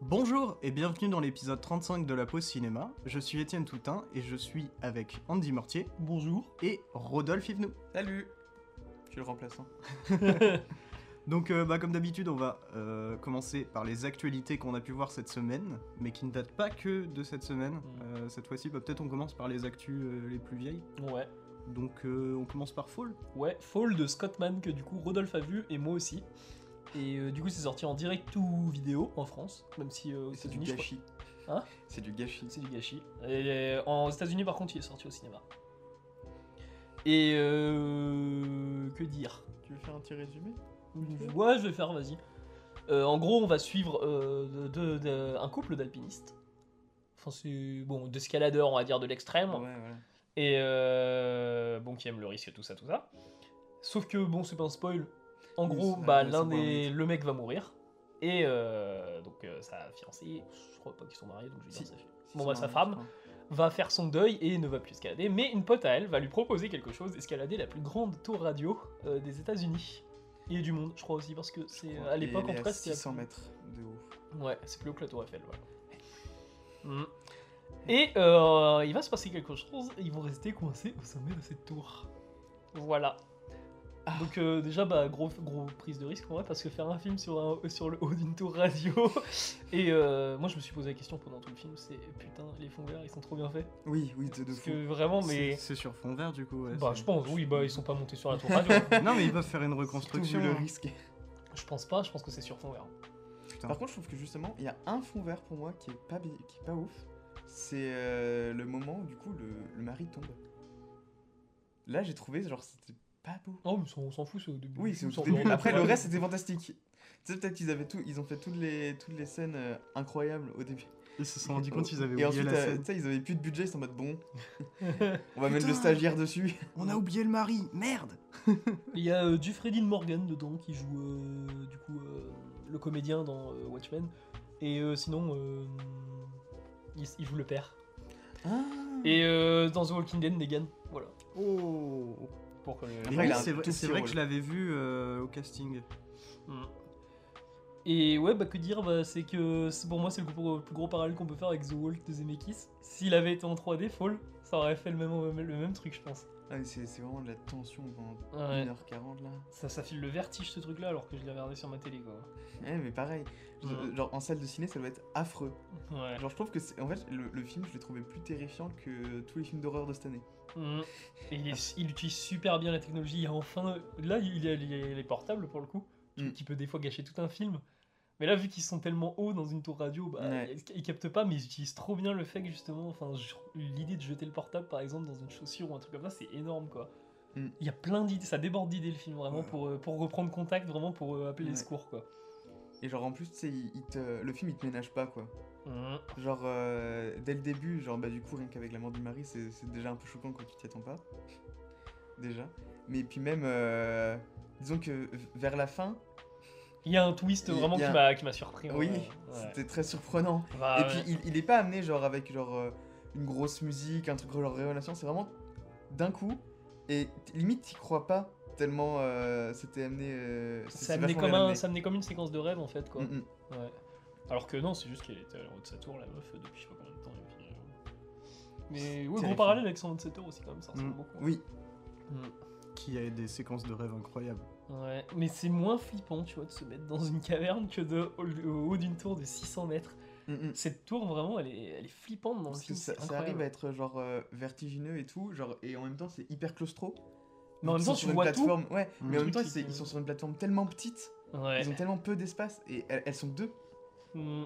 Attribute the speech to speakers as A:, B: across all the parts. A: Bonjour et bienvenue dans l'épisode 35 de La Pause Cinéma. Je suis Étienne Toutin et je suis avec Andy Mortier
B: Bonjour.
A: et Rodolphe Yvenou.
C: Salut Je suis le remplaçant.
A: Donc, euh, bah, comme d'habitude, on va euh, commencer par les actualités qu'on a pu voir cette semaine, mais qui ne datent pas que de cette semaine.
B: Mm.
A: Euh, cette fois-ci, bah, peut-être on commence par les actus euh, les plus vieilles.
B: Ouais.
A: Donc, euh, on commence par Fall.
B: Ouais, Fall de Scottman que du coup Rodolphe a vu et moi aussi. Et euh, du coup c'est sorti en direct ou vidéo en France, même si euh, aux
C: C'est du
B: États-Unis je crois-
C: gâchis.
B: Hein
C: C'est du gâchis.
B: c'est du gâchis. Et euh, en États-Unis par contre il est sorti au cinéma. Et euh, que dire
C: Tu veux faire un petit résumé
B: Ouais, je vais faire, vas-y. Euh, en gros, on va suivre euh, de- de- de- un couple d'alpinistes. Enfin, c'est bon, d'escaladeurs, on va dire, de l'extrême.
C: Ouais, ouais.
B: Et euh, bon, qui aime le risque, tout ça, tout ça. Sauf que bon, c'est pas un spoil. En
C: Oui,
B: gros,
C: c'est-
B: bah,
C: ouais, c'est
B: l'un
C: pas un
B: des. Le mec va mourir. Et euh, donc euh, sa fiancée, je crois pas qu'ils sont mariés, donc je vais
C: Si.
B: dire sa fille,
C: Si,
B: Bon,
C: c'est
B: bah, sa
C: marrant,
B: femme.
C: je crois.
B: va faire son deuil et ne va plus escalader. Mais une pote à elle va lui proposer quelque chose escalader la plus grande tour radio euh, des États-Unis. Et du monde, je crois aussi, parce que
C: Je
B: c'est
C: crois.
B: à
C: Et
B: l'époque
C: elle
B: en
C: est à
B: tout cas c'était.
C: 600 mètres de haut.
B: Ouais, c'est plus haut que la Tour Eiffel, voilà.
C: Hmm.
B: Mm. Et euh, il va se passer quelque chose, et ils vont rester coincés au sommet de cette tour. Voilà.
C: Ah.
B: Donc euh, déjà, bah, gros, gros prise de risque en vrai, parce que faire un film sur, un- sur le haut d'une tour radio, et euh, moi je me suis posé la question pendant tout le film, c'est putain, les fonds verts, ils sont trop bien faits.
C: Oui, oui, de, de
B: Parce
C: fou.
B: que vraiment, mais...
A: C'est- C'est sur fond vert, du coup. ouais,
B: Bah
A: c'est-
B: je pense, oui, bah ils sont pas montés sur la tour radio. hein.
A: Non, mais ils peuvent faire une
C: Surtout
A: reconstruction.
C: vu le
A: hein.
C: risque.
B: je pense pas, je pense que c'est sur fond vert.
A: Putain.
C: Par contre, je trouve que justement, il y a un fond vert pour moi qui est pas, bi- qui est pas ouf. C'est euh, le moment où du coup le, le mari tombe. Là, j'ai trouvé genre c'était pas beau.
B: Oh, mais on s'en fout, c'est au début.
C: Oui, c'est
B: On s'en
C: au début.
B: fout.
C: Après, le reste c'était fantastique. Tu sais, peut-être qu'ils avaient tout, ils ont fait toutes les, toutes les scènes euh, incroyables au début.
A: Ils se sont rendus compte qu'ils avaient
C: Et
A: oublié
C: ensuite,
A: la
C: euh,
A: scène.
C: tu sais, ils avaient plus de budget, ils sont en mode bon, on va mettre le stagiaire dessus.
A: On a oublié le mari, merde
B: Il y a euh, Jeffrey Dean Morgan dedans qui joue euh, du coup euh, le comédien dans euh, Watchmen. Et euh, sinon, euh, il, il joue le père. Et euh, dans The Walking Dead, Negan. Voilà.
A: Oh
B: Pour que euh, le-
A: Et
C: Après,
A: oui,
C: il a un
A: c'est vrai,
C: tout
A: c'est
C: petit
A: vrai que
C: rôle.
A: je l'avais vu euh, au casting.
B: Mm. Et ouais, bah que dire, bah, c'est que c'est- pour moi c'est le gros- plus gros parallèle qu'on peut faire avec The Walk de Zemeckis. S'il avait été en 3D, Fall, ça aurait fait le même, euh, le même truc, je pense.
C: Ah, mais c'est c'est vraiment de la tension pendant
B: Ouais.
C: 1h40 là.
B: Ça, ça file le vertige ce truc-là alors que je l'ai regardé sur ma télé, quoi.
C: Ouais, Eh, mais pareil, je-
B: Ouais.
C: genre en salle de ciné, ça doit être affreux.
B: Ouais.
C: Genre, je trouve que c'est- en fait, le, le film, je l'ai trouvé plus terrifiant que tous les films d'horreur de cette année.
B: Mm. Et il, est- il utilise super bien la technologie. Il y a enfin. Là, il y a les, les portables pour le coup, qui-
C: Mm.
B: qui peut des fois gâcher tout un film. Mais là, vu qu'ils sont tellement hauts dans une tour radio, bah,
C: Ouais.
B: ils, ils captent pas, mais ils utilisent trop bien le fait que justement, enfin, je- l'idée de jeter le portable par exemple dans une chaussure ou un truc comme ça, c'est énorme quoi.
C: Mm.
B: Il y a plein d'idées, ça déborde d'idées le film vraiment
C: Ouais.
B: pour, euh, pour reprendre contact, vraiment pour euh, appeler les
C: Ouais.
B: secours quoi.
C: Et genre, en plus, tu sais, il- il te- le film, il te ménage pas quoi.
B: Mm.
C: Genre, euh, dès le début, genre, bah, du coup, rien qu'avec la mort du mari, c'est c'est déjà un peu choquant quand tu t'y attends pas. Déjà. Mais puis même, euh, disons que v- vers la fin,
B: Il y a un twist
C: Il y
B: vraiment
C: a-
B: qui m'a qui m'a surpris. hein.
C: oui,
B: ouais. Ouais.
C: c'était très surprenant.
B: Bah,
C: Et
B: ouais.
C: puis, il, il est pas amené, genre, avec genre euh, une grosse musique, un truc genre révélation, c'est vraiment d'un coup. Et t- limite, t'y crois pas tellement euh, c'était amené. euh, c'est-
B: ça
C: c'est
B: amenait
C: vachement
B: comme
C: bien
B: un-
C: amené.
B: ça amenait comme une séquence de rêve en fait quoi.
C: Mm, mm.
B: Ouais. Alors que non, c'est juste qu'elle était à la haut de sa tour, la meuf, depuis je sais pas combien de temps. et puis, euh, Mais ouais, gros
C: terrifiant.
B: parallèle avec 127 tours aussi, quand même, ça ressemble
A: Mm.
B: beaucoup.
C: Oui,
B: Mm.
A: Qui a des séquences de rêve incroyables.
B: Ouais, mais c'est moins flippant, tu vois, de se mettre dans une caverne que de, au, au haut d'une tour de 600 mètres.
C: Mm, mm.
B: Cette tour, vraiment, elle est, elle est flippante dans le
C: Parce que
B: film.
C: ça,
B: c'est
C: ça
B: incroyable.
C: arrive à être genre euh, vertigineux et tout, genre, et en même temps c'est hyper claustro.
B: Mais en
C: Ils
B: même
C: sont
B: temps,
C: sur
B: tu
C: une
B: vois tout. Mmh.
C: plateforme, Ouais,
A: Mm.
C: mais en même temps
B: Truc qui
C: c'est-
B: te-
C: ils sont sur une plateforme tellement petite,
B: Ouais.
C: ils ont tellement peu d'espace et elles, elles sont deux,
B: Mm.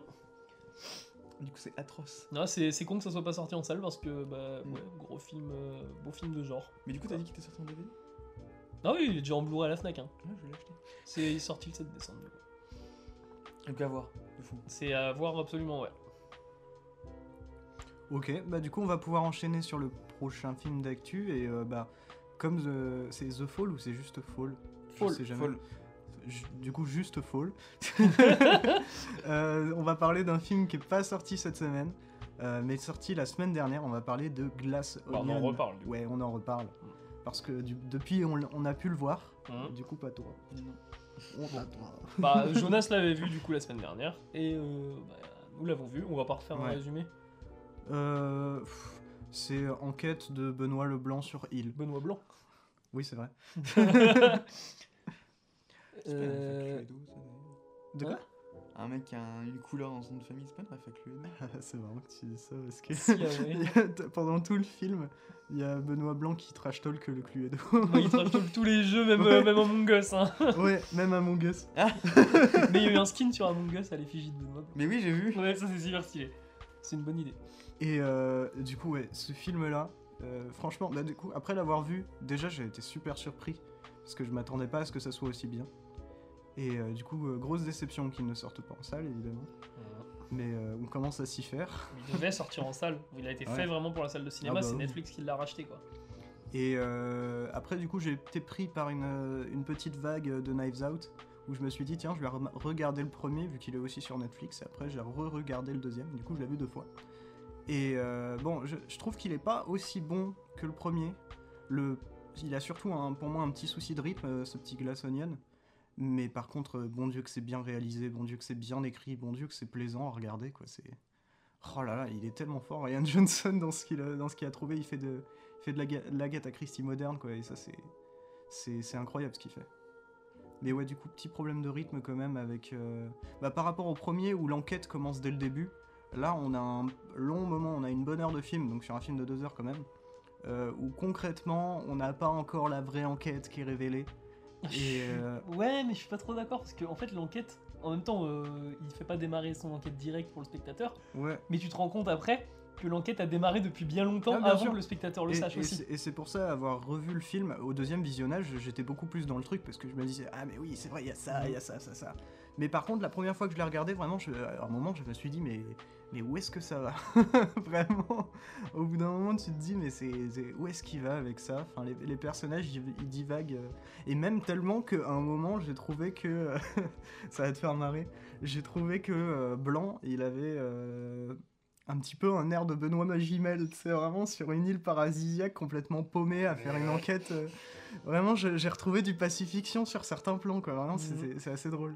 C: du coup c'est atroce.
B: Non, c'est c'est con que ça soit pas sorti en salle parce que, bah,
C: Mm.
B: ouais, gros film, euh, beau film de genre.
C: Mais du coup t'as dit qu'il était sorti en DVD
B: Ah oui, il est déjà en Blu-ray à la Fnac, hein.
C: Ouais, je vais l'acheter.
B: C'est il est sorti le 7 décembre. du coup.
C: Donc à voir, de fou.
B: C'est à voir absolument, ouais.
A: Ok, bah du coup on va pouvoir enchaîner sur le prochain film d'actu et euh, bah comme The- c'est The Fall ou c'est juste Fall
B: Fall,
A: Je sais jamais.
C: Fall.
A: Ju- Du coup juste Fall. Euh, on va parler d'un film qui est pas sorti cette semaine, euh, mais sorti la semaine dernière. On va parler de Glass
B: Bah, on en
A: Onion.
B: reparle, du coup.
A: Ouais, on en reparle parce que du- depuis on, l- on a pu le voir.
B: Mm.
A: Du coup pas toi.
C: Non.
A: On- pas toi.
B: Bah, Jonas l'avait vu du coup la semaine dernière et euh, bah, nous l'avons vu, on va pas refaire un
A: Ouais.
B: résumé.
A: Euh, pff, c'est enquête de Benoît Leblanc sur île.
B: Benoît Blanc.
A: Oui, c'est vrai.
C: C'est pas une
B: Euh,
C: réflexe Cluedo, ça, d'ailleurs.
A: De quoi
C: Un mec qui a un- une couleur dans son nom de famille, c'est pas une réfa Cluedo
A: C'est marrant que tu dises ça parce
B: Si, ah
A: que
B: ouais.
A: il y a- pendant tout le film, il y a Benoît Blanc qui trash talk le Cluedo.
B: Ouais, il trash talk tous les jeux, même, euh, même Among Us. hein.
A: ouais, même Among Us.
B: Mais il y a eu un skin sur Among Us à l'effigie de Benoît Blanc.
C: Mais oui, j'ai vu.
B: Ouais, ça c'est super stylé. C'est une bonne idée.
A: Et euh, du coup, ouais, ce film-là, euh, franchement, bah, du coup, après l'avoir vu, déjà j'ai été super surpris parce que je m'attendais pas à ce que ça soit aussi bien. Et euh, du coup, euh, grosse déception qu'il ne sorte pas en salle, évidemment. Mais euh, on commence à s'y faire.
B: Il devait sortir en salle. Il a été fait
A: Ouais.
B: vraiment pour la salle de cinéma.
A: Ah bah
B: c'est
A: oui.
B: Netflix qui l'a racheté quoi.
A: Et euh, après, du coup, j'ai été pris par une, euh, une petite vague euh, de Knives Out où je me suis dit, tiens, je vais re- regarder le premier vu qu'il est aussi sur Netflix. Et après, j'ai re-regardé le deuxième. Du coup, je l'ai vu deux fois. Et euh, bon, je, je trouve qu'il est pas aussi bon que le premier. Le, il a surtout un- pour moi un petit souci de rythme, euh, ce petit Glass Onion. Mais par contre, euh, bon Dieu que c'est bien réalisé, bon Dieu que c'est bien écrit, bon Dieu que c'est plaisant à regarder. Quoi, c'est... Oh là là, il est tellement fort, Ryan Johnson, dans ce qu'il a, dans ce qu'il a trouvé. Il fait de, il fait de la, ga- de la Agatha Christie moderne, quoi, et ça, c'est, c'est, c'est incroyable ce qu'il fait. Mais ouais, du coup, petit problème de rythme quand même avec. euh, Bah, par rapport au premier où l'enquête commence dès le début, là, on a un long moment, on a une bonne heure de film, donc sur un film de deux heures quand même, euh, où concrètement, on n'a pas encore la vraie enquête qui est révélée. Et, euh,
B: Ouais, mais je suis pas trop d'accord parce que en fait l'enquête, en même temps, euh, il fait pas démarrer son enquête directe pour le spectateur,
A: Ouais,
B: mais tu te rends compte après que l'enquête a démarré depuis bien longtemps
A: Ah, bien
B: avant
A: sûr.
B: que le spectateur le
A: Et-
B: sache
A: et,
B: aussi.
A: c'est- et c'est pour ça, avoir revu le film, au deuxième visionnage, j'étais beaucoup plus dans le truc parce que je me disais, ah mais oui, c'est vrai, il y a ça, il y a ça, ça, ça. Mais par contre, la première fois que je l'ai regardé, vraiment, je- à un moment, je me suis dit, mais, mais où est-ce que ça va Vraiment, au bout d'un moment, tu te dis, mais c'est, c'est- où est-ce qu'il va avec ça enfin, les, les personnages, ils, ils divaguent. euh, Et même tellement qu'à un moment, j'ai trouvé que. euh, ça va te faire marrer. J'ai trouvé que euh, Blanc, il avait. euh, un petit peu un air de Benoît Magimel, tu sais, vraiment sur une île paradisiaque complètement paumée à faire une enquête. euh, Vraiment, je- j'ai retrouvé du pacifiction sur certains plans, quoi. Vraiment, c'est-
B: Mhm.
A: c'est c'est assez drôle.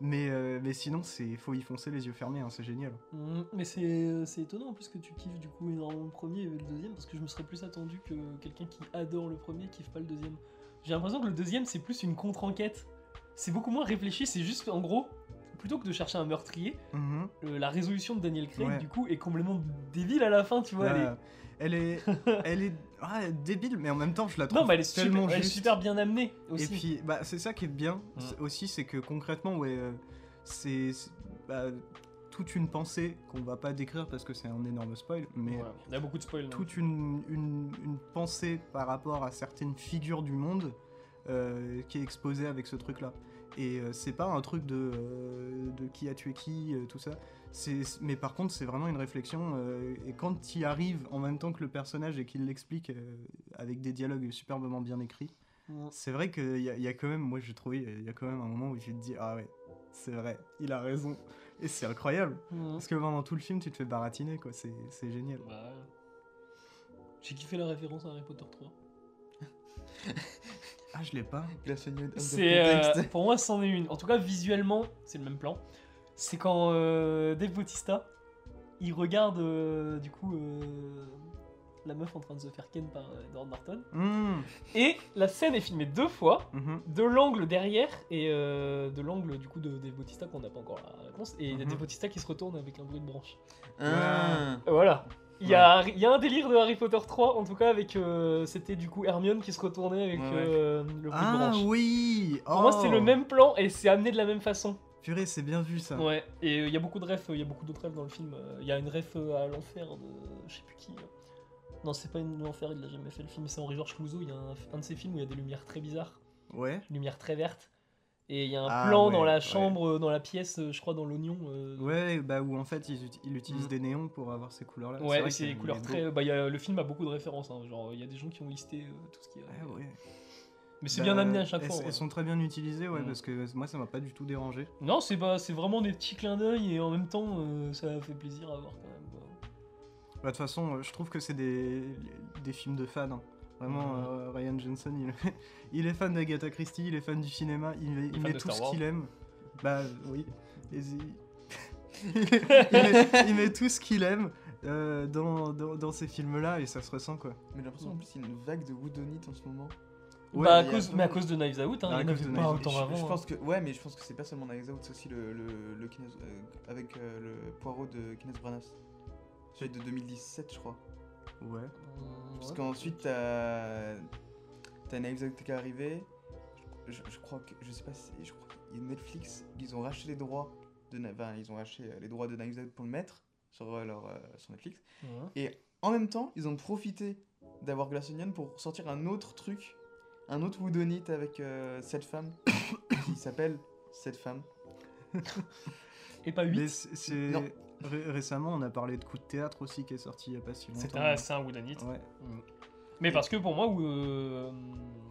A: Mais, euh, mais sinon, il faut y foncer les yeux fermés, hein, c'est génial.
B: Mm, Mais c'est euh, c'est étonnant en plus que tu kiffes du coup énormément le premier et le deuxième parce que je me serais plus attendu que quelqu'un qui adore le premier kiffe pas le deuxième. J'ai l'impression que le deuxième c'est plus une contre-enquête. C'est beaucoup moins réfléchi, c'est juste en gros, plutôt que de chercher un meurtrier,
A: Mhm.
B: euh, la résolution de Daniel Craig
A: Ouais.
B: du coup est complètement débile à la fin, tu vois. elle est-
A: Là, elle est, elle est ouais, débile, mais en même temps, je la trouve
B: Non, mais elle est, super,
A: tellement
B: elle est
A: juste.
B: super bien amenée
A: Et
B: aussi.
A: puis, bah, c'est ça qui est bien
B: Mm.
A: c'est- aussi, c'est que concrètement, ouais, euh, c'est c'est- bah, toute une pensée qu'on va pas décrire parce que c'est un énorme spoil, mais
B: Voilà. On a beaucoup de spoil.
A: toute une, une- une pensée par rapport à certaines figures du monde euh, qui est exposée avec ce truc-là. Et euh, c'est pas un truc de, euh, de qui a tué qui, euh, tout ça. C'est- Mais par contre, c'est vraiment une réflexion. euh, et quand il arrive en même temps que le personnage et qu'il l'explique euh, avec des dialogues superbement bien écrits,
B: Mm.
A: c'est vrai qu'il y, a- il y a quand même, moi j'ai trouvé, il y a quand même un moment où tu te dis Ah ouais, c'est vrai, il a raison. Et c'est incroyable.
B: Mhm.
A: Parce que pendant tout le film, tu te fais baratiner, quoi. C'est c'est génial.
B: Bah, J'ai kiffé la référence à Harry Potter 3.
A: Ah, je l'ai pas.
C: Glaçonnier
B: C'est euh,
C: contexte.
B: pour moi c'en est une. En tout cas visuellement c'est le même plan. C'est quand euh, Dave Bautista il regarde euh, du coup euh, la meuf en train de se faire ken par euh, Edward Norton
A: Mmh.
B: et la scène est filmée deux fois
A: Mhm.
B: de l'angle derrière et euh, de l'angle du coup de Dave Bautista qu'on n'a pas encore la réponse et il y a
A: Mhm.
B: Dave Bautista qui se retourne avec un bruit de branche.
C: Ah.
B: Voilà. Il y, a, il y a un délire de Harry Potter 3, en tout cas, avec. euh, c'était du coup Hermione qui se retournait avec
C: Ouais, ouais.
B: euh, le bruit de
A: Ah
B: branche.
A: oui
B: Pour moi, c'est
A: Oh
B: le même plan et c'est amené de la même façon.
A: Purée, c'est bien vu ça.
B: Ouais. Et euh, il y a beaucoup de refs, euh, il y a beaucoup d'autres refs dans le film. Euh, Il y a une ref euh, à l'enfer de. Je sais plus qui. euh. Non, c'est pas une l'enfer, il a jamais fait le film. C'est Henri-Georges Clouzot, il y a un, un de ses films où il y a des lumières très bizarres,
A: Ouais.
B: une lumière très verte. Et il y a un
A: Ah,
B: plan
A: ouais,
B: dans la
A: ouais.
B: chambre, euh, dans la pièce, euh, je crois, dans l'oignon. euh,
A: Ouais, bah où en fait ils, ut- ils utilisent
B: Mm.
A: des néons pour avoir ces couleurs-là.
B: Ouais,
A: vrai
B: mais c'est
A: qu'il
B: des
A: est
B: couleurs
A: beau.
B: très. Bah, il y a- le film a beaucoup de références. hein, Genre, il y a des gens qui ont listé euh, tout ce qu'il y a.
A: Ah ouais.
B: Mais c'est
A: Bah,
B: bien amené à chaque
A: elles,
B: fois. ouais.
A: Elles sont très bien utilisées, ouais,
B: Mm.
A: parce que moi ça m'a pas du tout dérangé.
B: Non, c'est pas, c'est vraiment des petits clins d'œil et en même temps, euh, ça fait plaisir à voir quand même. quoi.
A: Bah, De toute façon, euh, je trouve que c'est des, des films de fans. hein. Vraiment,
B: Mm.
A: euh, Ryan Johnson, il, il est fan d'Agatha Christie, il est fan du cinéma, il, il
B: fan
A: met
B: de
A: tout
B: Star
A: ce
B: Wars.
A: qu'il aime. Bah oui. Et il- il, est- il met, il met tout ce qu'il aime euh, dans, dans, dans ces films-là et ça se ressent quoi.
C: Mais j'ai l'impression en plus il y a une vague de woodonite en ce moment.
A: Ouais,
B: bah, à
C: mais
B: cause,
C: attends.
B: mais à cause de Knives Out, hein,
A: Ah, à
B: il n'y en
A: cause
B: avait
A: de
B: pas
A: Knives Out.
B: autant
C: je,
B: avant.
C: je
B: hein.
C: pense que ouais mais je pense que c'est pas seulement dans Knives Out, c'est aussi le, le, le Kenneth- euh, avec euh, le poireau de Kenneth Branagh. Celui de 2017 je crois.
A: Ouais.
B: Hum,
C: Parce
B: ouais.
C: qu'ensuite t'as t'as Knives Out qui est arrivé. Je, je crois que je sais pas si je crois que Netflix ils ont racheté les droits de Kni- enfin, ils ont racheté euh, les droits de Knives Out pour le mettre sur euh, leur euh, sur Netflix.
B: Ouais.
C: En même temps ils ont profité d'avoir Glass Onion pour sortir un autre truc, un autre woodonite avec euh, cette femme qui s'appelle cette femme.
B: Et pas
A: Mais
B: 8.
A: c'est- c'est-
C: Non.
A: ré- récemment on a parlé de coup de théâtre aussi qui est sorti il y a pas si longtemps.
B: C'est un, Ah, c'est un Woodanite.
A: Ouais.
B: Mais parce que pour moi, où, euh,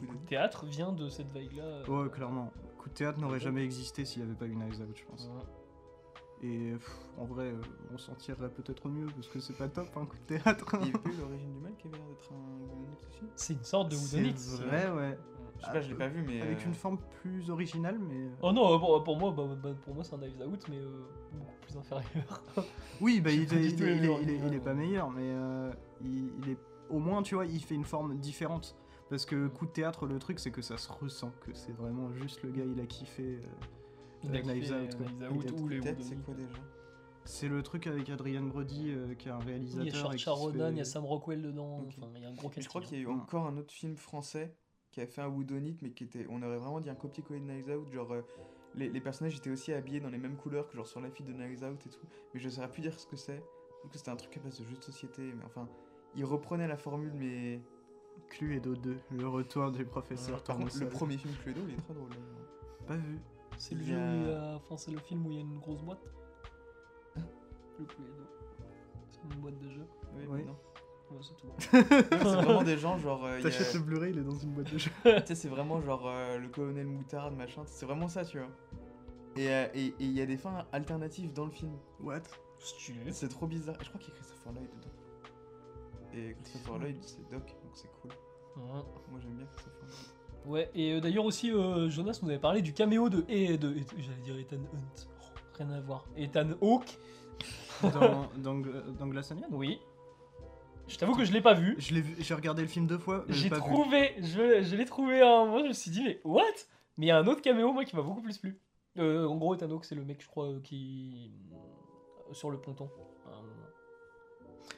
C: Wooden.
B: le théâtre vient de cette vague-là. euh,
A: Ouais, Oh, clairement. Coup de théâtre n'aurait jamais existé s'il n'y avait pas eu Knives Out, je pense.
B: ouais.
A: Et pff, en vrai, euh, on s'en tirerait peut-être mieux parce que c'est pas top un coup de théâtre.
C: Il y a pas eu l'origine du mal qui avait l'air d'être un woodonite aussi.
B: C'est une sorte de
A: C'est
B: Woodanite.
A: vrai, ouais.
C: Je sais pas, je l'ai pas vu mais
A: Avec
C: euh,
A: une forme plus originale, mais.
B: Oh non, euh, pour, pour moi, bah, bah, pour moi c'est un Knives Out, mais euh, beaucoup plus inférieur.
A: Oui, bah,
B: J'ai
A: il,
B: pas
A: est,
B: du
A: il
B: tout
A: est-
B: aimé
A: il est-
B: l'original,
A: il est- il est pas
B: ouais.
A: meilleur, mais euh, il, il est au moins, tu vois, il fait une forme différente. Parce que coup de théâtre, le truc, c'est que ça se ressent, que c'est vraiment juste le gars, il a kiffé. euh.
B: Il a
A: Knives
B: kiffé,
A: Out,
B: euh,
A: quoi.
B: Knives
A: Il
B: Out
A: a
B: ou les
C: Peut-être c'est
B: Woodanite.
C: quoi déjà
A: C'est le truc avec Adrian Brody, euh, qui est un réalisateur.
B: Il y a
A: et
B: Charles
A: qui se
B: Charonan,
A: fait-
B: il y a Sam Rockwell dedans.
C: Ok.
B: Enfin, il y a un gros
C: Mais
B: casting.
C: Je crois qu'il y a eu
A: Mm.
C: encore un autre film français qui avait fait un woodonite, mais qui était, on aurait vraiment dit un copier-coller de Knives Out. Genre, euh, les, les personnages étaient aussi habillés dans les mêmes couleurs que genre sur la fille de Knives Out et tout. Mais je saurais plus dire ce que c'est. Je trouve que c'était un truc à base de jeu de société. Mais enfin, ils reprenaient la formule, mais
A: Cluedo 2, le retour du professeur.
B: Ouais,
C: par contre, le
A: Tournesol.
C: premier film Cluedo, il est trop drôle. hein.
A: Pas vu.
B: hein. C'est le
C: il y
B: jeu où il y
C: a-
B: a- enfin, c'est le film où il y a une grosse boîte. Le Cluedo. C'est une boîte de jeu.
C: Oui,
A: Oui.
C: mais non.
B: Ouais, c'est tout.
C: Non, c'est vraiment des gens, genre. euh, il y a-
A: T'achètes le Blu-ray, il est dans une boîte de jeu.
C: Tu sais, c'est vraiment genre euh, le colonel moutarde, machin. C'est vraiment ça, tu vois. Et euh, et- et il y a des fins alternatives dans le film.
A: What
B: Stylé.
C: C'est trop bizarre. Et je crois qu'il y a Christopher Lloyd dedans. Et Christopher Lloyd, c'est Doc, donc c'est cool.
B: Ouais.
C: Moi j'aime bien Christopher Lloyd.
B: Ouais, et euh, d'ailleurs aussi, euh, Jonas nous avait parlé du caméo de. Et de. et- J'allais dire Ethan Hunt. Oh, rien à voir. Ethan Hawke.
A: dans, dans, Gla- dans Glass Onion
B: Oui. Je t'avoue que je l'ai pas vu.
A: Je l'ai vu- J'ai regardé le film deux fois, mais
B: J'ai
A: pas vu.
B: trouvé. Je, je l'ai trouvé un. Moi, je me suis dit, mais what Mais il y a un autre caméo, moi, qui m'a beaucoup plus plu. Euh, en gros, Ethan Hawke, c'est le mec, je crois, euh, qui. euh, Sur le ponton. à un moment.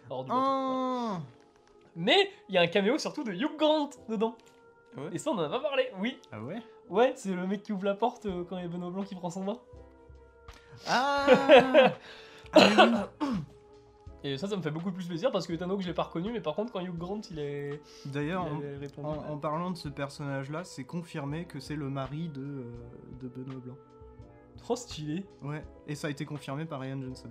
B: Hors du bateau, ouais.
A: Ah
B: Mais il y a un caméo surtout de Hugh Grant dedans.
C: Ah ouais
B: Et ça, on en a pas parlé, oui.
A: Ah ouais
B: Ouais, c'est le mec qui ouvre la porte euh, quand il y a Benoît Blanc qui prend son bain.
A: Ah Ah
B: Et ça, ça me fait beaucoup plus plaisir parce que Ethan Hawke, je l'ai pas reconnu, mais par contre, quand Hugh Grant, il est.
A: oui. D'ailleurs,
B: il
A: en,
B: avait répondu.
A: en- en parlant de ce personnage-là, c'est confirmé que c'est le mari de, euh, de Benoît Blanc.
B: Trop stylé.
A: Ouais, et ça a été confirmé par Ryan Johnson.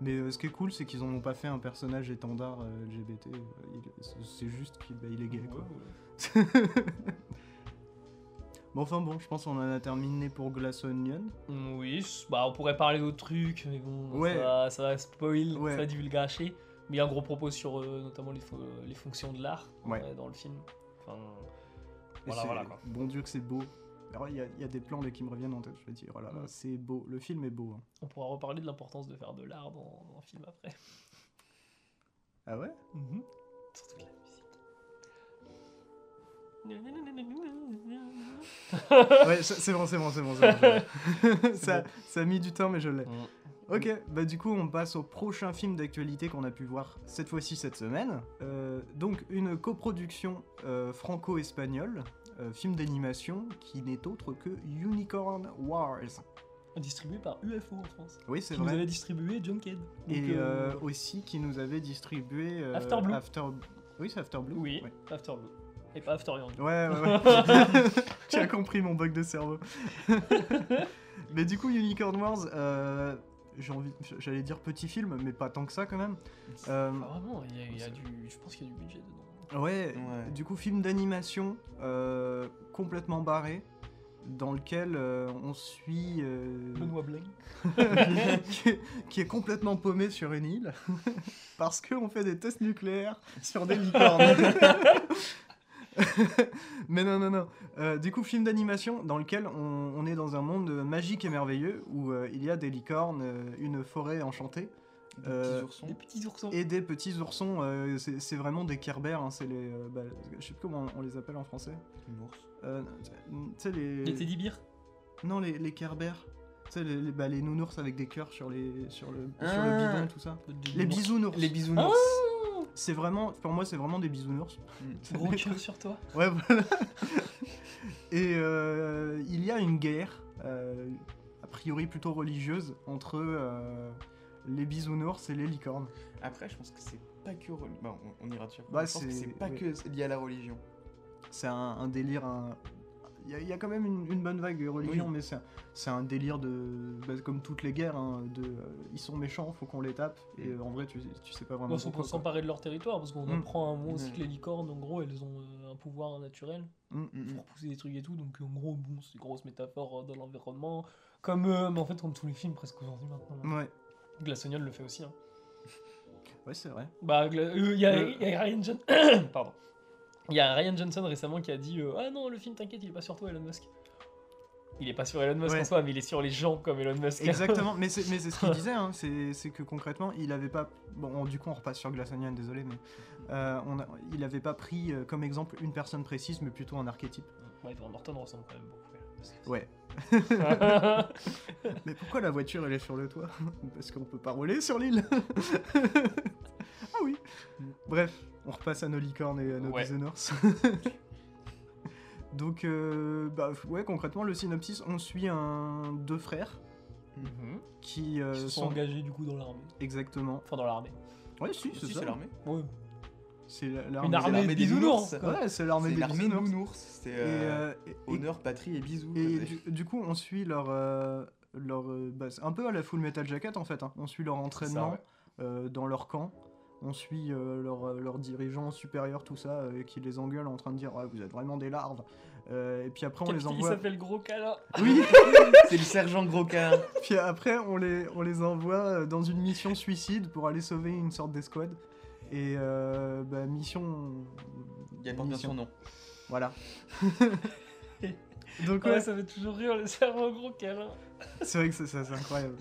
A: Mais euh, ce qui est cool, c'est qu'ils en ont pas fait un personnage étendard euh, LGBT. euh, il- c'est- C'est juste qu'il bah, il est gay, quoi. bon, enfin bon, je pense qu'on en a terminé pour Glass Onion.
B: Mm, Oui, c- bah, on pourrait parler d'autres trucs, mais bon,
A: Ouais.
B: ça, va, ça va spoil,
A: Ouais.
B: ça va divulgacher. Mais il y a un gros propos sur euh, notamment les, fo- les fonctions de l'art
A: Ouais.
B: euh, dans le film. Enfin,
A: Et
B: voilà,
A: c'est-
B: voilà quoi.
A: Bon Dieu que c'est beau. Alors, il y, a- il y a des plans là, qui me reviennent en tête, je vais dire. Oh là là,
B: Ouais.
A: c'est beau. Le film est beau. hein.
B: On pourra reparler de l'importance de faire de l'art dans, dans un film après.
A: Ah ouais
B: Surtout de la musique.
A: Ouais, ça- c'est bon, c'est bon, c'est bon. c'est bon, je l'ai. ça, ça a mis du temps, mais je l'ai.
B: Mm.
A: Ok, bah du coup, on passe au prochain film d'actualité qu'on a pu voir cette fois-ci cette semaine. Euh, donc, une coproduction euh, franco-espagnole, euh, film d'animation qui n'est autre que Unicorn Wars.
B: Distribué par UFO en France.
A: Oui, c'est
B: qui nous
A: vrai.
B: avait distribué Junkhead. Donc,
A: Et
B: euh,
A: euh, aussi qui nous avait distribué. euh,
B: After Blue.
A: Oui, c'est After Blue.
B: Oui,
A: Ouais.
B: After Blue. Et pas After Young.
A: Ouais, ouais, ouais. tu as compris mon bug de cerveau. mais du coup, Unicorn Wars, euh, j'ai envie, j'allais dire petit film, mais pas tant que ça quand même. Euh,
B: Ah, vraiment, il y a, il y a du. Je pense qu'il y a du budget dedans.
A: ouais,
C: Ouais.
A: du coup, film d'animation euh, complètement barré, dans lequel euh, on suit. euh,
B: Benoît Blanc.
A: qui, est, qui est complètement paumé sur une île parce qu'on fait des tests nucléaires sur des licornes. Mais non, non, non. Euh, du coup, film d'animation dans lequel on, on est dans un monde magique et merveilleux où euh, il y a des licornes, euh, une forêt enchantée
C: Des
A: Euh,
C: petits oursons.
B: Des petits oursons.
A: et des petits oursons. euh, c'est c'est vraiment des kerbères. hein, c'est les. euh, bah, je sais plus comment on les appelle en français.
C: Une ours.
A: Euh, tu sais, les.
B: Des teddy bears.
A: Non, les, les Kerbères. Tu sais, les, les- bah, les nounours avec des cœurs sur, les, sur, le, sur le
C: Ah.
A: bidon, tout ça.
B: Des
A: Les
B: ours.
A: bisounours.
C: Les bisounours.
A: C'est vraiment, pour moi, c'est vraiment des bisounours.
C: Mm.
B: Gros cœur sur toi.
A: Ouais, voilà. Et euh, il y a une guerre, euh, a priori plutôt religieuse, entre euh, les bisounours et les licornes.
C: Après, je pense que c'est pas que religieux. on, on ira dessus. après.
A: Bah,
C: je pense que
A: c'est-
C: c'est pas
A: oui.
C: que lié à la religion.
A: C'est un, un délire, un- Il y, a- il y a quand même une, une bonne vague de religion,
C: Oui.
A: mais c'est un, c'est un délire de. bah, comme toutes les guerres, hein, de. euh, ils sont méchants, faut qu'on les tape. Et euh, en vrai, tu, tu sais pas vraiment.
B: Ils sont
A: pourquoi,
B: pour
A: quoi.
B: s'emparer de leur territoire parce qu'on
A: Mm.
B: apprend à un moment aussi
C: Mm.
B: que les licornes, en gros, elles ont euh, un pouvoir naturel
A: Mm,
B: pour pousser des trucs et tout. Donc, en gros, bon, c'est une grosse métaphore euh, dans l'environnement. Comme, euh, mais en fait, comme tous les films presque aujourd'hui maintenant. hein.
A: mm. Ouais,
B: Glaceonion le fait aussi. hein.
A: ouais c'est vrai.
B: Bah, il y, a-
A: Le-
B: y a Ryan Johnson. Pardon. Il y a Ryan Johnson récemment qui a dit euh, Ah non, le film, t'inquiète, il est pas sur toi, Elon Musk. Il est pas sur Elon Musk
A: Ouais.
B: en soi, mais il est sur les gens comme Elon Musk.
A: Exactement, mais c'est mais c'est ce qu'il disait, hein, c'est c'est que concrètement, il avait pas... Bon, on- du coup, on repasse sur Glassonian, désolé, mais euh, on a- il avait pas pris euh, comme exemple une personne précise, mais plutôt un archétype.
B: ouais, Edward Norton ressemble quand même beaucoup à Elon Musk.
A: Ouais. Mais pourquoi la voiture, elle est sur le toit Parce qu'on peut pas rouler sur l'île Ah oui Bref, on repasse à nos licornes et à nos
B: Ouais.
A: bisounours. Donc, euh, bah, ouais, concrètement, le synopsis, on suit un, deux frères
B: Mhm.
A: qui euh,
B: Ils se sont
A: sont...
B: engagés du coup dans l'armée.
A: Exactement.
B: Enfin, dans l'armée.
A: Ouais, si, c'est
C: Si,
A: ça. hein.
C: c'est l'armée.
B: Ouais.
A: C'est la-
B: Une
A: l'armée.
C: armée
B: armée de
C: des
B: bisounours.
C: bisounours.
B: quoi.
A: Ouais, c'est l'armée
C: C'est
A: des
C: l'armée
A: bisounours.
C: nounours. C'est
A: Et,
C: euh,
A: euh, et-
C: honneur, patrie et bisous.
A: et- et
C: je sais.
A: du, du coup, on suit leur. euh, leur euh, bah, c'est un peu à la full metal jacket en fait. hein. On suit leur entraînement
B: ouais.
A: euh, dans leur camp. On suit euh, leurs euh, leurs dirigeants supérieurs, tout ça, euh, qui les engueule en train de dire Ouais, Vous êtes vraiment des larves. Euh, et puis après, on les
B: Capitaine, Il
A: envoie.
B: s'appelle Gros Câlin.
A: Oui
C: C'est le sergent gros câlin.
A: Puis après, on les, on les envoie euh, dans une mission suicide pour aller sauver une sorte d'escouade. Et euh, bah, mission.
C: Il y a pas bien son nom.
A: Voilà. Donc,
B: Ouais,
A: ouais,
B: ça fait toujours rire le serveur Gros Câlin.
A: c'est vrai que c'est ça, c'est incroyable.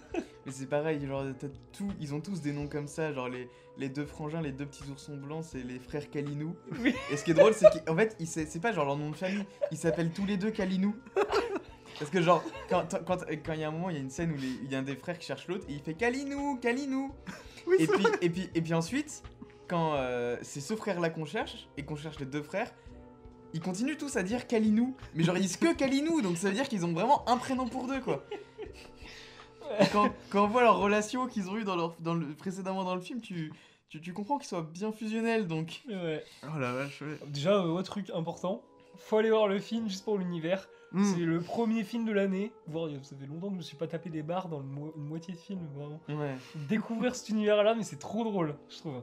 C: Mais c'est pareil, genre t'as tout, ils ont tous des noms comme ça, genre les, les deux frangins, les deux petits oursons blancs, c'est les frères Kalinou.
B: Oui.
C: Et ce qui est drôle, c'est qu'en fait, ils s'a- c'est pas genre leur nom de famille, ils s'appellent tous les deux Kalinou. Parce que genre, quand quand quand quand il y a un moment, il y a une scène où les- il y a un des frères qui cherche l'autre et il fait Kalinou, Kalinou.
A: Oui,
C: et
A: c'est
C: puis et puis et puis ensuite, quand euh, c'est ce frère là qu'on cherche et qu'on cherche les deux frères. Ils continuent tous à dire Kalinou, mais genre ils disent que Kalinou, donc ça veut dire qu'ils ont vraiment un prénom pour deux quoi. Et quand, quand on voit leur relation qu'ils ont eu dans leur, dans le, précédemment dans le film, tu, tu, tu comprends qu'ils soient bien fusionnels donc.
B: Ouais.
C: Oh la vache,
B: Déjà, euh, autre truc important, faut aller voir le film juste pour l'univers.
A: Mm.
B: C'est le premier film de l'année. Voir, euh, ça fait longtemps que je me suis pas tapé des barres dans le mo- une moitié de film, vraiment.
C: Ouais.
B: Découvrir cet univers-là, mais c'est trop drôle, je trouve.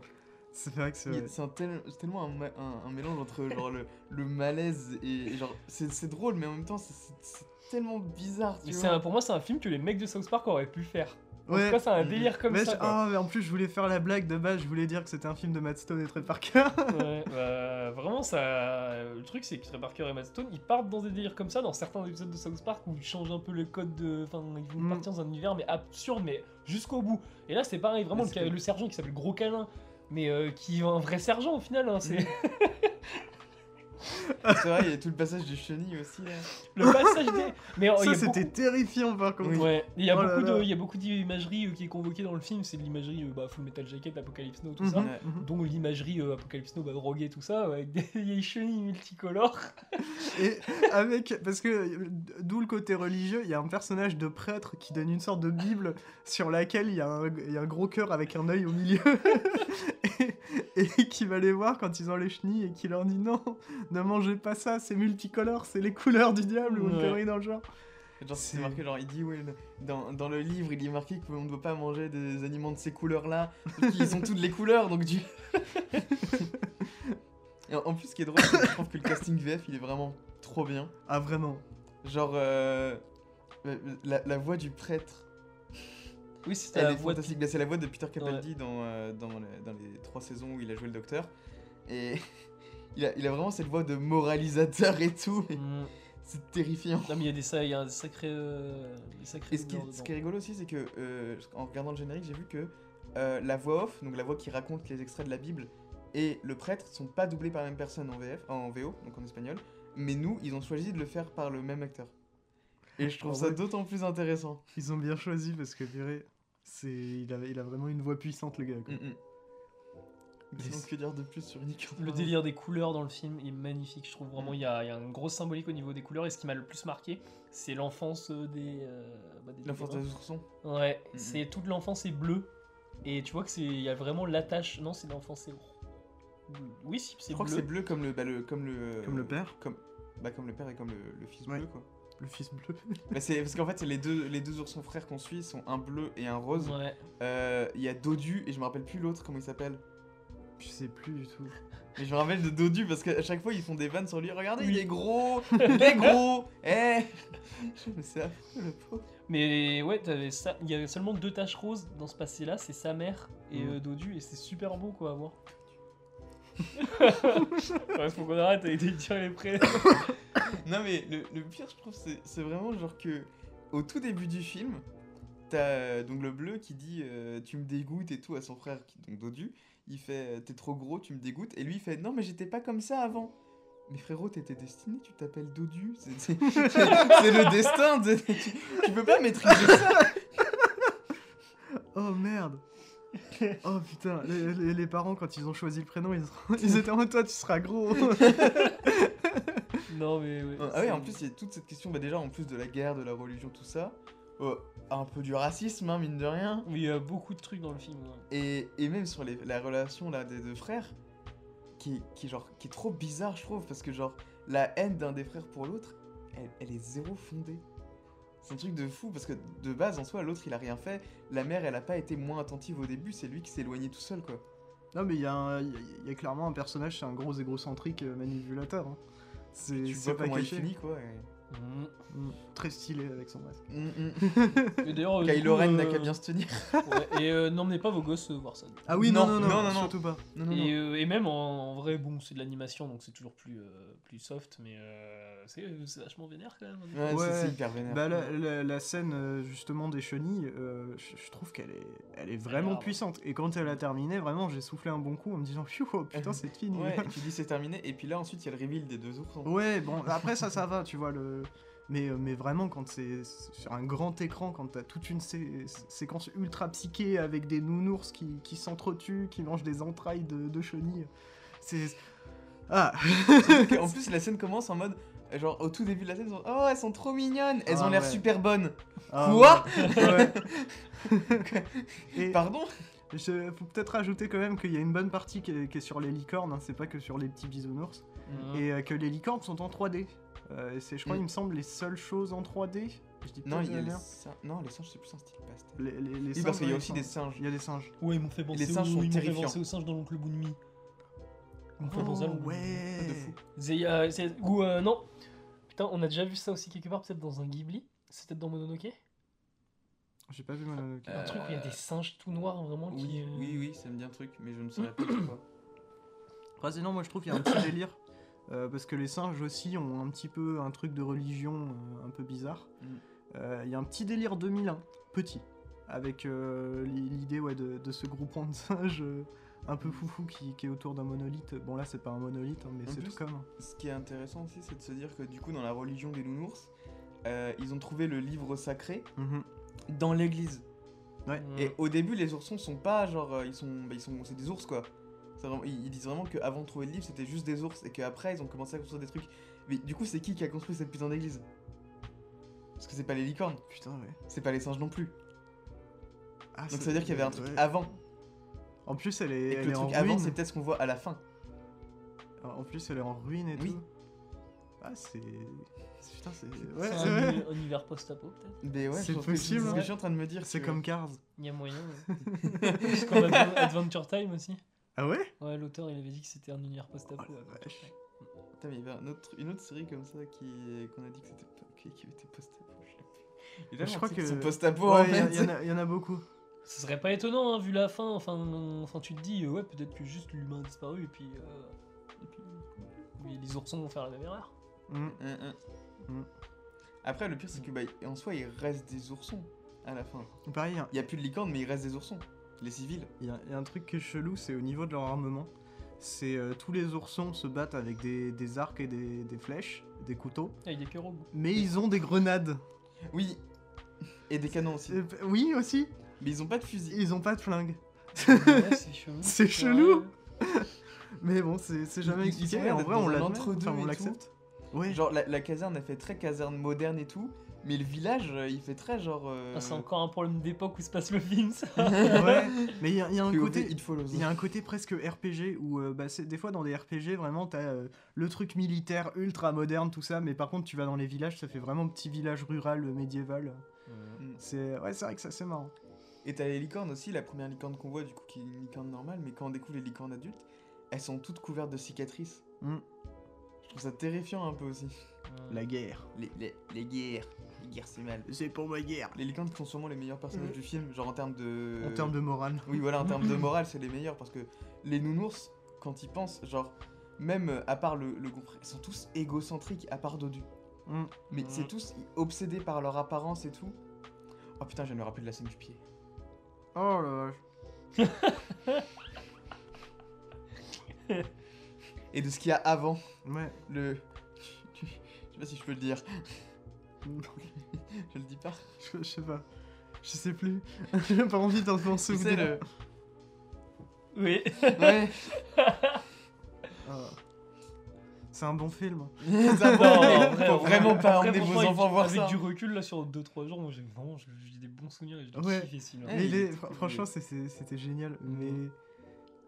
A: C'est vrai que c'est.
C: Il y a- C'est un tel- c'est tellement un, ma- un- un mélange entre genre le, le malaise et, et genre. C'est c'est drôle, mais en même temps, c'est- c'est c'est tellement bizarre. Tu
B: Mais c'est
C: vois.
B: un- pour moi, c'est un film que les mecs de South Park auraient pu faire. En
A: Ouais.
B: tout cas, c'est un
C: Mm.
B: délire comme
A: mais
B: ça.
A: je-
B: quoi.
A: ah, mais en plus, je voulais faire la blague de base, je voulais dire que c'était un film de Matt Stone et Trey Parker.
B: Ouais, bah, vraiment, ça. Le truc, c'est que Trey Parker et Matt Stone, ils partent dans des délires comme ça dans certains épisodes de South Park où ils changent un peu le code de. Enfin, ils vont
A: Mm.
B: partir dans un univers, mais absurde, mais jusqu'au bout. Et là, c'est pareil, vraiment,
C: Mais c'est
B: le,
C: comme-
B: le sergent qui s'appelle Gros Câlin, mais euh, qui est un vrai sergent au final. hein, c'est
C: C'est vrai, il y a tout le passage du chenille aussi. là.
B: le passage des. Mais euh,
A: Ça,
B: il y a
A: c'était
B: beaucoup-
A: terrifiant par contre.
B: Ouais, il y a
A: Oh là
B: beaucoup
A: là.
B: de- il y a beaucoup d'imagerie euh, qui est convoquée dans le film, c'est de l'imagerie euh, bah, Full Metal Jacket, Apocalypse Now, tout
A: Mhm,
B: ça.
C: Ouais.
A: mhm.
B: Dont l'imagerie euh, Apocalypse Now, bah, droguée, tout ça, avec des vieilles chenilles multicolores.
A: Et avec. Parce que, euh, d'où le côté religieux, il y a un personnage de prêtre qui donne une sorte de Bible sur laquelle il y, a un- il y a un gros cœur avec un œil au milieu. et, et qui va les voir quand ils ont les chenilles et qui leur dit non, ne mangez pas ça, c'est multicolore, c'est les couleurs du diable ou une
B: Ouais.
A: connerie dans le genre.
C: Genre, c'est
A: C'est-
C: marqué, genre, il dit, ouais, le- dans, dans le livre, il est marqué qu'on ne doit pas manger des aliments de ces couleurs-là. Donc, Ils ont toutes les couleurs, donc du. Et en en plus, ce qui est drôle, c'est que je trouve que le casting VF, il est vraiment trop bien.
A: Ah, vraiment.
C: Genre, euh, euh, la, la voix du prêtre,
B: Oui, c'était
C: elle
B: la
C: est
B: voix de
C: fantastique. Bah, c'est la voix de Peter Capaldi dans, euh, dans, le- dans les trois saisons où il a joué le docteur. Et, Il a, il a vraiment cette voix de moralisateur et tout, mais
B: Mm.
C: c'est terrifiant.
B: Non, mais il y a des, sa- il y a un sacré, euh, des sacrés.
C: Et ce qui,
B: odeurs
C: ce
B: dedans.
C: qui est rigolo aussi, c'est que euh, en regardant le générique, j'ai vu que euh, la voix off, donc la voix qui raconte les extraits de la Bible, et le prêtre sont pas doublés par la même personne en VF, en VO, donc en espagnol. Mais nous, ils ont choisi de le faire par le même acteur. Et je trouve
A: Ah
C: ça
A: ouais.
C: d'autant plus intéressant.
A: Ils ont bien choisi parce que purée, c'est il a, il a vraiment une voix puissante le gars. quoi.
C: Mm, mm. Sinon, que dire de plus sur Nick
B: Le délire des couleurs dans le film est magnifique, je trouve vraiment
C: Mm.
B: il y, a il y a un gros symbolique au niveau des couleurs et ce qui m'a le plus marqué c'est l'enfance euh, des... euh, bah, des
C: L'enfance
B: des-
C: des oursons.
B: Ouais,
C: Mhm.
B: c'est toute l'enfance est bleue et tu vois que c'est il y a vraiment l'attache, non c'est l'enfance est... Oui si
C: Je
B: c'est
C: crois que c'est
B: bleu.
C: bleu comme le, bah, le- comme le.
A: Comme le père,
C: comme, bah, comme le père et comme le, le fils
A: Ouais.
C: bleu quoi.
A: le fils bleu.
C: Bah, c'est parce qu'en fait c'est les deux les deux oursons frères qu'on suit sont un bleu et un rose. Euh,
B: Ouais.
C: Il y a Dodu et je me rappelle plus l'autre comment il s'appelle.
A: Je sais plus du tout.
C: Mais je me rappelle de Dodu parce qu'à chaque fois ils font des vannes sur lui. Regardez il
B: Oui.
C: est gros, il est gros. Eh. Mais c'est affreux, le pauvre.
B: Mais ouais, t'avais ça, il y avait seulement deux taches roses dans ce passé-là, c'est sa mère et
C: Mm.
A: Mhm.
B: euh, Dodu et c'est super beau quoi à voir. ouais, faut qu'on arrête avec des tirs les prêts.
C: Non mais le, le pire je trouve c'est, c'est vraiment genre que au tout début du film t'as euh, donc le bleu qui dit euh, tu me dégoûtes et tout à son frère qui donc Dodu il fait euh, t'es trop gros tu me dégoûtes et lui il fait non mais j'étais pas comme ça avant mais frérot t'étais destiné tu t'appelles Dodu c'est, c'est- c'est- c'est le destin tu, tu peux pas maîtriser ça
A: Oh merde. Oh putain, les, les- les parents quand ils ont choisi le prénom, ils, ont- ils étaient en mode toi tu seras gros.
B: Non mais ouais.
C: ah ouais
B: c'est-
C: en plus il y a toute cette question bah déjà en plus de la guerre de la religion tout ça euh, un peu du racisme hein, mine de rien
B: Oui, il y a beaucoup de trucs dans le film. ouais.
C: Et, et même sur les- la relation là des deux frères, qui, qui, genre, qui est trop bizarre, je trouve, parce que genre, la haine d'un des frères pour l'autre, elle, elle est zéro fondée. C'est un truc de fou, parce que de base, en soi, l'autre, il a rien fait. La mère, elle a pas été moins attentive au début, c'est lui qui s'est éloigné tout seul, quoi.
A: non mais il y, a un- il y a- il y a clairement un personnage, c'est un gros égocentrique euh, manipulateur. hein. C'est
C: Tu
A: c'est
C: vois
A: pas
C: comment
A: caché.
C: il finit, quoi. et-
B: Mhm.
A: Mm. Très stylé avec son masque.
C: Mm, mm.
B: Mais d'ailleurs, euh, du
C: Kylo
B: coup,
C: Ren n'a
B: euh,
C: qu'à bien se tenir.
B: ouais, et euh, n'emmenez pas vos gosses euh, voir ça.
A: Ah oui non non
C: Non,
A: non,
C: non, non, non.
A: surtout pas.
C: Non, non, non.
B: Et, euh, et même en, en vrai, bon, c'est de l'animation, donc c'est toujours plus, euh, plus soft, mais euh, c'est euh, c'est vachement vénère quand même. hein, du
C: Ouais,
B: coup.
C: c'est-
A: ouais.
C: c'est hyper vénère.
A: Bah, la, la- la scène euh, justement des chenilles, euh, je, je trouve qu'elle est, elle est vraiment
B: grave.
A: puissante. Et quand elle a terminé, vraiment, j'ai soufflé un bon coup en me disant Pfiou, oh, putain, c'est fini.
C: Ouais, et tu dis c'est terminé, et puis là, ensuite, il y a le reveal des deux oursons.
A: Ouais, bon, après ça, ça va, tu vois. le Mais, euh, mais vraiment, quand c'est sur un grand écran, quand t'as toute une sé- séquence ultra psychée avec des nounours qui, qui s'entretuent, qui mangent des entrailles de, de chenilles, c'est. Ah
C: Et En plus, la scène commence en mode. euh, Genre, au tout début de la scène, ils sont, Oh, elles sont trop mignonnes! Elles
A: Ah
C: ont l'air
A: ouais.
C: super bonnes!
A: Ah,
C: Quoi
A: ouais. Et
C: Pardon?
A: je- faut peut-être rajouter quand même qu'il y a une bonne partie qui est, qui est sur les licornes, hein, c'est pas que sur les petits bisounours.
B: Mhm.
A: et euh, que les licornes sont en 3D. Euh, et c'est, je crois,
C: Ah. Mm.
A: il me semble, les seules choses en 3D. Je dis
C: Non,
A: peut-être
C: il y
A: de la
C: a les
A: merde.
C: singes. Non, les singes, c'est plus un style pastel.
A: Les- les- les
C: Oui, parce
A: singes,
C: qu'il y a
A: ouais,
C: aussi
A: ils
C: des
A: sont-
C: singes.
A: Il y a des singes.
B: Ouais, ils m'ont fait penser,
C: les singes
B: aux-
C: sont
B: ils m'ont fait
C: terrifiants.
B: penser aux singes dans l'oncle Bounmi. Ils m'ont fait penser à
A: Oh,
B: l'oncle Bounmi.
A: ouais.
C: De fou.
B: C'est, euh, c'est- Ou euh, non. Putain, on a déjà vu ça aussi quelque part, peut-être dans un Ghibli. C'est peut-être dans Mononoke.
A: J'ai pas vu Mononoke.
B: Un truc où
A: Euh,
B: il y a des singes tout noirs vraiment qui.
C: Oui,
B: euh,
C: oui, oui, ça me dit un truc, mais je ne saurais pas quoi.
A: Après, sinon, moi, je trouve qu'il y a un petit délire. euh, parce que les singes aussi ont un petit peu un truc de religion euh, un peu bizarre.
C: Mm.
A: Euh, Il y a un petit délire 2001, petit. Avec euh, li- l'idée ouais, de, de ce groupement de singes euh, un peu foufou qui, qui est autour d'un monolithe. Bon, là, c'est pas un monolithe, hein, mais
C: Mm. En
A: c'est
C: plus,
A: tout comme.
C: Ce qui est intéressant aussi, c'est de se dire que du coup, dans la religion des nounours, euh, ils ont trouvé le livre sacré
A: Mhm.
C: dans l'église.
A: Ouais.
B: Mhm.
C: Et au début, les oursons sont pas genre. euh, Ils sont. bah, ils sont c'est des ours quoi. C'est vraiment- ils ils disent vraiment qu'avant de trouver le livre, c'était juste des ours et qu'après, ils ont commencé à construire des trucs. Mais du coup, c'est qui qui a construit cette putain d'église Parce que c'est pas les licornes,
A: Putain, ouais.
C: c'est pas les singes non plus.
A: Ah,
C: Donc ça veut dire qu'il y avait un truc
A: ouais.
C: avant.
A: En plus, elle est,
C: Et,
A: elle
C: que le
A: est en
C: truc avant, c'est
A: ruine. Euh,
C: peut-être ce qu'on voit à la fin.
A: En plus, elle est en ruine et
C: Oui.
A: tout. Ah, c'est. c'est- Putain, c'est.
B: C'est
A: Ouais,
B: un
A: c'est vrai.
B: uni- univers post-apo peut-être.
C: Mais ouais,
A: C'est
C: je pense que
A: possible,
C: C'est ce que
B: ouais.
C: je suis en train de me dire.
A: C'est
C: que-
A: comme Cars.
B: Il y a moyen. ouais. C'est comme Adve- Adventure Time aussi.
A: Ah ouais
B: Ouais, l'auteur il avait dit que c'était un univers post-apo.
A: Oh la
B: Adventure
A: vache.
B: Time.
C: Putain, mais il y avait un autre- une autre série comme ça qui euh, qu'on a dit que c'était pas- qui, qui était post-apo. je sais plus. Il y a
A: Je
C: un
A: crois
C: titre
A: que-
C: sur post-apo en
A: Ouais, il y a-
C: fait.
A: il y en a- il y, en a beaucoup.
B: Ce serait pas étonnant hein, vu la fin. Enfin, enfin tu te dis, euh, ouais, peut-être que juste l'humain a disparu et puis. euh, Oui, les oursons vont faire la même erreur.
A: Mm.
C: Hein, hein.
A: Mm.
C: Après, le pire, c'est que bah, en soi, il reste des oursons à la fin.
A: Pareil,
C: Il y a plus de licorne, mais il reste des oursons. Les civils.
A: il y, a- il y a un truc qui est chelou, c'est au niveau de leur armement. C'est euh, tous les oursons se battent avec des, des arcs et des, des flèches, des couteaux,
B: Avec des cœurs au bout.
A: mais ils ont des grenades.
C: Oui. Et des canons aussi.
A: Euh, oui, aussi,
C: Mais ils ont pas de fusil.
A: ils ont pas de flingue.
B: Ouais, c'est chelou.
A: C'est chelou. Mais bon, c'est c'est jamais
C: Ils- ils
A: expliqué.
C: ont
A: en
C: l'air d'être
A: vrai,
C: dans
A: on
C: un
A: l'admet,
C: entre-deux
A: enfin, on
C: et
A: l'accepte. Ouais.
C: Genre, la, la caserne, elle fait très caserne moderne et tout. Mais le village, euh, il fait très genre. euh,
B: Ah, c'est encore un problème d'époque où se passe le film, ça.
A: ouais. Mais il y a, il y a un
C: POV,
A: côté.
C: it follows.
A: Il y a un côté presque RPG où euh, bah, c'est- des fois dans des RPG vraiment t'as euh, le truc militaire ultra moderne tout ça mais par contre tu vas dans les villages ça fait vraiment petit village rural euh, médiéval c'est ouais c'est vrai que ça c'est marrant
C: Et t'as les licornes aussi, la première licorne qu'on voit, du coup, qui est une licorne normale, mais quand on découvre les licornes adultes, elles sont toutes couvertes de cicatrices.
A: Mm.
C: Je trouve ça terrifiant un peu aussi.
B: Mmh.
A: la guerre
C: Les, les, les guerres, les guerres c'est mal.
A: c'est pour ma guerre
C: Les licornes qui sont sûrement les meilleurs personnages
A: Mm.
C: du film, genre en termes de.
A: en termes de morale
C: Oui, voilà, en termes de morale, c'est les meilleurs parce que les nounours, quand ils pensent, genre, même euh, à part le, le groupe, ils sont tous égocentriques, à part Dodu.
A: Mm.
C: Mais
B: Mm.
C: c'est tous obsédés par leur apparence et tout. Oh putain, je viens de me rappeler de la scène du pied.
A: oh là vache.
C: Et de ce qu'il y a avant.
A: ouais
C: Le. Je sais pas si je peux le dire.
A: Non.
C: je le dis pas.
A: je, je sais pas je sais plus j'ai pas envie d'en m'en
C: Tu sais,
A: souvenir
C: le.
B: Oui.
C: Ouais.
A: Ah. c'est un bon film
C: Ça,
B: Non,
C: faut-
B: en vrai, en
C: faut
B: vrai,
C: vraiment pas
B: après,
C: emmener vos
B: franchement,
C: enfants
B: avec-
C: voir
B: avec
C: ça.
B: du recul, là, sur 2-3 jours, moi, j'ai vraiment j'ai- j'ai des bons souvenirs et je
A: Ouais.
B: kiffe ici.
C: Ouais,
A: Mais
C: il
A: les-
C: est
A: fr-
C: très
A: franchement c'est- c'est- c'était génial mais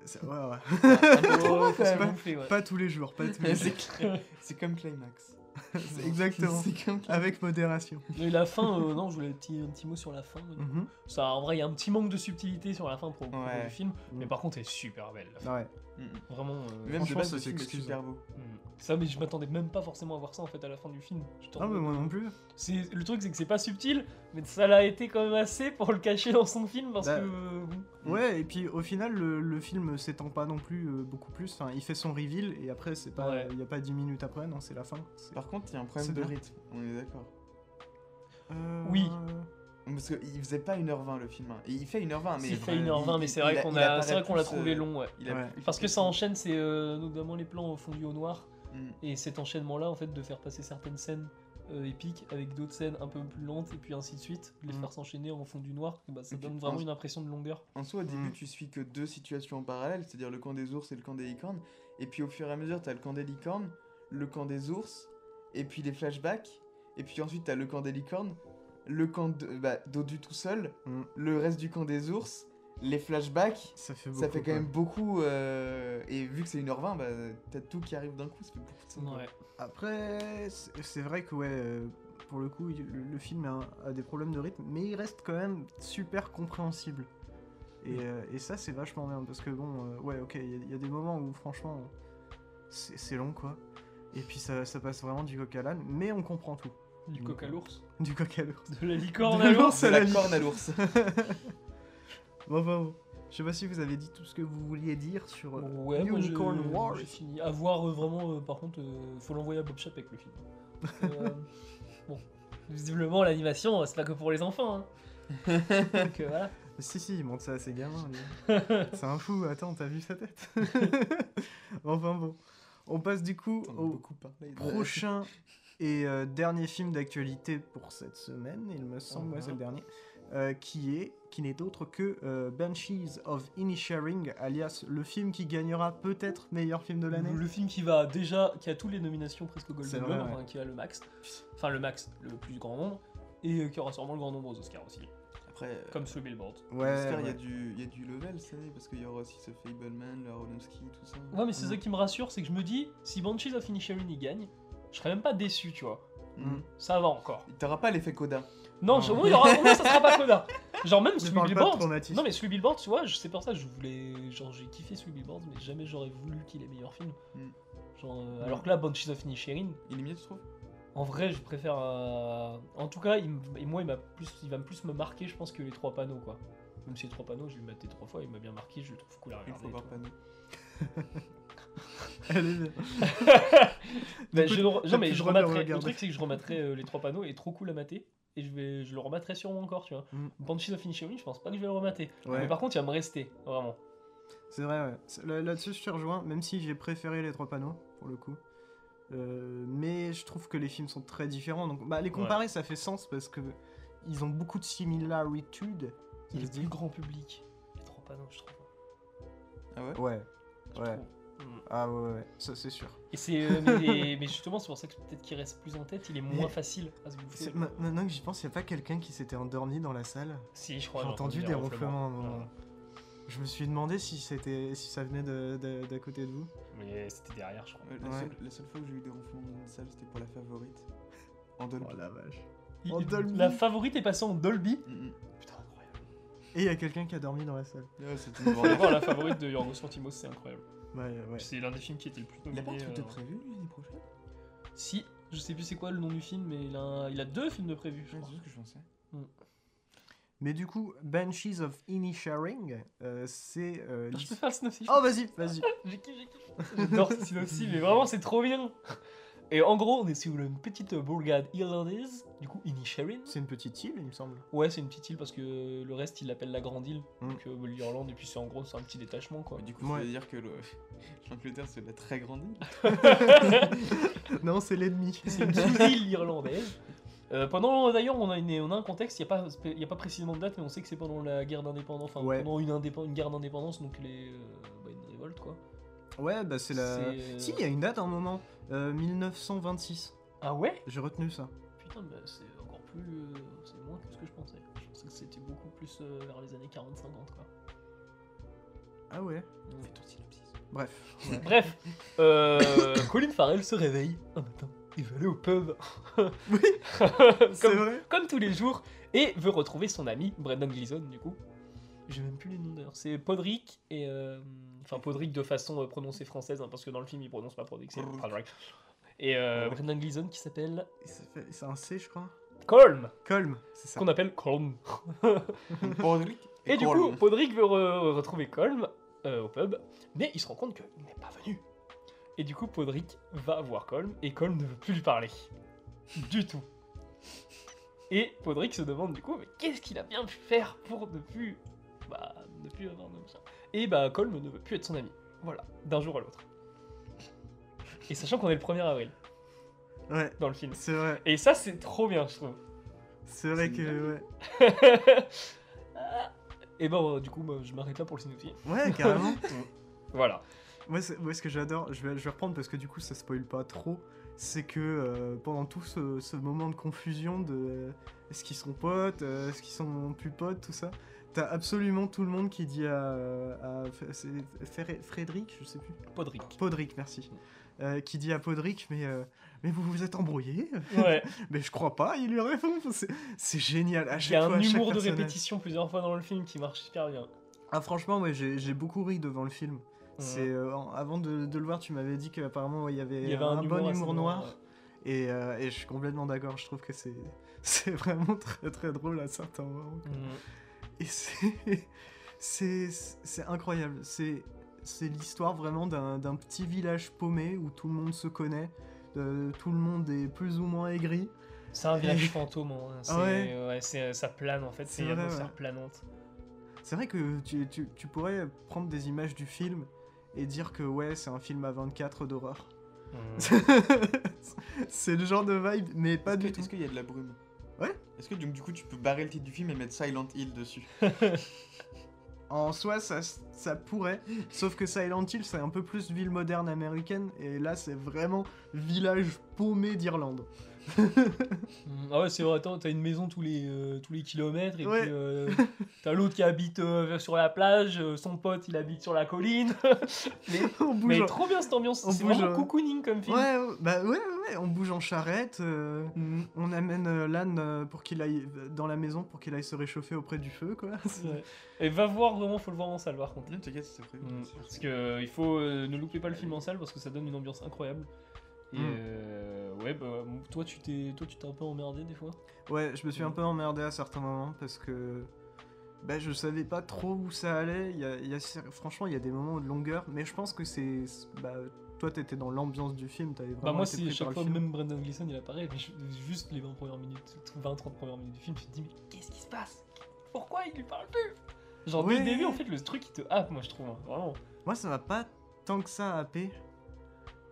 A: c'est- ouais, ouais.
B: Ah, bah,
C: Un peu trop loin, quand
A: c'est
C: même.
A: pas tous les jours pas tous les
C: Mais
A: jours
C: c'est clair. C'est comme Climax.
A: C'est exactement
C: C'est comme Climax.
A: avec modération
B: Mais la fin, euh, non, je voulais un petit, un petit mot sur la fin.
A: Mhm.
B: Ça, en vrai, il y a un petit manque de subtilité sur la fin pour, pour
C: Ouais.
B: le film, mais
A: Mm.
B: par contre, elle est super belle. la fin.
A: Ouais.
C: Mm.
B: Vraiment. euh,
C: Même de
A: Franchement,
C: base,
A: ça
C: le film est
A: s'excuse.
C: super beau.
B: mm. Ça, mais je m'attendais même pas forcément à voir ça en fait à la fin du film. J'étais en
A: Ah, mais
B: mode,
A: moi non plus.
B: C'est le truc, c'est que c'est pas subtil, mais ça l'a été quand même assez pour le cacher dans son film parce
A: Bah,
B: que euh, bon,
A: Ouais, et puis au final, le, le film s'étend pas non plus euh, beaucoup plus. Enfin, il fait son reveal et après, c'est pas,
B: Ouais.
A: il y a pas 10 minutes après, non, c'est la fin. C'est-
C: Par contre, il y a un
A: C'est
C: problème de
A: bien.
C: rythme, on est d'accord.
A: Euh,
B: Oui.
C: Parce qu'il faisait pas 1h20 le film. hein. Et il fait 1h20, mais.
B: il fait
C: il-
B: 1h20, mais
C: il-
B: c'est
C: il
B: vrai qu'on
C: il
B: a,
C: apparaît
B: c'est vrai qu'on
C: plus,
B: l'a trouvé
C: euh,
B: long, ouais.
C: il a
A: Ouais.
C: plus-
B: Parce que ça enchaîne, c'est euh, notamment les plans fondus au noir
C: Mm.
B: et cet enchaînement-là, en fait, de faire passer certaines scènes euh, épiques avec d'autres scènes un peu plus lentes et puis ainsi de suite, de les
C: Mm.
A: Mhm.
B: faire s'enchaîner en fond du noir, et bah, ça
C: Et puis,
B: donne vraiment
C: en-
B: une impression de longueur.
C: En soi, au début,
A: Mm.
C: tu suis que deux situations en parallèle, c'est-à-dire le camp des ours et le camp des licornes. Et puis au fur et à mesure, t'as le camp des licornes, le camp des ours, et puis les flashbacks. Et puis ensuite, t'as le camp des licornes, le camp de, bah, Dodu tout seul,
A: Mm.
C: le reste du camp des ours, les flashbacks.
A: Ça fait beaucoup.
C: Ça fait quand
A: quoi.
C: même beaucoup. euh, et vu que c'est 1h20, bah, t'as tout qui arrive d'un coup, ça fait beaucoup de scènes, quoi.
B: Ouais.
A: Après, c'est c'est vrai que, ouais, euh, pour le coup, il- le, le film a, a des problèmes de rythme, mais il reste quand même super compréhensible.
B: Mm.
A: Et, euh, et ça, c'est vachement bien, parce que bon, euh, ouais, ok, il y a- il y, a des moments où, franchement, c'est c'est long, quoi. Et puis ça, ça passe vraiment du coq à l'âne, mais on comprend tout.
B: Du coq à l'ours,
A: Du coq à l'âne.
B: de la licorne
A: De
B: à
A: l'ours
B: l'ours.
A: à
C: Mm. De la
A: la
C: corne à l'ours.
A: Bon, bon, bon. Je sais pas si vous avez dit tout ce que vous vouliez dire sur. euh,
B: Ouais, moi j'ai
A: Unicorn Wars.
B: j'ai fini. À voir euh, vraiment, euh, par contre, euh, faut l'envoyer à Bob Chapek le film. Parce que, euh, bon, visiblement l'animation, euh, c'est pas que pour les enfants. hein. Donc euh, voilà.
A: Si, si, il montre ça à ses gamins. lui. C'est un fou, attends, t'as vu sa tête Enfin bon. On passe du coup
C: On a
B: Oh.
A: au
C: beaucoup hein. parlé.
A: prochain et euh, dernier film d'actualité pour cette semaine, il me semble, ouais, c'est le dernier, euh, qui est qui n'est autre que euh, Banshees of Inisherin, alias le film qui gagnera peut-être meilleur film de l'année.
B: Le film qui va déjà, qui a toutes les nominations presque au
A: C'est
B: Golden
A: vrai,
B: Globe,
A: ouais.
B: enfin, qui a le max, enfin le max, le plus grand nombre, et euh, qui aura sûrement le grand nombre aux Oscars aussi,
C: Après, euh,
B: comme sur Billboard.
A: Ouais,
C: Oscar, il y a
A: ouais.
C: du- il y, a du level cette année parce qu'il y aura aussi ce Fableman, le Aronofsky, tout ça.
B: Ouais, mais c'est
A: Mm.
B: ça qui me rassure, c'est que je me dis, si Banshees of Inisherin y gagne, je serais même pas déçu, tu vois.
A: Mm.
B: Ça va encore.
C: T'auras pas l'effet Coda.
B: Non,
A: Non.
B: je- au moins, il y aura- au moins, ça sera pas Coda. Genre même
A: Ne
B: sur
A: parle pas de
B: Billboard.
A: traumatisme.
B: Non mais Sweet Billboard, tu vois, je- c'est pour ça que je voulais, genre j'ai kiffé Sweet Billboard, mais jamais j'aurais voulu qu'il ait meilleur film.
C: Mm.
B: Genre, euh, alors que là, Banshees of Inisherin,
C: Il est mieux, tu trouves
B: en vrai, je préfère. euh, En tout cas, il, m- et moi, il m'a plus, il va plus me marquer, je pense, que les trois panneaux, quoi. Même Ah, si les trois panneaux, je l'ai maté trois fois, il m'a bien marqué, je le trouve cool à
C: Il
B: regarder.
C: faut
B: et
C: voir
B: tout.
C: Panneau.
A: Elle est bien.
B: Ben,
A: coup,
B: je le re-
A: t'as
B: non, mais
A: plus le
B: je
A: droit de le
B: remettrai. Le
A: regarder.
B: truc, c'est que je remettrai euh, les trois panneaux et trop cool à mater. Et je, vais, je le rematerai sûrement encore, tu vois.
A: Mm.
B: Banshees of Inisherin, je pense pas que je vais le remater. Mais
A: Ouais,
B: par contre, il va me rester, vraiment.
A: c'est vrai, ouais. C'est- là- Là-dessus, je te rejoins, même si j'ai préféré les trois panneaux, pour le coup. Euh, mais je trouve que les films sont très différents. Donc, bah, les comparer, ça fait sens parce que ils ont beaucoup de similarités.
B: Il
A: Il
B: est
A: se dit.
B: plus grand public. Les trois panneaux, je trouve.
C: Ah ouais
A: Ouais,
B: Je
A: ouais.
B: trouve. Mm.
A: Ah ouais, ouais, ouais, ça c'est sûr.
B: Et c'est, euh, mais, mais justement, c'est pour ça que peut-être qu'il reste plus en tête, il est moins
A: Mais-
B: facile à se bouffer.
A: C'est- ma- Maintenant que j'y pense, y a pas quelqu'un qui s'était endormi dans la salle
B: Si, je crois.
A: J'ai entendu des ronflements à un moment.
B: Ouais.
A: Je me suis demandé si, c'était, si ça venait de- de- d'à côté de vous.
B: Mais c'était derrière, je crois.
C: Ouais, Euh, La,
A: Ouais.
C: Seule, la seule fois où j'ai eu des ronflements dans une salle, c'était pour la favorite. En Dolby.
A: Oh la vache.
B: Il-
C: Oh,
A: En Dolby.
B: La favorite est passée en Dolby.
C: Mm, mm.
B: Putain, incroyable.
A: Et y a quelqu'un qui a dormi dans la salle.
C: Ouais, c'était une
B: Faut aller
C: grande-
B: voir la favorite de Yorgos Lanthimos, c'est incroyable.
A: Ouais, ouais.
B: C'est l'un des films qui était le plus
C: Il
B: nominé.
C: a pas un truc de
B: euh,
C: prévu lui, l'année prochaine
B: Si, je sais plus c'est quoi le nom du film, mais il a, il a deux films de prévu, je
C: Ouais,
B: crois.
C: C'est ce que je pensais.
A: Mais du coup, Banshees of Inisharing, c'est. euh,
B: Ah, Je peux
A: l'his-
B: faire le synopsis.
A: Oh, vas-y, vas-y.
B: J'ai kiffé, j'ai kiffé. J'adore ce synopsis, mais vraiment, c'est trop bien. Et en gros, on est sur une petite bourgade irlandaise, du coup, Inisherin.
A: C'est une petite île, il me semble.
B: Ouais, c'est une petite île parce que le reste, il l'appelle la Grande Île.
C: Hmm.
A: Mm.
B: Donc, euh, l'Irlande, et puis c'est en gros, c'est un petit détachement, quoi.
C: Ouais, du coup,
A: Ouais.
C: ça veut dire que le- l'Angleterre, c'est la très grande île.
A: non, c'est l'ennemi.
B: C'est une sous-île irlandaise. Euh, pendant d'ailleurs, on, a une- on a un contexte, il n'y a, pas spé- y a pas précisément de date, mais on sait que c'est pendant la guerre d'indépendance, enfin
A: Ouais.
B: pendant une, indépen- une guerre d'indépendance, donc les, euh, bah, une révolte quoi.
A: Ouais, bah c'est la.
B: C'est, euh,
A: Si, il y a une date à un moment. Euh, 1926.
B: Ah ouais
A: J'ai retenu ça.
B: Putain, bah, c'est encore plus. euh, c'est moins que ce que je pensais. Je pensais que c'était beaucoup plus euh, vers les années 40-50 quoi.
A: Ah ouais.
C: Fais ton synopsis.
A: Bref.
B: Bref, euh, Colin Farrell se réveille un matin, il veut aller au pub.
A: Oui, c'est
B: Comme
A: vrai.
B: comme tous les jours, et veut retrouver son ami, Brendan Gleeson, du coup. J'ai même plus les noms d'ailleurs. C'est Podrick, et. euh, Enfin, Podrick de façon euh, prononcée française, hein, parce que dans le film, il prononce pas Podrick, c'est
C: Podrick.
B: Podrick. Et euh,
C: Podrick.
B: Brendan Gleeson qui s'appelle
A: Il s'est fait- C'est un C, je crois.
B: Colm,
A: Colm, c'est ça.
B: qu'on appelle Colm.
C: Podrick
B: Et, du
C: Colm.
B: coup, Podrick veut re- retrouver Colm euh, au pub, mais il se rend compte qu'il n'est pas venu. Et du coup, Podrick va voir Colm, et Colm ne veut plus lui parler. Du tout. Et Podrick se demande du coup, mais qu'est-ce qu'il a bien pu faire pour ne plus. Bah, ne plus avoir de ça. Et bah, Colm ne veut plus être son ami. Voilà, d'un jour à l'autre. Et sachant qu'on est le 1er avril
A: Ouais,
B: dans le film.
A: c'est vrai.
B: Et ça, c'est trop bien, je trouve.
A: C'est vrai
C: C'est
A: que. Ouais.
B: et ben, du coup, bah, je m'arrête là pour le synopsis.
A: ouais,
C: Hein
A: carrément.
B: Voilà.
A: Moi, c'est- moi, ce que j'adore, je vais, je vais reprendre parce que du coup, ça spoil pas trop. C'est que euh, pendant tout ce, ce moment de confusion de euh, est-ce qu'ils sont potes, euh, est-ce qu'ils sont plus potes, tout ça, t'as absolument tout le monde qui dit à, à- c'est Fré- Frédéric, je sais plus,
B: Podrick.
A: Podrick, merci, Euh, qui dit à Podrick, mais, euh, mais vous vous êtes embrouillé
B: Ouais.
A: Mais je crois pas, il lui répond, c'est- c'est génial. À
B: Il y a
A: chaque fois,
B: un
A: à chaque
B: humour de
A: personnage.
B: répétition plusieurs fois dans le film qui marche super bien.
A: Ah, franchement, ouais, j'ai j'ai beaucoup ri devant le film. C'est euh, en- avant de, de le voir, tu m'avais dit qu'apparemment ouais, il y avait,
B: Il y avait un, humour
A: bon
B: assez
A: humour
B: noir,
A: noir, et, euh, et je suis complètement d'accord. Je trouve que c'est c'est vraiment très très drôle à certains moments.
B: ouais. Mhm.
A: Et c'est c'est c'est incroyable. C'est c'est l'histoire vraiment d'un d'un petit village paumé où tout le monde se connaît, euh, tout le monde est plus ou moins aigri.
B: C'est un village fantôme. hein. C'est-
A: ouais.
B: ouais, c'est- ça plane en fait,
A: C'est
B: c'est une
A: vrai,
B: atmosphère
A: ouais.
B: planante.
A: C'est vrai que tu, tu- tu pourrais prendre des images du film et dire que ouais c'est un film à 24 d'horreur.
B: Mhm.
A: c'est le genre de vibe, mais pas
C: Est-ce
A: du
C: que-
A: tout.
C: Est-ce qu'il y a de la brume
A: Ouais.
C: Est-ce que donc, du coup, tu peux barrer le titre du film et mettre Silent Hill dessus
A: En soi, ça, ça pourrait, sauf que Silent Hill, c'est un peu plus ville moderne américaine, et là, c'est vraiment village paumé d'Irlande.
B: Mhm. Ah ouais, c'est vrai, attends, t'as une maison tous les, euh, tous les kilomètres, et
A: Ouais.
B: puis euh, t'as l'autre qui habite euh, sur la plage, euh, son pote il habite sur la colline. mais
A: on bouge
B: mais
A: en...
B: trop bien cette ambiance,
A: On
B: c'est
A: bouge,
B: vraiment
A: euh,
B: cocooning comme film.
A: Ouais, ouais, bah ouais, ouais, ouais, on bouge en charrette, euh,
B: Mhm.
A: on amène euh, l'âne euh, pour qu'il aille dans la maison pour qu'il aille se réchauffer auprès du feu, quoi.
B: Ouais. Et va voir vraiment, faut le voir en salle par contre.
C: Non, t'inquiète, c'est prévu.
B: Mm,
C: c'est
B: Parce
C: sûr.
B: que euh, il faut euh, ne louper pas le film en salle parce que ça donne une ambiance incroyable. Et
A: Mm.
B: euh, ouais, bah, m- toi tu t'es toi tu t'es un peu emmerdé des fois. Bah,
A: Ouais, je me suis un
B: Mhm.
A: peu emmerdé à certains moments parce que Bah, je savais pas trop où ça allait. Il y a- il y a cer- franchement, il y a des moments de longueur, mais je pense que c'est. Bah, toi, t'étais dans l'ambiance du film, t'avais vraiment.
B: Bah moi
A: été
B: c'est
A: pris
B: chaque
A: par
B: fois
A: le film.
B: même Brendan Gleeson il apparaît mais je- juste les 20 premières minutes, 20-30 premières minutes du film tu te dis mais qu'est-ce qui se passe Pourquoi il lui parle plus Genre dès
A: Ouais.
B: le début en fait le truc il te happe moi je trouve hein, vraiment.
A: Moi, ça m'a pas tant que ça happé.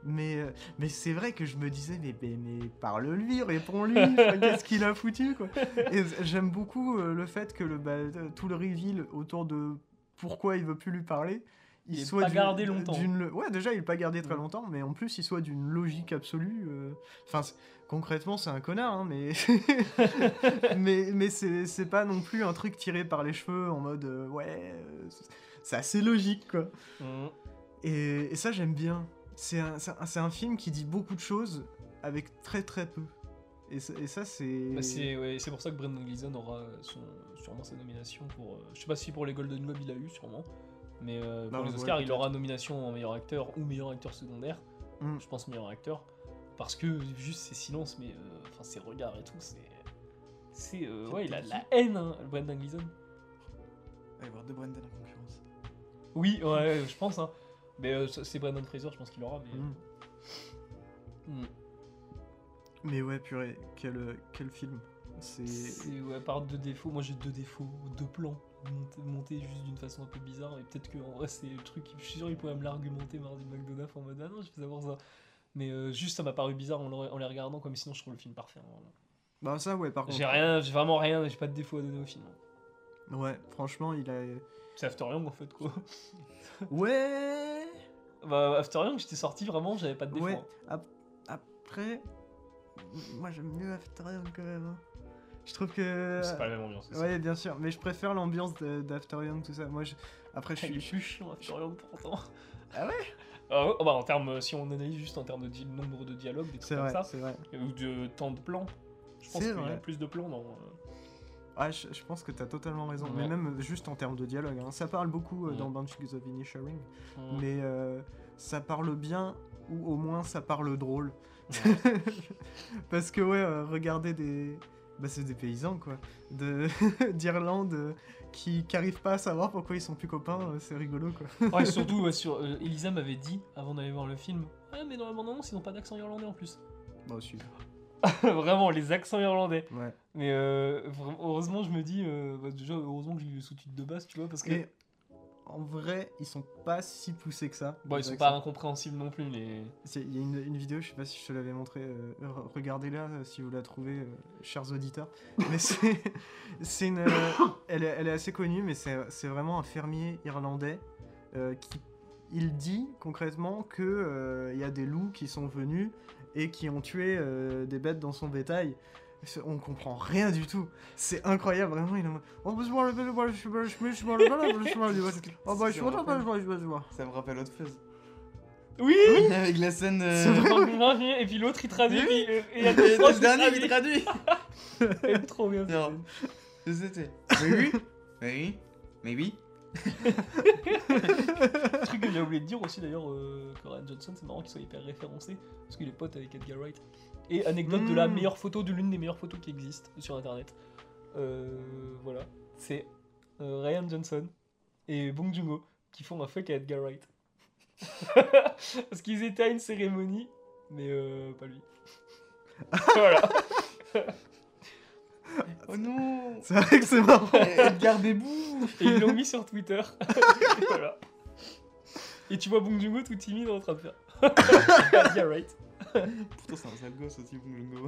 A: Mais, euh, mais c'est vrai que je me disais, mais, mais, mais parle-lui, réponds-lui, enfin, qu'est-ce qu'il a foutu, quoi. Et z- j'aime beaucoup euh, le fait que le, bah, euh, tout le reveal autour de pourquoi il veut plus lui parler,
B: Il est
A: soit
B: pas
A: du-
B: gardé longtemps.
A: d'une lo- Ouais, déjà, il est pas gardé très
B: Mm.
A: longtemps, mais en plus, il soit d'une logique absolue. euh, Enfin, c'est- concrètement, c'est un connard, hein, mais... mais... Mais c'est c'est pas non plus un truc tiré par les cheveux en mode, euh, ouais, euh, c'est- c'est assez logique, quoi.
B: Mm.
A: Et, et ça, j'aime bien. C'est un, c'est un- c'est un film qui dit beaucoup de choses avec très très peu. Et, ça- et ça, c'est.
B: Bah, c'est ouais, c'est pour ça que Brendan Gleeson aura euh, son, sûrement sa nomination pour... euh, je sais pas si pour les Golden Globes il a eu sûrement, mais euh, pour
A: Non, mais
B: les
A: ouais,
B: Oscars il
A: peut-être.
B: aura nomination en meilleur acteur ou meilleur acteur secondaire,
A: Mm.
B: je pense meilleur acteur, parce que juste ses silences mais euh, enfin ses regards et tout c'est... C'est... euh,
C: C'est
B: ouais il a
C: petit.
B: de la haine hein, Brendan Gleeson.
C: Allez voir deux Brendan en concurrence.
B: Oui, ouais, je pense. Hein. Mais euh, ça, c'est Brandon Fraser, je pense qu'il aura. Mais...
A: Mm.
B: Mm.
A: Mais ouais, purée, quel, euh, quel film. C'est.
B: C'est, ouais, à part deux défauts, moi j'ai deux défauts, deux plans montés, montés juste d'une façon un peu bizarre. Et peut-être que en vrai, c'est le truc, je suis sûr il pourrait me l'argumenter mardi McDonough en mode Ah non, je vais savoir ça. Mais euh, juste ça m'a paru bizarre en, le- en les regardant, comme sinon je trouve le film parfait. hein, vraiment.
A: Bah, ça, ouais, par contre.
B: J'ai rien, j'ai vraiment rien, j'ai pas de défaut à donner au film. hein.
A: Ouais, franchement, il a.
B: C'est After Young en fait quoi.
A: Ouais!
B: bah, After Young, j'étais sorti vraiment, j'avais pas de défaut.
A: Ouais,
B: hein.
A: ap- après. Moi, j'aime mieux After Young quand même. hein. Je trouve que.
B: C'est pas la même ambiance. c'est ça.
A: euh, Ouais, bien sûr, mais je préfère l'ambiance de- d'After Young, tout ça. Moi, je... après, je
B: Il est
A: suis.
B: plus chiant à faire longtemps.
A: Ah
B: ouais bah, en termes, si on analyse juste en termes de di- nombre de dialogues, des
A: C'est
B: trucs comme
A: vrai,
B: ça,
A: c'est vrai.
B: ou de temps de plan, je pense
A: C'est
B: qu'il y a
A: vrai.
B: plus de plans dans. euh,
A: Ah, je, je pense que t'as totalement raison, mais
B: Ouais. Mm.
A: même euh, juste en termes de dialogue, hein. ça parle beaucoup euh,
B: Ouais.
A: dans Banshees of Inisherin, mais euh, ça parle bien ou au moins ça parle drôle. Parce que ouais, euh, regarder des, bah c'est des paysans quoi, de d'Irlande euh, qui n'arrivent pas à savoir pourquoi ils sont plus copains, euh, c'est rigolo quoi.
B: Ouais, surtout, ouais, sur, euh, Elisa m'avait dit avant d'aller voir le film Ah, mais dans la bande-annonce, ils n'ont pas d'accent irlandais en plus.
A: Moi aussi.
B: Vraiment, les accents irlandais.
A: Ouais.
B: Mais euh, vra- heureusement, je me dis, euh, bah, déjà, heureusement que j'ai eu le sous-titre de base, tu vois, parce que.
A: Et en vrai, ils sont pas si poussés que ça.
B: Bon, ils
A: les
B: sont
A: accents.
B: pas incompréhensibles non plus, mais.
A: C'est- Il y a une, une vidéo, je sais pas si je te l'avais montré, euh, re- regardez-la euh, si vous la trouvez, euh, chers auditeurs. Mais c'est c'est une, euh, elle, est, elle est assez connue, mais c'est c'est vraiment un fermier irlandais euh, qui il dit concrètement que euh, il y a des loups qui sont venus et qui ont tué euh, des bêtes dans son bétail. C'est- On comprend rien du tout. C'est incroyable, vraiment. Il est en mode, Oh, bah, je vois le- je vois le- je vois le- je vois le- je vois le- je vois le-
C: Ah,
A: je vois le- Oh, bah, je vois le- je vois le- je vois le- je vois le- je vois le-
C: Ça me rappelle Hot Fuzz.
B: Oui!
C: Avec la scène. euh,
A: C'est vrai.
B: Et puis l'autre il traduit,
C: Oui.
B: puis, euh, et il y a
C: Et
B: deux fois,
C: le
B: il
C: dernier, il
B: traduit.
C: traduit
B: trop bien.
C: Non. Je sais, t'es- Oui, oui. Oui, oui. Mais oui.
B: Le truc que j'ai oublié de dire aussi d'ailleurs, euh, que Ryan Johnson, c'est marrant qu'il soit hyper référencé, parce qu'il est pote avec Edgar Wright. Et anecdote de la
A: Mm.
B: meilleure photo, de l'une des meilleures photos qui existent sur internet. Euh, voilà. C'est euh, Ryan Johnson et Bong Joon-ho qui font un fuck à Edgar Wright. parce qu'ils étaient à une cérémonie, mais euh, pas lui. voilà.
C: Oh non
A: C'est vrai que c'est marrant.
C: Edgar Bébou
B: Et ils l'ont mis sur Twitter. Et voilà. Et tu vois Bong Joon-ho tout timide en train de faire. yeah, right.
C: Putain, c'est un sale gosse aussi, Bungo.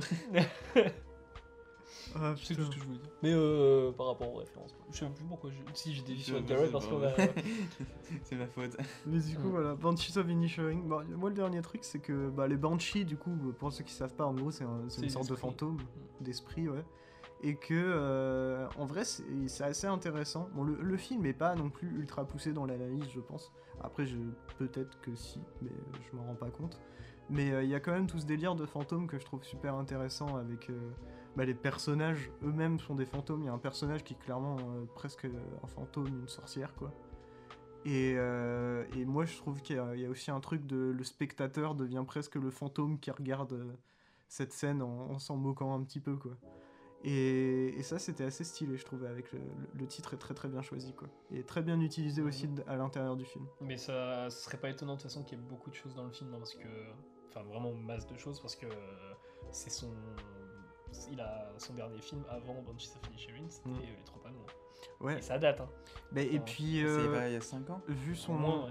A: Ah,
B: Je
A: putain.
B: sais plus ce que je voulais dire. Mais euh, par rapport aux références, quoi. je sais plus pourquoi. je- Si j'ai dévié sur
C: Je-
B: Edgar
C: je
B: Wright
C: sais
B: parce
C: pas,
B: qu'on a.
C: bah ouais. C'est ma faute.
A: Mais du coup,
B: Mm.
A: voilà, Banshees of Inisherin. Bon, moi, le dernier truc, c'est que bah, les Banshees, du coup, pour ceux qui savent pas, en gros, c'est un- c'est
B: C'est
A: une sorte de
B: l'esprit. Mm.
A: fantôme, d'esprit, ouais. Et que, euh, en vrai, c'est c'est assez intéressant. Bon, le, le film est pas non plus ultra poussé dans l'analyse, je pense. Après, je- peut-être que si, mais euh, je m'en rends pas compte. Mais euh, il y a quand même tout ce délire de fantômes que je trouve super intéressant avec euh, bah, les personnages eux-mêmes sont des fantômes. Il y a un personnage qui est clairement euh, presque un fantôme, une sorcière, quoi. Et, euh, et moi, je trouve qu'il y, a- il y a aussi un truc de le spectateur devient presque le fantôme qui regarde euh, cette scène en, en s'en moquant un petit peu, quoi. Et, et ça, c'était assez stylé, je trouvais, avec le, le- le titre est très très bien choisi, quoi. Et très bien utilisé aussi d- à l'intérieur du film.
B: bah, Mais ça, ce serait pas étonnant de toute façon qu'il y ait beaucoup de choses dans le film, hein, parce que. Enfin, vraiment masse de choses, parce que euh, c'est son. Il a son dernier film avant Banshees of Inisherin, c'était
A: Mm.
B: euh, Les Trois Panneaux.
A: Ouais.
B: Et ça date, hein.
A: Bah, et
B: Ah,
A: puis,
C: C'est
A: euh,
C: bah, il y a 5 ans
A: vu,
B: Au
A: son
B: moins,
A: nom,
B: ouais.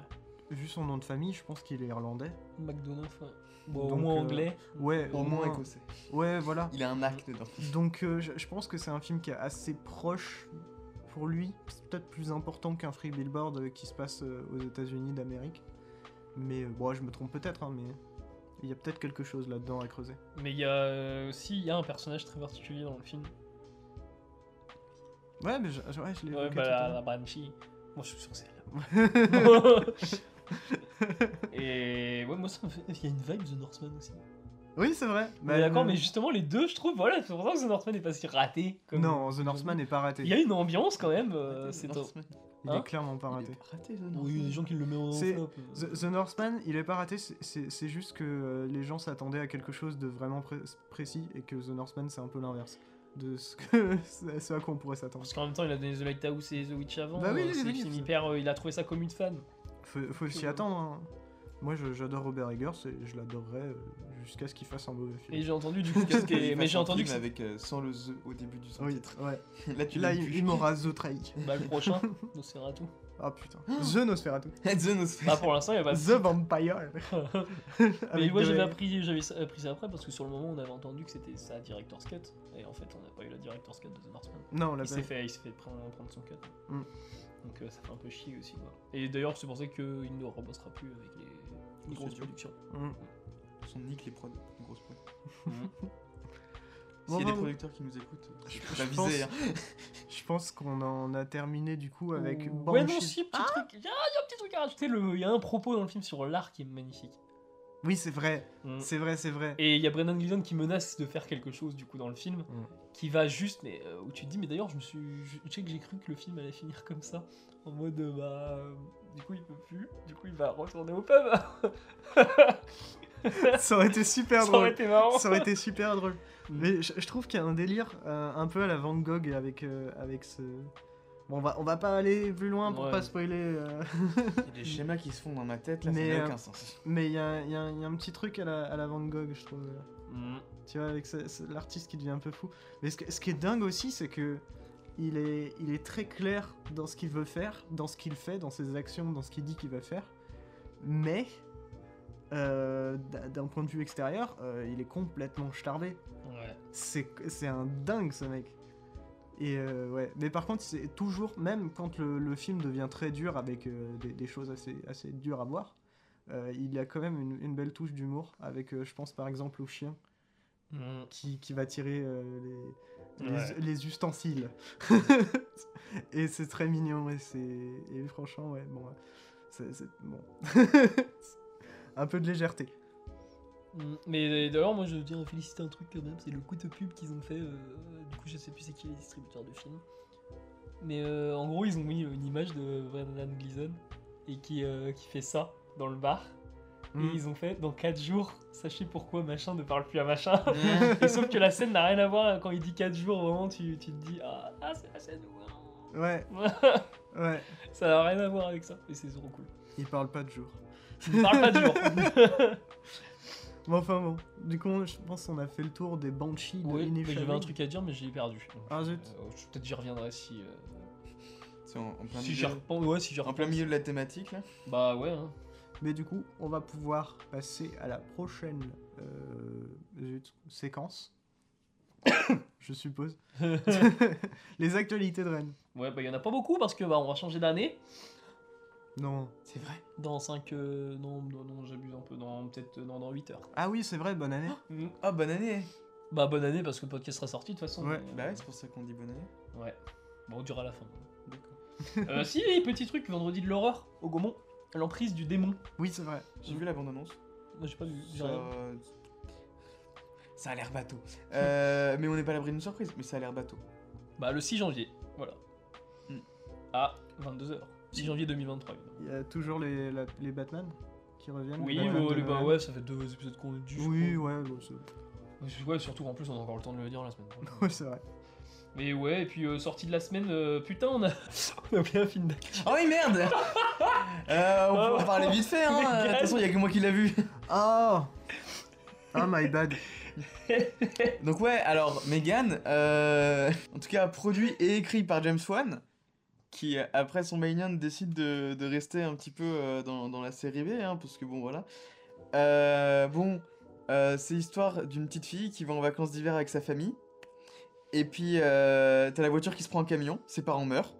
A: vu son nom de famille, je pense qu'il est irlandais.
B: McDonough, ouais. Bon, au
A: Donc,
B: moins
A: euh,
B: anglais.
A: Ouais,
C: Au
A: au
C: moins
A: moins.
C: écossais.
A: Ouais, voilà.
C: Il a un arc dedans.
A: Donc euh, je, je pense que c'est un film qui est assez proche pour lui. C'est peut-être plus important qu'un Free Billboard euh, qui se passe euh, aux États-Unis d'Amérique. Mais euh, bon, je me trompe peut-être, hein, mais il y a peut-être quelque chose là-dedans à creuser.
B: Mais il y a euh, aussi il y a un personnage très particulier dans le film.
A: Ouais, mais je, je- ouais, je l'ai
B: Ouais,
A: évoqué
B: bah,
A: tout
B: la,
A: à l'heure.
B: la Banshee. Moi, je suis sûr que c'est elle. Et ouais, moi, ça me fait- il y a une vibe de Northman aussi.
A: Oui, c'est vrai.
B: Mais d'accord,
A: euh,
B: mais justement, les deux, je trouve, voilà, c'est pour ça que The Northman n'est pas si raté. Comme...
A: Non, The Northman n'est pas raté.
B: Il y a une ambiance quand même, euh,
C: Raté,
B: c'est
C: The
B: top.
C: Northman.
A: Il
B: hein
A: est clairement pas
C: Il
A: raté.
C: est raté, The
B: Oui, il y a
C: Northman.
B: des gens qui le mettent en
A: C'est-
B: flop. euh.
A: The, The Northman, il est pas raté, c'est- c'est c'est juste que euh, les gens s'attendaient à quelque chose de vraiment pré- précis et que The Northman, c'est un peu l'inverse de ce, que, ce à quoi on pourrait s'attendre.
B: Parce qu'en même temps, il a donné The Lighthouse et The Witch avant.
A: Bah oui,
B: euh,
A: oui,
B: c'est des
A: oui,
B: films
A: c'est-
B: hyper, euh, il a trouvé ça comme une fan.
A: Faut, faut s'y
B: Ouais.
A: attendre. hein. Moi, je- j'adore Robert Eggers et je l'adorerai euh, jusqu'à ce qu'il fasse un mauvais
B: Et
A: film.
B: j'ai entendu du coup que c'était. Mais j'ai entendu que c'était.
C: avec euh, sans le the au début du
A: Oui,
C: sous-titre.
A: ouais.
C: Là tu
A: Là,
C: l'as
A: il,
C: plus.
A: il m'aura The Trahi.
B: Bah, le prochain, Nosferatu.
A: Ah putain. The Nosferatu.
C: The Northman.
B: Bah, pour l'instant, il y a pas.
A: The Vampire.
B: Mais
A: Avec
B: moi
A: deux
B: j'avais
A: L.
B: appris, j'avais ça- appris ça après parce que sur le moment on avait entendu que c'était sa director's cut et en fait on n'a pas eu la director's cut de The Northman.
A: Non, on l'a
B: Il
A: pas.
B: s'est fait, il s'est fait prendre, prendre son cut.
A: Mm.
B: Donc euh, ça fait un peu chier aussi. quoi. Et d'ailleurs c'est pour ça qu'il ne rebossera plus avec les, les grosses
C: studios.
B: productions.
A: Mm.
C: Son nick les prods, une grosse prod.
A: Bon,
C: S'il y a
A: bon,
C: des producteurs qui nous écoutent,
A: Je-
C: je
A: je
C: peux
A: pense-
C: aviser. Hein.
A: Je pense qu'on en a terminé du coup avec
B: Ouais non
A: Banshee.
B: si, petit truc, il y, a il y a un petit truc à rajouter, le- il y a un propos dans le film sur l'art qui est magnifique.
A: Oui, c'est vrai.
B: Mm.
A: C'est vrai, c'est vrai.
B: Et il y a Brendan Gleeson qui menace de faire quelque chose du coup dans le film,
A: Mm.
B: qui va juste, mais euh, où tu te dis, mais d'ailleurs je me suis, je- tu sais que j'ai cru que le film allait finir comme ça, en mode euh, bah, euh, du coup il peut plus, du coup il va retourner au pub.
A: Ça aurait été super
B: ça aurait
A: drôle.
B: été marrant.
A: Ça aurait été super drôle.
B: Mm.
A: Mais je, je trouve qu'il y a un délire euh, un peu à la Van Gogh avec, euh, avec ce. Bon, on va, on va pas aller plus loin pour
B: Ouais.
A: pas spoiler. euh,
C: Il y a des schémas qui se font dans ma tête, là,
A: Mais,
C: ça
A: euh,
C: n'a aucun sens.
A: Mais il y a, il y a un il y a un petit truc à la, à la Van Gogh, je trouve. euh,
B: Mm.
A: Tu vois, avec ce- ce- l'artiste qui devient un peu fou. Mais ce, que- ce qui est dingue aussi, c'est que il est, il est très clair dans ce qu'il veut faire, dans ce qu'il fait, dans ses actions, dans ce qu'il dit qu'il va faire. Mais euh, d- d'un point de vue extérieur, euh, il est complètement starbé.
B: Ouais.
A: C'est c'est un dingue ce mec. Et euh, ouais, mais par contre, c'est toujours, même quand le, le film devient très dur avec euh, des, des choses assez, assez dures à voir, euh, il y a quand même une, une belle touche d'humour avec, euh, je pense par exemple, au chien
B: Mm.
A: qui, qui va tirer euh, les, les-
B: Ouais.
A: les ustensiles. et c'est très mignon, et, c'est- et franchement, ouais, bon. ouais. c'est c'est- bon. un peu de légèreté.
B: Mm. Mais d'ailleurs, moi je tiens à féliciter un truc quand même, c'est le coup de pub qu'ils ont fait. euh, du coup, je sais plus c'est qui les distributeurs de films. Mais euh, en gros, ils ont mis une image de Brendan Gleeson et qui, euh, qui fait ça dans le bar. Et
A: Mm.
B: ils ont fait dans 4 jours, sachez pourquoi machin ne parle plus à machin. et sauf que la scène n'a rien à voir hein. quand il dit 4 jours, vraiment tu, tu te dis ah, ah, c'est la scène où. hein.
A: Ouais, ouais.
B: ça n'a rien à voir avec ça, et c'est trop cool.
A: Il parle pas de jour.
B: Il parle pas de jour.
A: Bon, enfin bon. Du coup, je pense qu'on a fait le tour des Banshees de
B: oui, mais
A: Inisherin.
B: j'avais un truc à dire, mais j'ai perdu. Donc,
A: Ah zut.
B: euh, je- Peut-être j'y reviendrai si. euh,
C: C'est en, en plein
B: Si j'y
C: milieu.
B: repense, ouais, si j'y
C: En
B: repense.
C: plein milieu de la thématique, là.
B: Bah ouais, hein.
A: Mais du coup, on va pouvoir passer à la prochaine euh, zut, séquence. je suppose. les actualités de Rennes.
B: ouais, bah y en a pas beaucoup parce que bah on va changer d'année.
A: Non.
C: C'est vrai.
B: Dans 5. non, non, non, j'abuse un peu, dans peut-être euh, non, dans 8 heures.
A: Ah oui, c'est vrai, bonne année.
B: Mm.
C: Ah, bonne année
B: Bah bonne année parce que le podcast sera sorti de toute façon.
A: Ouais.
B: mais, euh,
C: Bah ouais, c'est pour ça qu'on dit bonne année.
B: ouais. Bon, on dira la fin.
C: D'accord.
B: euh, si, les petits trucs, vendredi de l'horreur, au Gaumont, l'emprise du démon.
A: Oui, c'est vrai.
C: J'ai vu la bande-annonce.
B: Moi j'ai pas vu. j'ai
C: Ça...
B: rien.
C: ça a l'air bateau. Euh, mais on n'est pas à l'abri d'une surprise, mais ça a l'air bateau.
B: Bah le 6 janvier, voilà.
C: Mm.
B: À 22h. 6 janvier 2023. évidemment.
A: Il y a toujours les, la- les Batman qui reviennent.
B: Oui,
A: Batman
B: bah,
A: de
B: bah
A: Nolan.
B: ouais, ça fait deux épisodes qu'on est dû. je
A: Oui,
B: crois.
A: ouais, bon, c'est-
B: Ouais, surtout en plus, on a encore le temps de le dire la semaine prochaine.
A: Ouais, c'est vrai.
B: Mais ouais, et puis euh, sortie de la semaine, euh, putain, on a, on a oublié un film d'actu.
C: Oh oui, merde Euh, On
B: Ah,
C: peut en
B: bon.
C: parler vite fait, hein
B: Mais
C: euh, De toute
B: Gaël.
C: façon, il y a que moi qui l'a vu.
A: Oh Oh my bad.
C: Donc ouais, alors Megan, euh, en tout cas produit et écrit par James Wan, qui euh, après son Manion décide de, de rester un petit peu euh, dans, dans la série B, hein, parce que bon voilà. Euh, bon, euh, c'est l'histoire d'une petite fille qui va en vacances d'hiver avec sa famille, et puis euh, t'as la voiture qui se prend en camion, ses parents meurent,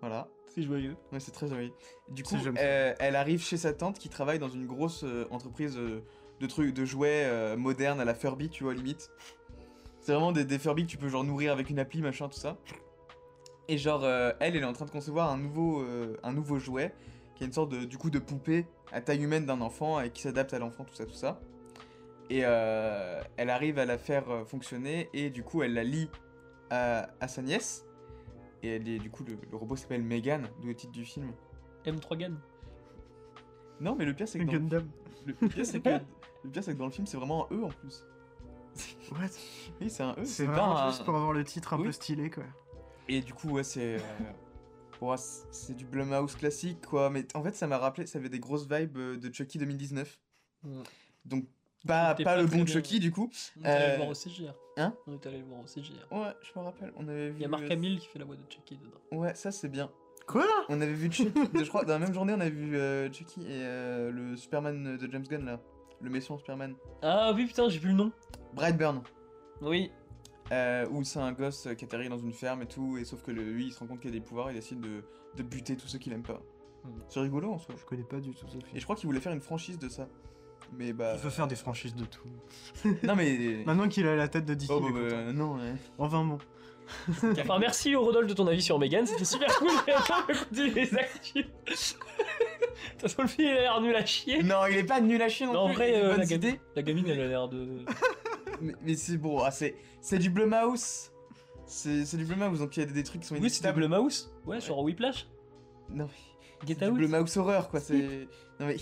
C: voilà.
A: C'est joyeux.
C: Ouais, c'est très joli. Du
A: Ça,
C: coup,
A: j'aime ça.
C: euh, elle arrive chez sa tante qui travaille dans une grosse euh, entreprise euh, de trucs, de jouets euh, modernes à la Furby, tu vois, limite. C'est vraiment des, des Furby que tu peux genre nourrir avec une appli, machin, tout ça. Et genre, euh, elle, elle est en train de concevoir un nouveau, euh, un nouveau jouet qui est une sorte de, du coup de poupée à taille humaine d'un enfant et qui s'adapte à l'enfant, tout ça, tout ça. Et euh, elle arrive à la faire euh, fonctionner et du coup, elle la lie à, à sa nièce. Et elle est, du coup, le, le robot s'appelle Megan, d'où le titre du film.
B: M3 Gun.
C: Non, mais le pire, c'est que, dans... le,
A: Gundam.
C: le pire, c'est que... le pire, c'est que dans le film, c'est vraiment un E en plus.
A: What
C: Oui, c'est un E.
A: C'est
C: pas
A: vraiment
C: un-
A: juste pour avoir le titre un
C: Oui.
A: peu stylé, quoi.
C: Et du coup, ouais, c'est. euh, ouais, c'est c'est du Blumhouse classique, quoi. Mais en fait, ça m'a rappelé, ça avait des grosses vibes euh, de Chucky 2019.
B: Mm.
C: Donc, pas,
B: T'es
C: pas
B: pas
C: le
B: très
C: bon
B: bien.
C: Chucky, du coup.
B: On est allé
C: Euh,
B: le voir au CGR.
C: hein
B: On est allé le voir au CGR.
C: Ouais, je me rappelle. On avait vu.
B: Il y a Marc
C: euh,
B: Hamill qui fait la voix de Chucky dedans.
C: Ouais, ça, c'est bien.
A: Quoi
C: On avait vu Chucky. je crois, dans la même journée, on avait vu euh, Chucky et euh, le Superman de James Gunn, là. Le méchant Superman.
B: Ah oui, putain, j'ai vu le nom.
C: Brightburn.
B: Oui.
C: Euh, où c'est un gosse euh, qui atterrit dans une ferme et tout, et sauf que le- lui il se rend compte qu'il a des pouvoirs, il décide de, de buter tous ceux qu'il aime pas.
B: Mm.
C: C'est rigolo en soi.
A: Je connais pas du tout ce film.
C: Et je crois qu'il voulait faire une franchise de ça. Mais bah.
A: Il veut faire des franchises de tout.
C: non mais.
A: Maintenant qu'il a la tête de Dicky.
C: Oh bah, bah, non, ouais.
A: Enfin bon.
B: Enfin, merci au Rodolphe de ton avis sur Megan, c'était super cool. mais attends, on va continuer les actus. De toute façon, le film il a l'air nul à chier.
C: Non, il est pas nul à chier non,
B: Non, en
C: plus.
B: vrai,
C: il a des
B: euh, la,
C: bonnes
B: gamine,
C: idées.
B: la gamine, elle a l'air de.
C: Mais, mais c'est bon, ah, c'est, c'est du Blumhouse. C'est, c'est du Blumhouse, donc il y a des, des trucs qui sont
B: Oui, c'était
C: inévitables.
B: Blue Mouse. Ouais, genre Whiplash.
C: Non, mais
B: Get
C: c'est du
B: Out.
C: Blumhouse horreur quoi, c'est. non mais.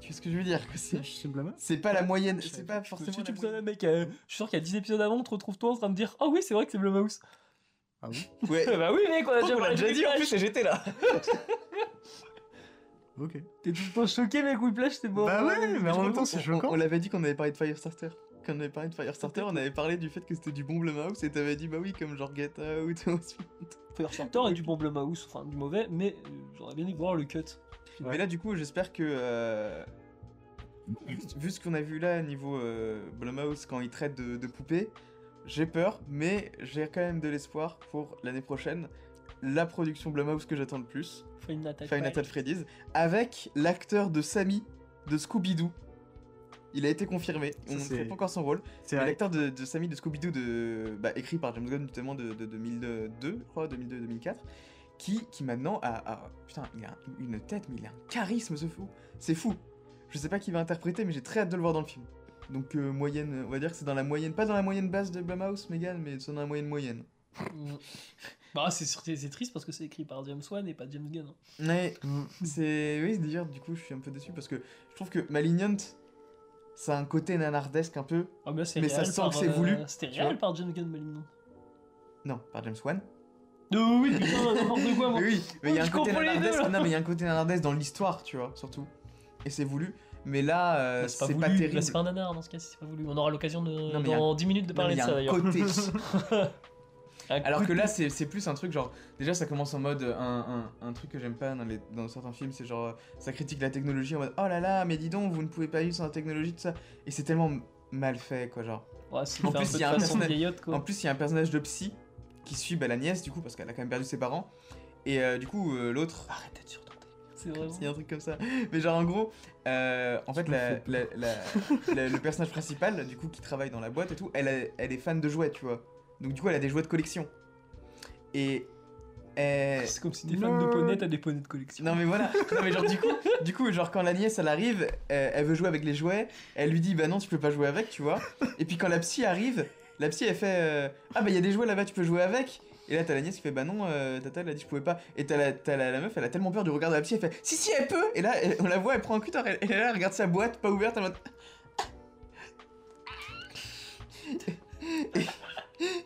C: Tu vois ce que je veux dire quoi, c'est...
A: Je suis blâmé.
C: c'est pas la moyenne,
B: Je
C: c'est
B: savais
C: pas
B: Si
C: forcément.
B: tu
C: la
B: me donnes
C: moyenne.
B: un mec, euh, je suis sûr qu'il y a 10 épisodes avant, on te retrouve toi en train de dire Ah oui, c'est vrai que c'est Blue Mouse.
C: Ouais.
B: Eh bah oui, mec, on a
C: Oh,
B: déjà
C: on l'a
B: parlé de
C: déjà dit en
B: Whiplash.
C: plus et j'étais là.
A: Ok.
B: T'es tout le temps choqué, mec, Whiplash, t'es bon.
A: Bah ouais, mais en même temps, c'est
C: On- On,
A: choquant.
C: l'avait dit qu'on avait parlé de Firestarter. Quand on avait parlé de Firestarter, on avait parlé du fait que c'était du bon Blumhouse et t'avais dit bah oui, comme genre Get Out.
B: Firestarter est du bon Blue Mouse, enfin du mauvais, mais euh, j'aurais bien aimé voir le cut.
C: Mais là, du coup, j'espère que. euh, vu ce qu'on a vu là niveau euh, Blumhouse quand il traite de, de poupées, j'ai peur, mais j'ai quand même de l'espoir pour l'année prochaine. La production Blumhouse que j'attends le plus,
B: Final Attack.
C: Five Nights at Freddy's, avec l'acteur de Sammy de Scooby-Doo. Il a été confirmé,
A: Ça,
C: on ne sait
A: c'est-
C: pas encore son rôle.
A: C'est
C: Mais
A: vrai.
C: L'acteur de, de Sammy de Scooby-Doo, de- bah, écrit par James Gunn notamment de, de 2002, je crois, 2002-2004, qui, qui maintenant a, a- Putain, il a une tête, mais il a un charisme, ce fou. C'est fou. Je sais pas qui va interpréter, mais j'ai très hâte de le voir dans le film. Donc, euh, moyenne, on va dire que c'est dans la moyenne, pas dans la moyenne basse de Blumhouse, Megan, mais c'est dans la moyenne moyenne.
B: Mm. Bah c'est sûr- c'est c'est triste parce que c'est écrit par James Wan et pas James Gunn. hein.
C: Ouais,
A: Mm.
C: c'est. Oui, d'ailleurs, du coup, je suis un peu déçu parce que je trouve que Malignant, ça a un côté nanardesque un peu.
B: Ah, mais là, c'est
C: Mais ça
B: réel
C: sent
B: par,
C: que c'est
B: euh,
C: voulu,
B: C'était
C: tu
B: réel
C: vois.
B: par James Gunn, Malignon.
C: Non, par James Wan.
B: Non, Oh, oui, putain, n'importe quoi, moi.
C: Mais oui, mais il y a
B: Je
C: un côté
B: comprends les
C: nanardesque.
B: Oh, deux, là.
C: non, mais il y a un côté nanardesque dans l'histoire, tu vois, surtout. Et c'est voulu. Mais là, euh,
B: Bah,
C: c'est pas,
B: voulu, là,
C: terrible.
B: C'est pas un nanar dans ce cas, c'est pas voulu. On aura l'occasion de,
C: Non, mais y a
B: dans 10 minutes de
C: Non,
B: parler
C: mais il y
B: de
C: a
B: ça
C: un
B: d'ailleurs.
C: côté.
B: Un
C: Alors
B: coup
C: que
B: de-
C: là, c'est c'est plus un truc genre. Déjà, ça commence en mode euh, un, un- un truc que j'aime pas dans, les- dans certains films, c'est genre euh, ça critique la technologie en mode oh là là, mais dis donc, vous ne pouvez pas vivre sans la technologie, tout ça. Et c'est tellement mal fait, quoi, genre.
B: Ouais, c'est
C: en
B: fait
C: plus,
B: un peu
C: il y a
B: de
C: un
B: façon
C: personnage-
B: vieillotte, quoi.
C: En plus, il y a un personnage de psy qui suit bah, la nièce, du coup, parce qu'elle a quand même perdu ses parents. Et euh, du coup, euh, l'autre.
B: Arrête d'être surtenté. C'est
C: Comme
B: vraiment.
C: s'il y a un truc comme ça. Mais genre en gros, euh, en fait,
A: me
C: la-
A: fais
C: la- la- la- le personnage principal, du coup, qui travaille dans la boîte et tout, elle, a- elle est fan de jouets, tu vois. Donc du coup, elle a des jouets de collection. Et... euh,
B: C'est comme si t'es fan de poney, t'as des poneys de collection.
C: non mais voilà, non mais genre du coup, du coup genre quand la nièce elle arrive, euh, elle veut jouer avec les jouets, elle lui dit bah non tu peux pas jouer avec tu vois, et puis quand la psy arrive, la psy elle fait euh, ah bah il y a des jouets là-bas tu peux jouer avec, et là t'as la nièce qui fait bah non euh, tata elle a dit je pouvais pas, et t'as la, t'as la, la meuf elle a tellement peur du regard de la psy elle fait si si elle peut, et là elle- on la voit elle prend un cutter, elle, elle est là, elle regarde sa boîte pas ouverte en mode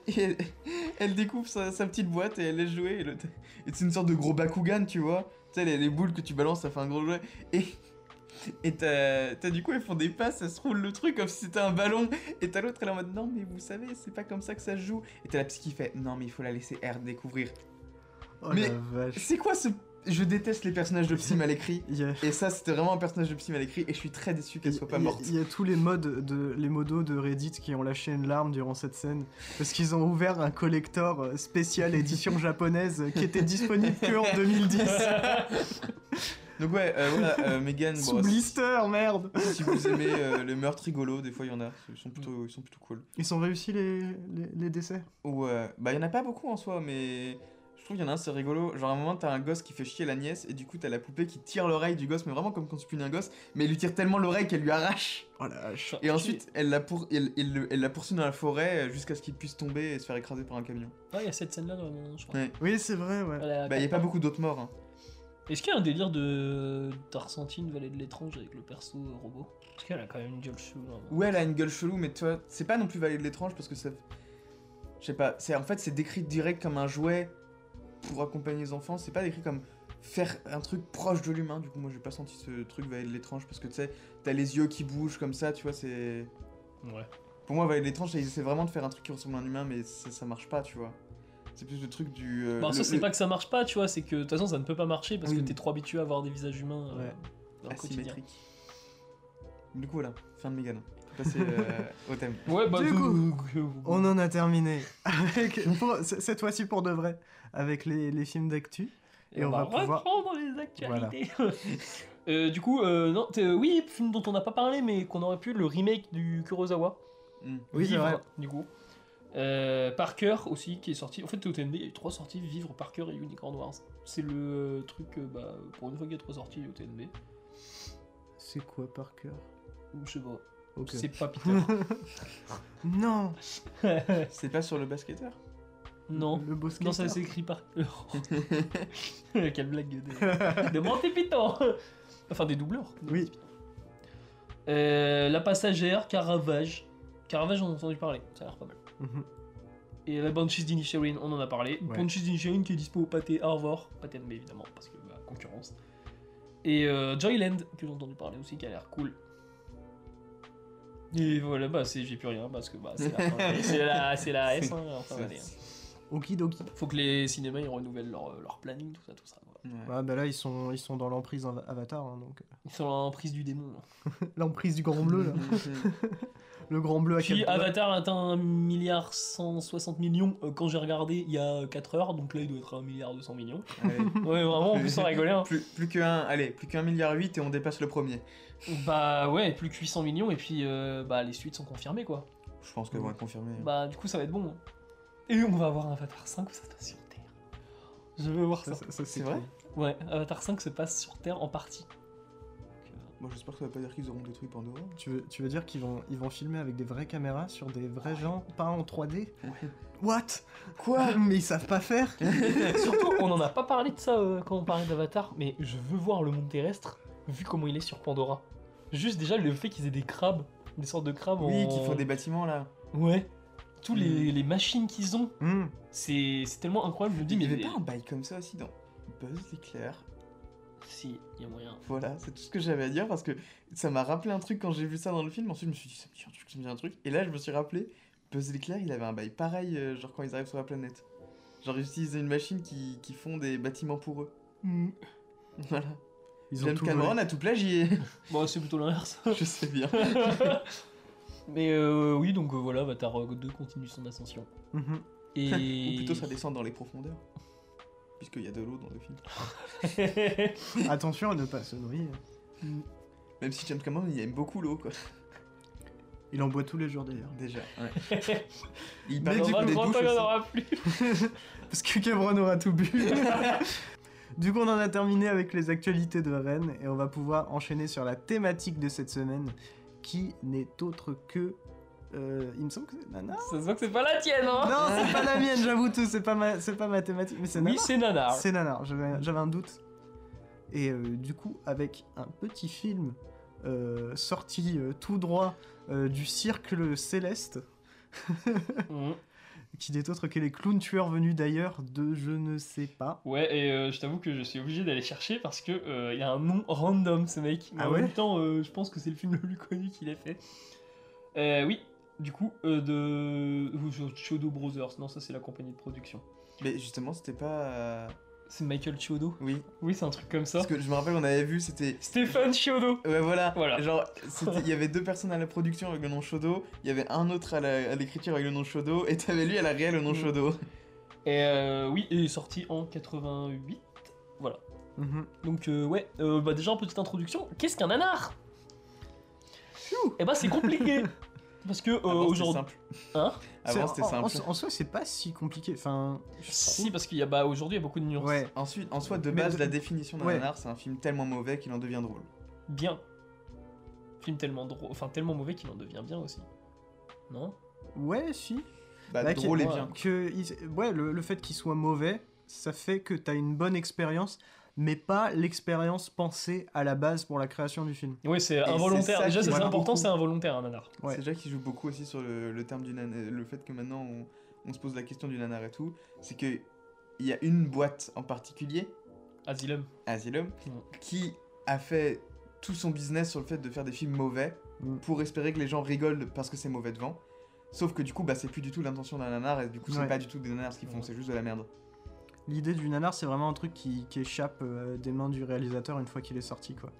C: Et elle, elle découvre sa, sa petite boîte et elle laisse jouer. Et, le- et c'est une sorte de gros Bakugan, tu vois. Tu sais, les, les boules que tu balances, ça fait un gros jouet. Et. Et t'as, t'as- du coup, elles font des passes, elles se roulent le truc comme si c'était un ballon. Et t'as l'autre, elle est en mode non, mais vous savez, c'est pas comme ça que ça se joue. Et t'as la psy qui fait non, mais il faut la laisser R découvrir.
A: Oh la
C: Mais-
A: vache.
C: C'est quoi ce. Je déteste les personnages de psy mal écrits.
A: Il y a-
C: Et ça, c'était vraiment un personnage de psy mal écrit. Et je suis très déçu qu'elle soit pas
A: Il y a-
C: morte.
A: Il y, a tous les modes de les modos de Reddit qui ont lâché une larme durant cette scène parce qu'ils ont ouvert un collector spécial édition japonaise qui était disponible que en 2010
C: Donc, ouais, euh, voilà, euh, Megan. bon,
A: sous blister, merde.
C: si, si vous aimez euh, les meurtres rigolos, des fois, il y en a. Ils sont plutôt, ils sont plutôt cool.
A: Ils sont réussis les, les, les décès.
C: Ouais, bah y en a pas beaucoup en soi, mais je trouve qu'il y en a un, c'est rigolo. Genre à un moment, t'as un gosse qui fait chier la nièce, et du coup, t'as la poupée qui tire l'oreille du gosse, mais vraiment comme quand tu punis un gosse, mais il lui tire tellement l'oreille qu'elle lui arrache.
A: Oh la vache.
B: Bah,
C: Et ensuite, elle la, pour... elle, elle le- elle la poursuit dans la forêt euh, jusqu'à ce qu'il puisse tomber et se faire écraser par un camion.
B: Ah, il y a cette scène-là dans le moment, je crois.
C: Ouais.
A: Oui, c'est vrai, ouais.
B: Elle a-
C: Bah, y a pas beaucoup d'autres morts. hein.
B: Est-ce qu'il y a un délire de d'Arsentine, Vallée de l'étrange, avec le perso euh, robot Parce qu'elle a quand même une gueule hein. chou.
C: Ouais, elle a une gueule chelou, mais toi, c'est pas non plus Vallée de l'étrange parce que ça. Je sais pas, c'est en fait, c'est décrit direct comme un jouet pour accompagner les enfants, c'est pas décrit comme faire un truc proche de l'humain. Du coup, moi, j'ai pas senti ce truc Vallée de l'étrange parce que tu sais, t'as les yeux qui bougent comme ça, tu vois, c'est.
B: Ouais.
C: Pour moi, Vallée de l'étrange, ils essaient vraiment de faire un truc qui ressemble à un humain, mais ça, ça marche pas, tu vois. C'est plus le truc du. euh,
B: Bah,
C: le-
B: ça, c'est
C: le-
B: pas que ça marche pas, tu vois, c'est que de toute façon, ça ne peut pas marcher parce
C: Oui,
B: que
C: mais-
B: t'es trop habitué à avoir des visages humains euh,
A: Ouais.
B: dans le quotidien.
C: asymétrique. Du coup, voilà, fin de Megan. Passer euh, au thème.
B: Ouais, bah,
A: Du coup, On
B: on
A: en a terminé avec pour- c- cette fois-ci pour de vrai avec les, les films d'actu. et on va
B: va,
A: pouvoir-
B: reprendre les actualités. Euh, du coup, euh, non, t'es- oui, film dont on n'a pas parlé, mais qu'on aurait pu, le remake du Kurosawa.
C: Hmm.
A: Oui, c'est
B: Vivre,
A: vrai.
B: Du coup. Euh, Parker aussi qui est sorti. En fait, TOTMD, il y a eu trois sorties Vivre, Parker et Unicorn Wars. C'est le euh, truc, euh, bah, pour une fois qu'il y a trois sorties TOTMD.
A: C'est quoi par cœur
B: Je sais pas.
A: Ok.
B: C'est pas Peter.
A: Non.
C: C'est pas sur le basketteur
B: non.
A: Le boss
B: Non, ça
A: skater.
B: s'écrit par. Quelle blague de, de Monty Python Enfin, des doubleurs.
A: Oui.
B: Euh, la passagère, Caravage. Caravage, on en a entendu parler, ça a l'air pas mal.
A: Mhm.
B: Et la Banshees d'Inisherin, on en a parlé.
A: Ouais.
B: Banshees d'Inisherin qui est dispo au pâté Arvor, pâté NB évidemment, parce que bah, concurrence. Et euh, Joyland, que j'ai entendu parler aussi, qui a l'air cool. Et voilà, bah c'est- j'ai plus rien parce que bah, c'est la, fin- c'est la, c'est la S, hein, en fin
C: C'est-
B: d'année, hein.
A: Okidoki.
B: Faut que les cinémas ils renouvellent leur, euh, leur planning, tout ça, tout ça. voilà.
C: Ouais.
A: Ah, bah là ils sont ils sont dans l'emprise av- Avatar hein, donc
B: Ils sont en prise du démon. là.
A: l'emprise du grand bleu là. le grand bleu à
B: Puis
A: quatre doigts.
B: Avatar atteint 1 milliard 160 millions euh, quand j'ai regardé il y a 4 heures, donc là il doit être à 1 milliard 200 millions.
C: Allez.
B: Ouais, vraiment, en plus sans rigoler. hein.
C: Plus, plus qu'un, allez, plus qu'un milliard huit et on dépasse le premier.
B: Bah ouais, plus que 800 millions, et puis euh, bah, les suites sont confirmées quoi.
C: Je pense qu'elles vont être confirmées. hein.
B: Bah du coup ça va être bon. hein. Et on va avoir Avatar 5 où ça se passe sur Terre. Je veux voir ça.
A: Ça, ça, ça,
C: C'est vrai
A: cool.
B: Ouais, Avatar 5 se passe sur Terre en partie. Donc, euh,
C: Bon, j'espère que ça va pas dire qu'ils auront détruit Pandora.
A: Tu veux, tu veux dire qu'ils vont, ils vont filmer avec des vraies caméras sur des vrais gens, pas en 3D What Quoi Mais ils savent pas faire
B: Surtout, on n'en a pas parlé de ça euh, quand on parlait d'Avatar, mais je veux voir le monde terrestre vu comment il est sur Pandora. Juste déjà le fait qu'ils aient des crabes, des sortes de crabes
C: Oui,
B: en-
C: qui font des bâtiments là.
B: Ouais. Tous les,
C: Mm.
B: les machines qu'ils ont,
A: Hmm.
B: c'est c'est tellement incroyable. Je me dis,
C: Il y
B: mais.
C: avait pas un bail comme ça aussi dans Buzz l'éclair.
B: Si, il y a moyen.
C: Voilà, c'est tout ce que j'avais à dire parce que ça m'a rappelé un truc quand j'ai vu ça dans le film. Ensuite, je me suis dit, ça me dit un truc, ça me dit un truc. Et là, je me suis rappelé, Buzz l'éclair, il avait un bail pareil, euh, genre quand ils arrivent sur la planète. Genre, ils utilisent une machine qui, qui font des bâtiments pour eux. Voilà.
A: Mmh. Ils ont
C: James
A: tout volé.
C: Cameron a tout plagié.
B: Bon, c'est plutôt l'inverse.
C: je sais bien.
B: mais euh, oui, donc euh, voilà, Avatar euh, 2 continue son ascension.
A: Mhm.
B: Et.
C: Ou plutôt ça descend dans les profondeurs. Puisqu'il y a de l'eau dans le film.
A: Attention à ne pas se nourrir.
C: Même si James Cameron, il aime beaucoup l'eau, quoi.
A: Il en boit tous les jours d'ailleurs.
C: Déjà.
B: Dans
C: Il parle
A: du coup,
C: des
B: 20 ans,
C: douches
B: il n'y en
C: aussi.
B: aura plus.
A: Parce que Cameron aura tout bu. du coup, on en a terminé avec les actualités de Rennes et on va pouvoir enchaîner sur la thématique de cette semaine qui n'est autre que. euh, il me semble que c'est Nana.
B: Ça se voit que c'est pas la tienne, hein
A: Non, c'est pas la mienne, j'avoue tout, c'est pas, ma... c'est pas ma thématique, mais c'est Nana.
B: Oui, c'est Nanar.
A: C'est nanar, j'avais j'avais un doute. Et euh, du coup, avec un petit film euh, sorti euh, tout droit euh, du cirque céleste,
B: Mhm.
A: qui n'est autre que les clowns tueurs venus d'ailleurs de je ne sais pas.
B: Ouais, et euh, je t'avoue que je suis obligé d'aller chercher parce que euh, il y a un nom random ce mec. Mais
A: Ah
B: en
A: ouais
B: même temps, euh, je pense que c'est le film le plus connu qu'il ait fait. Euh, oui, du coup, euh, de ou Chiodo Brothers. Non, ça c'est la compagnie de production.
C: Mais justement, c'était pas. euh,
B: C'est Michael Chiodo.
C: Oui.
B: Oui, c'est un truc comme ça.
C: Parce que je me rappelle, on avait vu, c'était.
B: Stéphane Chiodo.
C: Ouais, voilà.
B: Voilà.
C: Genre, c'était- il y avait deux personnes à la production avec le nom Shodo, il y avait un autre à la- à l'écriture avec le nom Shodo, et t'avais lui à la réelle le nom
B: Mm.
C: Shodo.
B: Et euh, oui, il est sorti en 88.
C: Mhm.
B: Donc euh, ouais, euh, bah déjà en petite introduction, qu'est-ce qu'un nanar Eh bah c'est compliqué Parce que euh,
C: Avant, c'était
B: aujourd'hui...
C: Ah simple.
B: Hein
A: C'est-
C: Avant,
A: en-
C: c'était
A: en-
C: simple.
A: En, en soi, c'est pas si compliqué. Enfin, je
B: Si, parce qu'il y a bah, aujourd'hui il y a beaucoup de nuances.
A: trouve- Ouais.
C: Ensuite, en soi, de
A: Mais
C: base,
A: de-
C: la définition d'un
A: Ouais.
C: nanar, c'est un film tellement mauvais qu'il en devient drôle.
B: Bien. Film tellement drôle, enfin tellement mauvais qu'il en devient bien aussi. Non
A: Ouais, si.
C: Bah,
A: Bah,
C: drôle et
A: qu'il-
B: ouais.
C: bien.
A: Que, il- ouais, le, le fait qu'il soit mauvais, ça fait que t'as une bonne expérience, mais pas l'expérience pensée à la base pour la création du film.
B: Oui, c'est
C: c'est
B: involontaire.
C: ça
B: Déjà,
C: qui
B: c'est
A: marche
B: important,
C: beaucoup.
B: c'est involontaire un nanar.
A: Ouais.
C: C'est déjà qui joue beaucoup aussi sur le, le terme du nan- euh, le fait que maintenant on, on se pose la question du nanar et tout, c'est que il y a une boîte en particulier,
B: Asylum.
C: Asylum,
B: Mm.
C: qui a fait tout son business sur le fait de faire des films mauvais
A: Mm.
C: pour espérer que les gens rigolent parce que c'est mauvais devant. Sauf que du coup, bah, c'est plus du tout l'intention d'un nanar et du coup, c'est
A: Ouais.
C: pas du tout des nanars ce qu'ils font,
B: Ouais.
C: c'est juste de la merde.
A: L'idée du nanar, c'est vraiment un truc qui, qui échappe euh, des mains du réalisateur une fois qu'il est sorti, quoi.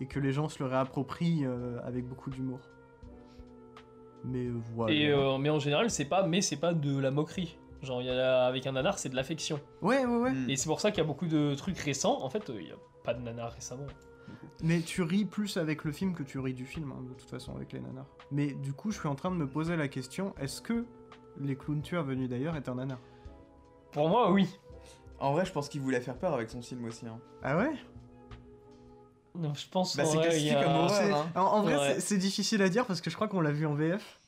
A: Et que les gens se le réapproprient euh, avec beaucoup d'humour. Mais euh, voilà.
B: Et, euh, mais en général, c'est pas, mais c'est pas de la moquerie. Genre, il y a la- avec un nanar, c'est de l'affection.
A: Ouais, ouais, ouais.
C: Mm.
B: Et c'est pour ça qu'il y a beaucoup de trucs récents. En fait, euh, il y a pas de nanar récemment.
A: Mais tu ris plus avec le film que tu ris du film, hein, de toute façon, avec les nanars. Mais du coup, je suis en train de me poser la question est-ce que les clowns tueurs venus d'ailleurs est un nanar
B: Pour moi, oui.
C: En vrai, je pense qu'il voulait faire peur avec son film aussi. hein.
A: Ah ouais
B: Non, je pense
C: Bah,
B: en
C: c'est
B: vrai,
C: classifié
B: il y a-
C: comme horreur.
A: C'est-
C: hein.
A: en, en vrai,
B: Ouais.
A: c'est- c'est difficile à dire parce que je crois qu'on l'a vu en VF.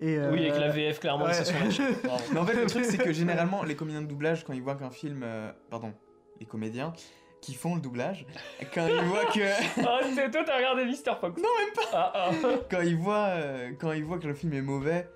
A: Et,
B: Oui, avec la
A: euh,
B: VF, clairement,
A: ouais.
B: ça sur la chaîne. Bravo.
C: Mais en fait, le truc, c'est que généralement, les comédiens de doublage, quand ils voient qu'un film. euh, pardon, les comédiens qui font le doublage, quand ils voient que.
B: Ah, c'est- toi, t'as regardé Mister Fox Non, même pas ah, ah.
C: quand, ils voient, euh, quand ils voient que le film est mauvais,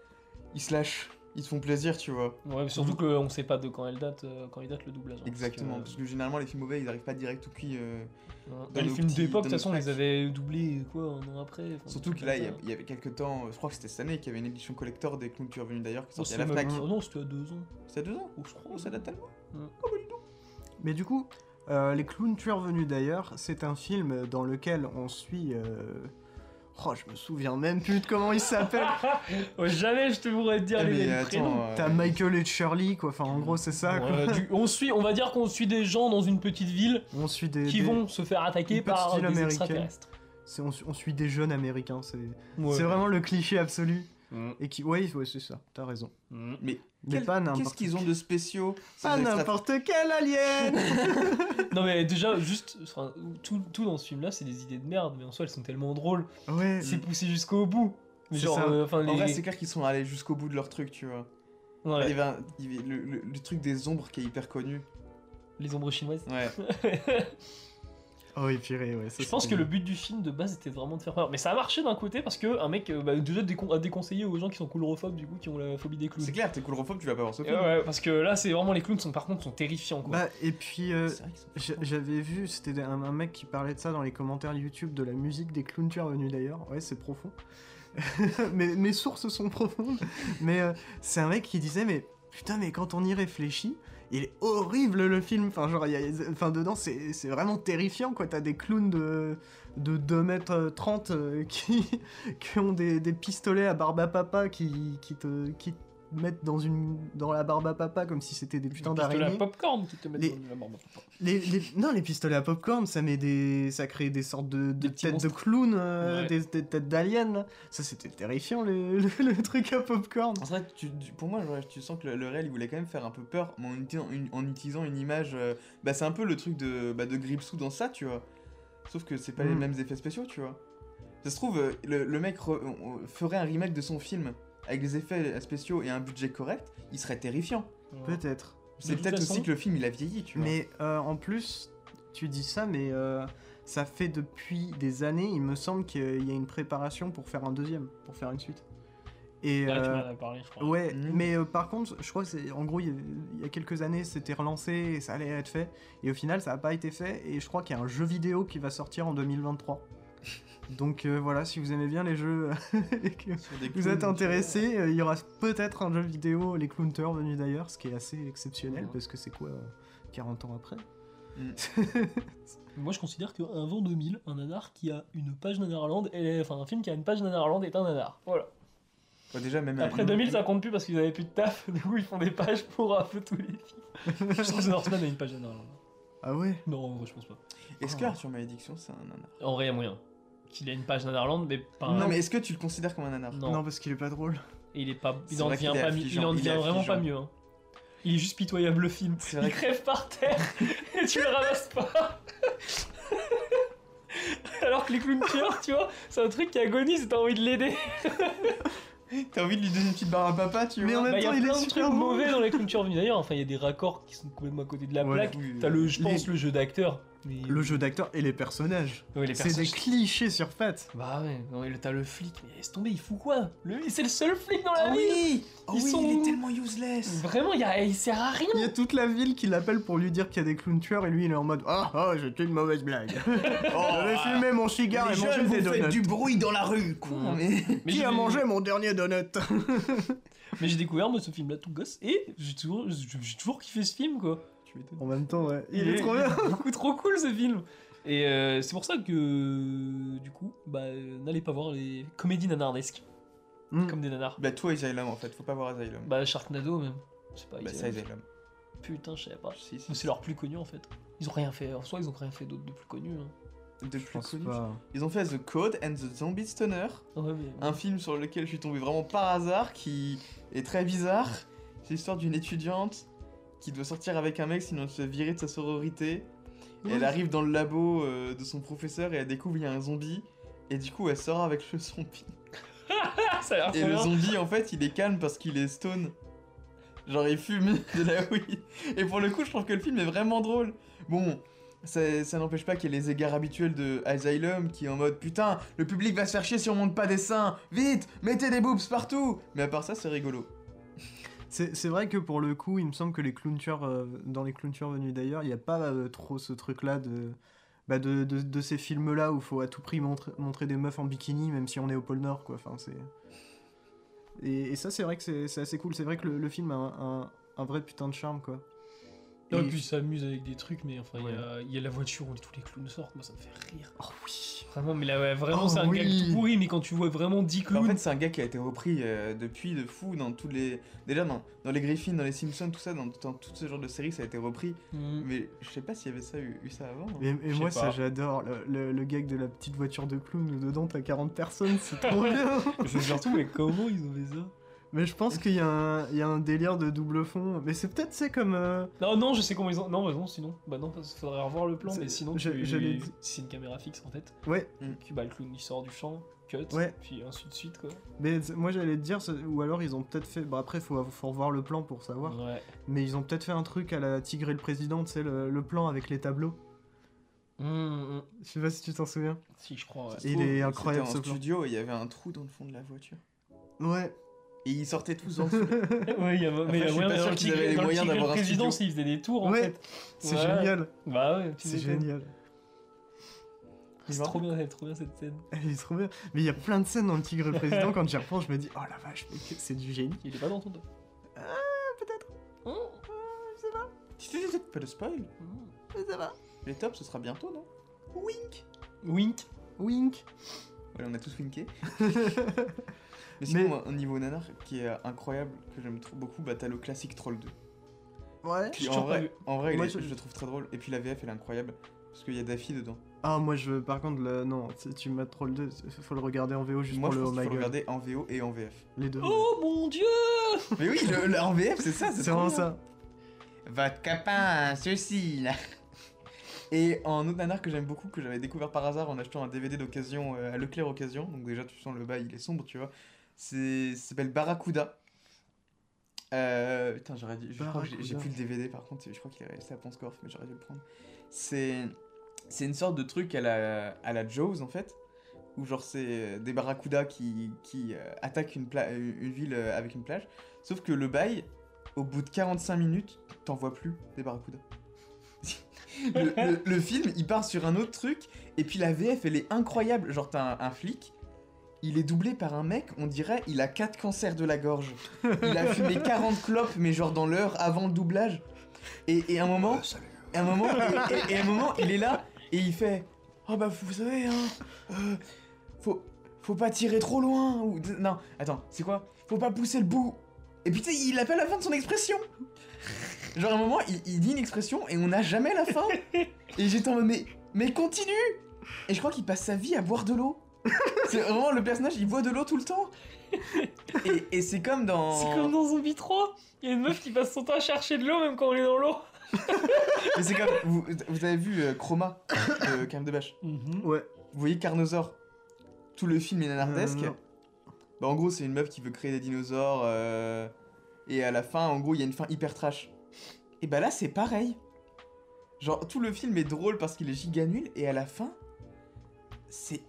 C: ils se lâchent. Ils se font plaisir, tu vois.
B: Ouais, mais surtout qu'on sait pas de quand elle date, euh, quand il date le doublage. hein, parce que,
C: Exactement. Parce que généralement, les films mauvais, ils arrivent pas direct tout cuit. euh,
B: euh,
C: dans
B: les
C: nos
B: films
C: petits-
B: d'époque, de toute
C: dans nos
B: façon, on les
C: packs.
B: avait doublés quoi, un an après. enfin,
C: Surtout
B: des
C: que là, il
B: trucs
C: y, a-
B: comme ça.
C: il y avait quelques temps, euh, je crois que c'était cette année, qu'il y avait une édition collector des clowns qui sont venus d'ailleurs, qui
B: Oh,
C: sortait à
B: c'est
C: la Fnac.
B: même- oh non, c'était à deux ans.
C: C'est à deux ans
B: Oh, je crois.
C: Oh, ça date tellement
A: Mais du coup, euh, Les clowns tueurs venus d'ailleurs, c'est un film dans lequel on suit. euh, Oh, je me souviens même plus de comment il s'appelle.
B: Ouais, jamais je te pourrais te dire
C: Ah,
B: les,
C: mais
B: les
C: attends,
B: prénoms.
C: euh,
A: T'as Michael et Shirley, quoi. Enfin, en gros, c'est ça. quoi.
B: Ouais, du- on, suit, on va dire qu'on suit des gens dans une petite ville
A: On suit des.
B: qui
A: des-
B: vont se faire attaquer
A: Une petite
B: par
A: ville
B: des
A: américaine.
B: extraterrestres.
A: c'est- On, su- on suit des jeunes américains. C'est
B: Ouais.
A: c'est vraiment le cliché absolu.
B: Mm,
A: Et qui. Ouais, ouais, c'est ça. T'as raison.
B: mm.
C: Mais
A: Mais
C: quel-
A: pas
C: qu'est-ce
A: n'importe.
C: qu'ils ont de spéciaux ces
A: Pas
C: extra-
A: n'importe quel alien
B: Non, mais déjà, juste, enfin, tout, tout dans ce film-là, c'est des idées de merde, mais en soi, elles sont tellement drôles.
A: Ouais.
B: C'est poussé jusqu'au bout. Mais
A: Mm. C'est
B: genre,
A: ça.
B: euh, enfin, les.
C: En vrai, c'est clair qu'ils sont allés jusqu'au bout de leur truc, tu vois.
B: Ouais,
C: Il y avait un- il y avait le, le- le truc des ombres qui est hyper connu.
B: les ombres chinoises.
C: Ouais.
A: Oh, et purée, ouais. ça,
B: Je pense
A: c'est-
B: que le but du film de base était vraiment de faire peur. Mais ça a marché d'un côté parce que un mec euh, bah, déjà décon- a déconseillé aux gens qui sont coulrophobes, du coup, qui ont la phobie des clowns.
C: C'est clair, t'es coulrophobe, tu vas pas voir ce
B: Ouais,
C: film.
B: ouais, parce que là, c'est vraiment les clowns sont par contre sont terrifiants quoi.
A: Bah, et puis. euh,
C: C'est vrai qu'ils sont
A: J-
C: flippants.
A: J'avais vu, c'était un, un mec qui parlait de ça dans les commentaires YouTube de la musique des clowns tueurs venus d'ailleurs. Ouais, c'est profond. mais, mes sources sont profondes. Mais euh, c'est un mec qui disait, mais putain, mais quand on y réfléchit, il est horrible le film. Enfin, genre, il y a- enfin dedans, c'est c'est vraiment terrifiant quoi. T'as des clowns de, de 2m30 euh, qui, qui ont des, des pistolets à barbe à papa qui, qui te. Qui te mettent dans une dans la barbe à papa comme si c'était des putains
B: la
A: d'araignées
B: popcorn qui te mettent
A: Les-
B: dans la barbe.
A: les, les- Non, les pistolets à popcorn, ça met des, ça crée des sortes de, de
B: Des petits
A: têtes de
B: monstres.
A: clowns, euh,
B: Ouais.
A: des, des têtes d'aliens. là. Ça, c'était terrifiant le, le- le truc à popcorn.
C: En vrai, tu- tu- pour moi, genre, tu sens que le, le réel, il voulait quand même faire un peu peur mais en, utilisant une, en utilisant une image. euh, bah, c'est un peu le truc de, bah, de Gripsou dans ça, tu vois. Sauf que c'est pas les
A: Mm.
C: mêmes effets spéciaux, tu vois. Ça se trouve, euh, le, le mec re- on- on ferait un remake de son film avec des effets spéciaux et un budget correct, il serait terrifiant.
B: Ouais.
A: Peut-être.
C: C'est
B: toute
C: peut-être
B: façon-
C: aussi que le film il a vieilli, tu vois.
A: Mais euh, en plus, tu dis ça, mais euh, ça fait depuis des années, il me semble qu'il y a une préparation pour faire un deuxième, pour faire une suite. Et,
B: Là, Ah, tu
A: euh,
B: m'en as parlé, je crois.
A: Ouais,
C: Mhm.
A: mais euh, par contre, je crois que c'est en gros, il y, a- il y a quelques années, c'était relancé et ça allait être fait. Et au final, ça n'a pas été fait. Et je crois qu'il y a un jeu vidéo qui va sortir en 2023. Donc euh, voilà, si vous aimez bien les jeux et que
C: Sur des
A: vous
C: clowns,
A: êtes intéressé, euh, il y aura peut-être un jeu vidéo, les Clownteurs venus d'ailleurs, ce qui est assez exceptionnel
C: Mhm.
A: parce que c'est quoi euh, 40 ans après
C: Mm.
B: Moi, je considère qu'avant 2000, un nanar qui a une page nanarland, et, enfin un film qui a une page nanarland est un nanar. Voilà.
C: Bah, déjà, même
B: Après
C: euh,
B: 2000, ça compte plus parce qu'ils avaient plus de taf, du coup ils font des pages pour un peu tous les films. je pense que Northman a une page nanarland.
A: Ah ouais
B: Non, en vrai, je pense pas.
C: Est-ce que sur Malédiction, c'est un nanar
B: En vrai, il y a moyen. Qu'il ait une page nanarland, mais pas.
C: Non, mais est-ce que tu le considères comme un nanar
B: Ah. Non.
A: non. parce qu'il est pas drôle.
B: Et il est pas.
C: C'est
B: Il en
C: vrai qu'il
B: devient
C: est
B: pas mieux.
C: affligeant,
B: Il en
C: il est
B: devient vraiment
C: affligeant.
B: pas mieux. hein. Il est juste pitoyable le film.
C: C'est vrai
B: Il
C: que-
B: crève par terre et tu le ramasses pas. Alors que les clowns tueurs, tu vois, c'est un truc qui agonise et t'as envie de l'aider.
C: T'as envie de lui donner une petite barre à papa, tu
A: Mais
C: vois
A: en même
B: Bah, il y a
A: temps, il est
B: plein de
A: super
B: trucs
A: drôle.
B: mauvais dans les clowns tueurs venus d'ailleurs. Enfin, il y a des raccords qui sont complètement à côté de la
A: Ouais,
B: plaque.
C: Oui,
B: T'as le, je
A: Les-
B: pense, le jeu d'acteur. mais-
A: Le jeu d'acteur et les personnages.
B: Ouais, les
A: C'est des
B: personnages.
A: clichés sur pattes.
B: Bah ouais, non, et le- t'as le flic, mais laisse tomber, il fout quoi le... C'est le seul flic dans la
C: Ah
B: ville
C: oui Oh
B: Ils
C: oui,
B: sont- Bah,
C: il est tellement useless
B: Vraiment, il, y a- il sert à rien
A: Il y a toute la ville qui l'appelle pour lui dire qu'il y a des clowns tueurs et lui il est en mode Ah ah, j'ai une mauvaise blague. Je vais
C: Oh,
A: fumer mon cigare et
C: les
A: manger
C: jeunes,
A: des
C: vous faites
A: donuts.
C: du bruit dans la rue, con
B: Mmh.
C: mais-
B: Mais
A: Qui
B: j'ai-
A: a mangé mon dernier donut
B: Mais j'ai découvert moi ce film là tout gosse et j'ai toujours, j'ai- j'ai toujours kiffé ce film quoi.
A: En même temps, ouais. Il, est, trop bien.
B: Beaucoup trop cool ce film. Et euh, c'est pour ça que du coup, bah euh, n'allez pas voir les comédies nanardesques
A: Mm.
B: comme des nanars.
C: Bah, toi, Asylum, en fait, faut pas voir Asylum.
B: Bah Sharknado même. Je sais pas. ils-
C: Bah, ça, Asylum.
B: Putain, je sais pas.
C: Si, si.
B: C'est leur plus connu en fait. Ils ont rien fait. En soi, ils ont rien fait d'autre de plus connu. hein.
C: De
A: Je
C: plus
A: pense
C: connu.
A: pas.
C: Ils ont fait The Code and the Zombie Stoner,
B: Ah Ouais, mais-
C: un film sur lequel je suis tombé vraiment par hasard, qui est très bizarre. C'est l'histoire d'une étudiante qui doit sortir avec un mec sinon elle se fait virer de sa sororité. Et elle arrive dans le labo euh, de son professeur et elle découvre qu'il y a un zombie. Et du coup, elle sort avec le zombie.
B: Ah, ça a l'air
C: Et
B: trop
C: le
B: bien.
C: zombie, en fait, il est calme parce qu'il est stone. Genre, il fume de la weed. Et pour le coup, je trouve que le film est vraiment drôle. Bon, ça, ça n'empêche pas qu'il y ait les égards habituels de Asylum qui est en mode Putain, le public va se faire chier si on monte pas des seins. Vite, mettez des boobs partout. Mais à part ça, c'est rigolo.
A: C'est c'est vrai que pour le coup, il me semble que les clowns tueurs, euh, dans les clowns tueurs venus d'ailleurs, il n'y a pas euh, trop ce truc-là de, bah, de, de- de ces films-là où il faut à tout prix montrer, montrer des meufs en bikini, même si on est au pôle Nord, quoi. Enfin, c'est... Et, et ça, c'est vrai que c'est c'est assez cool. C'est vrai que le, le film a un, un- un vrai putain de charme, quoi.
B: Non, et
A: Et-
B: puis ils s'amusent avec des trucs, mais enfin, il y
A: Ouais.
B: a- il y, a la voiture où tous les clowns sortent. Moi, ça me fait rire. Ah
A: Oh oui
B: Vraiment, mais là, ouais, vraiment,
A: Oh,
B: c'est un
A: oui.
B: gag tout pourri. Mais quand tu vois vraiment 10
C: Bah,
B: clowns.
C: en fait, c'est un gars qui a été repris euh, depuis de fou dans tous les. Déjà, dans, dans les Griffins, dans les Simpsons, tout ça, dans, dans tout ce genre de séries, ça a été repris.
B: Mm.
C: Mais je sais pas s'il y avait ça, eu, eu ça avant. hein.
A: Et, et
B: Je sais
A: moi,
B: pas.
A: ça, j'adore. Le, le, le gag de la petite voiture de clown où dedans, t'as 40 personnes, c'est trop
B: Ouais.
A: bien
B: C'est surtout, mais comment ils ont fait ça
A: Mais je pense qu'il y, a un- il y a un délire de double fond. Mais c'est peut-être, c'est comme... euh,
B: Non, non, je sais comment ils ont. Non, bah non, sinon. Bah non, parce qu'il faudrait revoir le plan,
A: C'est-
B: mais sinon,
A: je-
B: tu...
A: je l'ai dit.
B: c'est une caméra fixe en fait.
A: Ouais,
B: Puis bah, le clown il sort du champ, cut,
A: Ouais.
B: puis ainsi de suite quoi.
A: Mais c'est- moi j'allais te dire, c'est- ou alors ils ont peut-être fait. Bah après, faut, faut revoir le plan pour savoir.
B: Ouais.
A: Mais ils ont peut-être fait un truc à la Tigre et le Président, tu sais, le, le plan avec les tableaux.
B: Mm, mm.
A: Je sais pas si tu t'en souviens.
B: Si, je crois, ouais.
A: Il est incroyable,
C: C'était
A: ce
C: en
A: plan.
C: studio et il y avait un trou dans le fond de la voiture.
A: Ouais.
C: Et ils sortaient tous ensemble.
B: ouais, il y a... mais
C: je suis
B: ouais,
C: pas
B: mais
C: sûr
B: dans le
C: qu'ils
B: tigre-
C: avaient les
B: dans le
C: moyens
B: tigre et le
C: d'avoir un
B: président,
C: studio.
B: s'il faisait des tours en
A: ouais,
B: fait.
A: c'est
B: Ouais.
A: génial.
B: Bah ouais, tu
A: C'est
B: m'étonnes.
A: génial.
B: C'est trop bien, elle est trop bien cette scène.
A: Elle est trop bien. Mais il y a plein de scènes dans le Tigre et le Président, quand j'y repense, je me dis, oh la vache, mais que- c'est du génie.
B: Il est pas dans ton dos. Ah,
C: Pas de spoil.
B: peut-être. Mm.
C: Les tops, ce sera bientôt, non Wink
B: Wink.
A: Wink.
C: Ouais, on a tous winké. Mais sinon,
A: Mais-
C: moi, un niveau nanar qui est euh, incroyable, que j'aime trop beaucoup, bah t'as le classique Troll 2.
A: Ouais.
C: Qui,
B: J'ai
C: en
B: toujours pas vu.
C: vrai, en vrai il
A: Moi,
C: est-
A: je-
C: je... le trouve très drôle. Et puis la VF, elle est incroyable. Parce qu'il y a Daffy dedans.
A: Ah, moi je. Par contre, là, non, tu- tu m'as troll 2. Faut le regarder en VO juste
C: moi,
A: pour
C: je
A: le
C: pense
A: oh
C: qu'il faut
A: my
C: le
A: god.
C: regarder en VO et en VF.
A: Les deux.
B: Oh mon dieu
C: Mais oui, le, le- en VF, c'est ça,
A: c'est
C: c'est trop
A: vraiment
C: bien.
A: ça.
C: Votre copain, ceci là. Et en autre nanar que j'aime beaucoup, que j'avais découvert par hasard en achetant un DVD d'occasion euh, à Leclerc Occasion, donc déjà tu sens le bail, il est sombre, tu vois. C'est ça s'appelle Barracuda. Euh, putain, j'aurais dû. Je crois que j'ai- j'ai
A: Barracuda.
C: plus le DVD par contre, je crois qu'il est resté à Ponscorf, mais j'aurais dû le prendre. C'est c'est une sorte de truc à la, à la Jaws en fait, où genre c'est euh, des barracudas qui, qui euh, attaquent une, pla- euh, une ville euh, avec une plage. Sauf que le bail, au bout de 45 minutes, t'en vois plus des barracudas. le, le- le film, il part sur un autre truc, et puis la VF, elle est incroyable. Genre t'as un, un flic, il est doublé par un mec, on dirait, il a 4 cancers de la gorge. Il a fumé 40 clopes, mais genre dans l'heure avant le doublage. Et, et à un moment, et à un moment, et- et- et à un moment, il est là et il fait Oh bah vous savez, hein, euh, faut, faut pas tirer trop loin. Ou, non, attends, c'est quoi Faut pas pousser le bout. Et puis tu sais, il a pas la fin de son expression. Genre à un moment, il, il dit une expression et on n'a jamais la fin. Et j'étais en mode mais, mais continue Et je crois qu'il passe sa vie à boire de l'eau. C'est vraiment le personnage, il boit de l'eau tout le temps. Et, et c'est comme dans.
B: C'est comme dans Zombie 3, il y a une meuf qui passe son temps à chercher de l'eau même quand on est dans l'eau.
C: Mais c'est comme. Vous, vous avez vu euh, Chroma de Cam de Bâche
A: Ouais.
C: Vous voyez Carnosaur Tout le film est nanardesque.
A: Euh, non.
C: bah en gros c'est une meuf qui veut créer des dinosaures euh, et à la fin en gros il y a une fin hyper trash. Et bah là c'est pareil. Genre tout le film est drôle parce qu'il est giga nul et à la fin c'est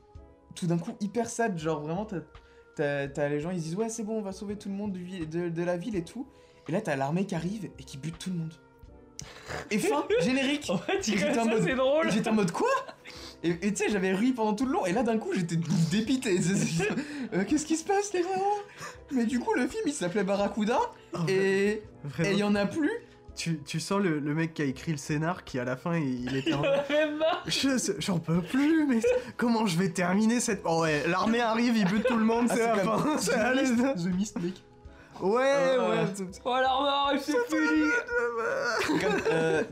C: tout d'un coup hyper sad. Genre vraiment t'as, t'as- t'as les gens ils se disent ouais c'est bon on va sauver tout le monde du vi- de, de la ville et tout. Et là t'as l'armée qui arrive et qui bute tout le monde. Et fin générique.
A: Oh.
B: En fait, il
C: J'étais
B: reste
C: en
B: ça,
C: mode-
B: c'est drôle.
C: Et J'étais en mode quoi Et et tu sais, j'avais ri pendant tout le long, et là d'un coup j'étais dépité. C'est- c'est- Euh, Qu'est-ce qui se passe, les vraiment Mais du coup, le film il s'appelait Barracuda, et et il
A: Vraiment,
C: y en a plus.
A: tu, tu sens le, le mec qui a écrit le scénar qui à la fin il, il était
B: Il en
A: en-
B: avait marre.
A: Je- J'en peux plus, mais comment je vais terminer cette. Oh ouais, l'armée arrive, il bute tout le monde,
C: Ah,
A: c'est
C: c'est
A: la
C: comme
A: fin. c'est la
C: Mist,
A: liste.
C: The Mist, mec.
A: Ouais,
C: Euh,
A: ouais.
B: Oh, l'armoire, c'est fini.
C: Comme, euh,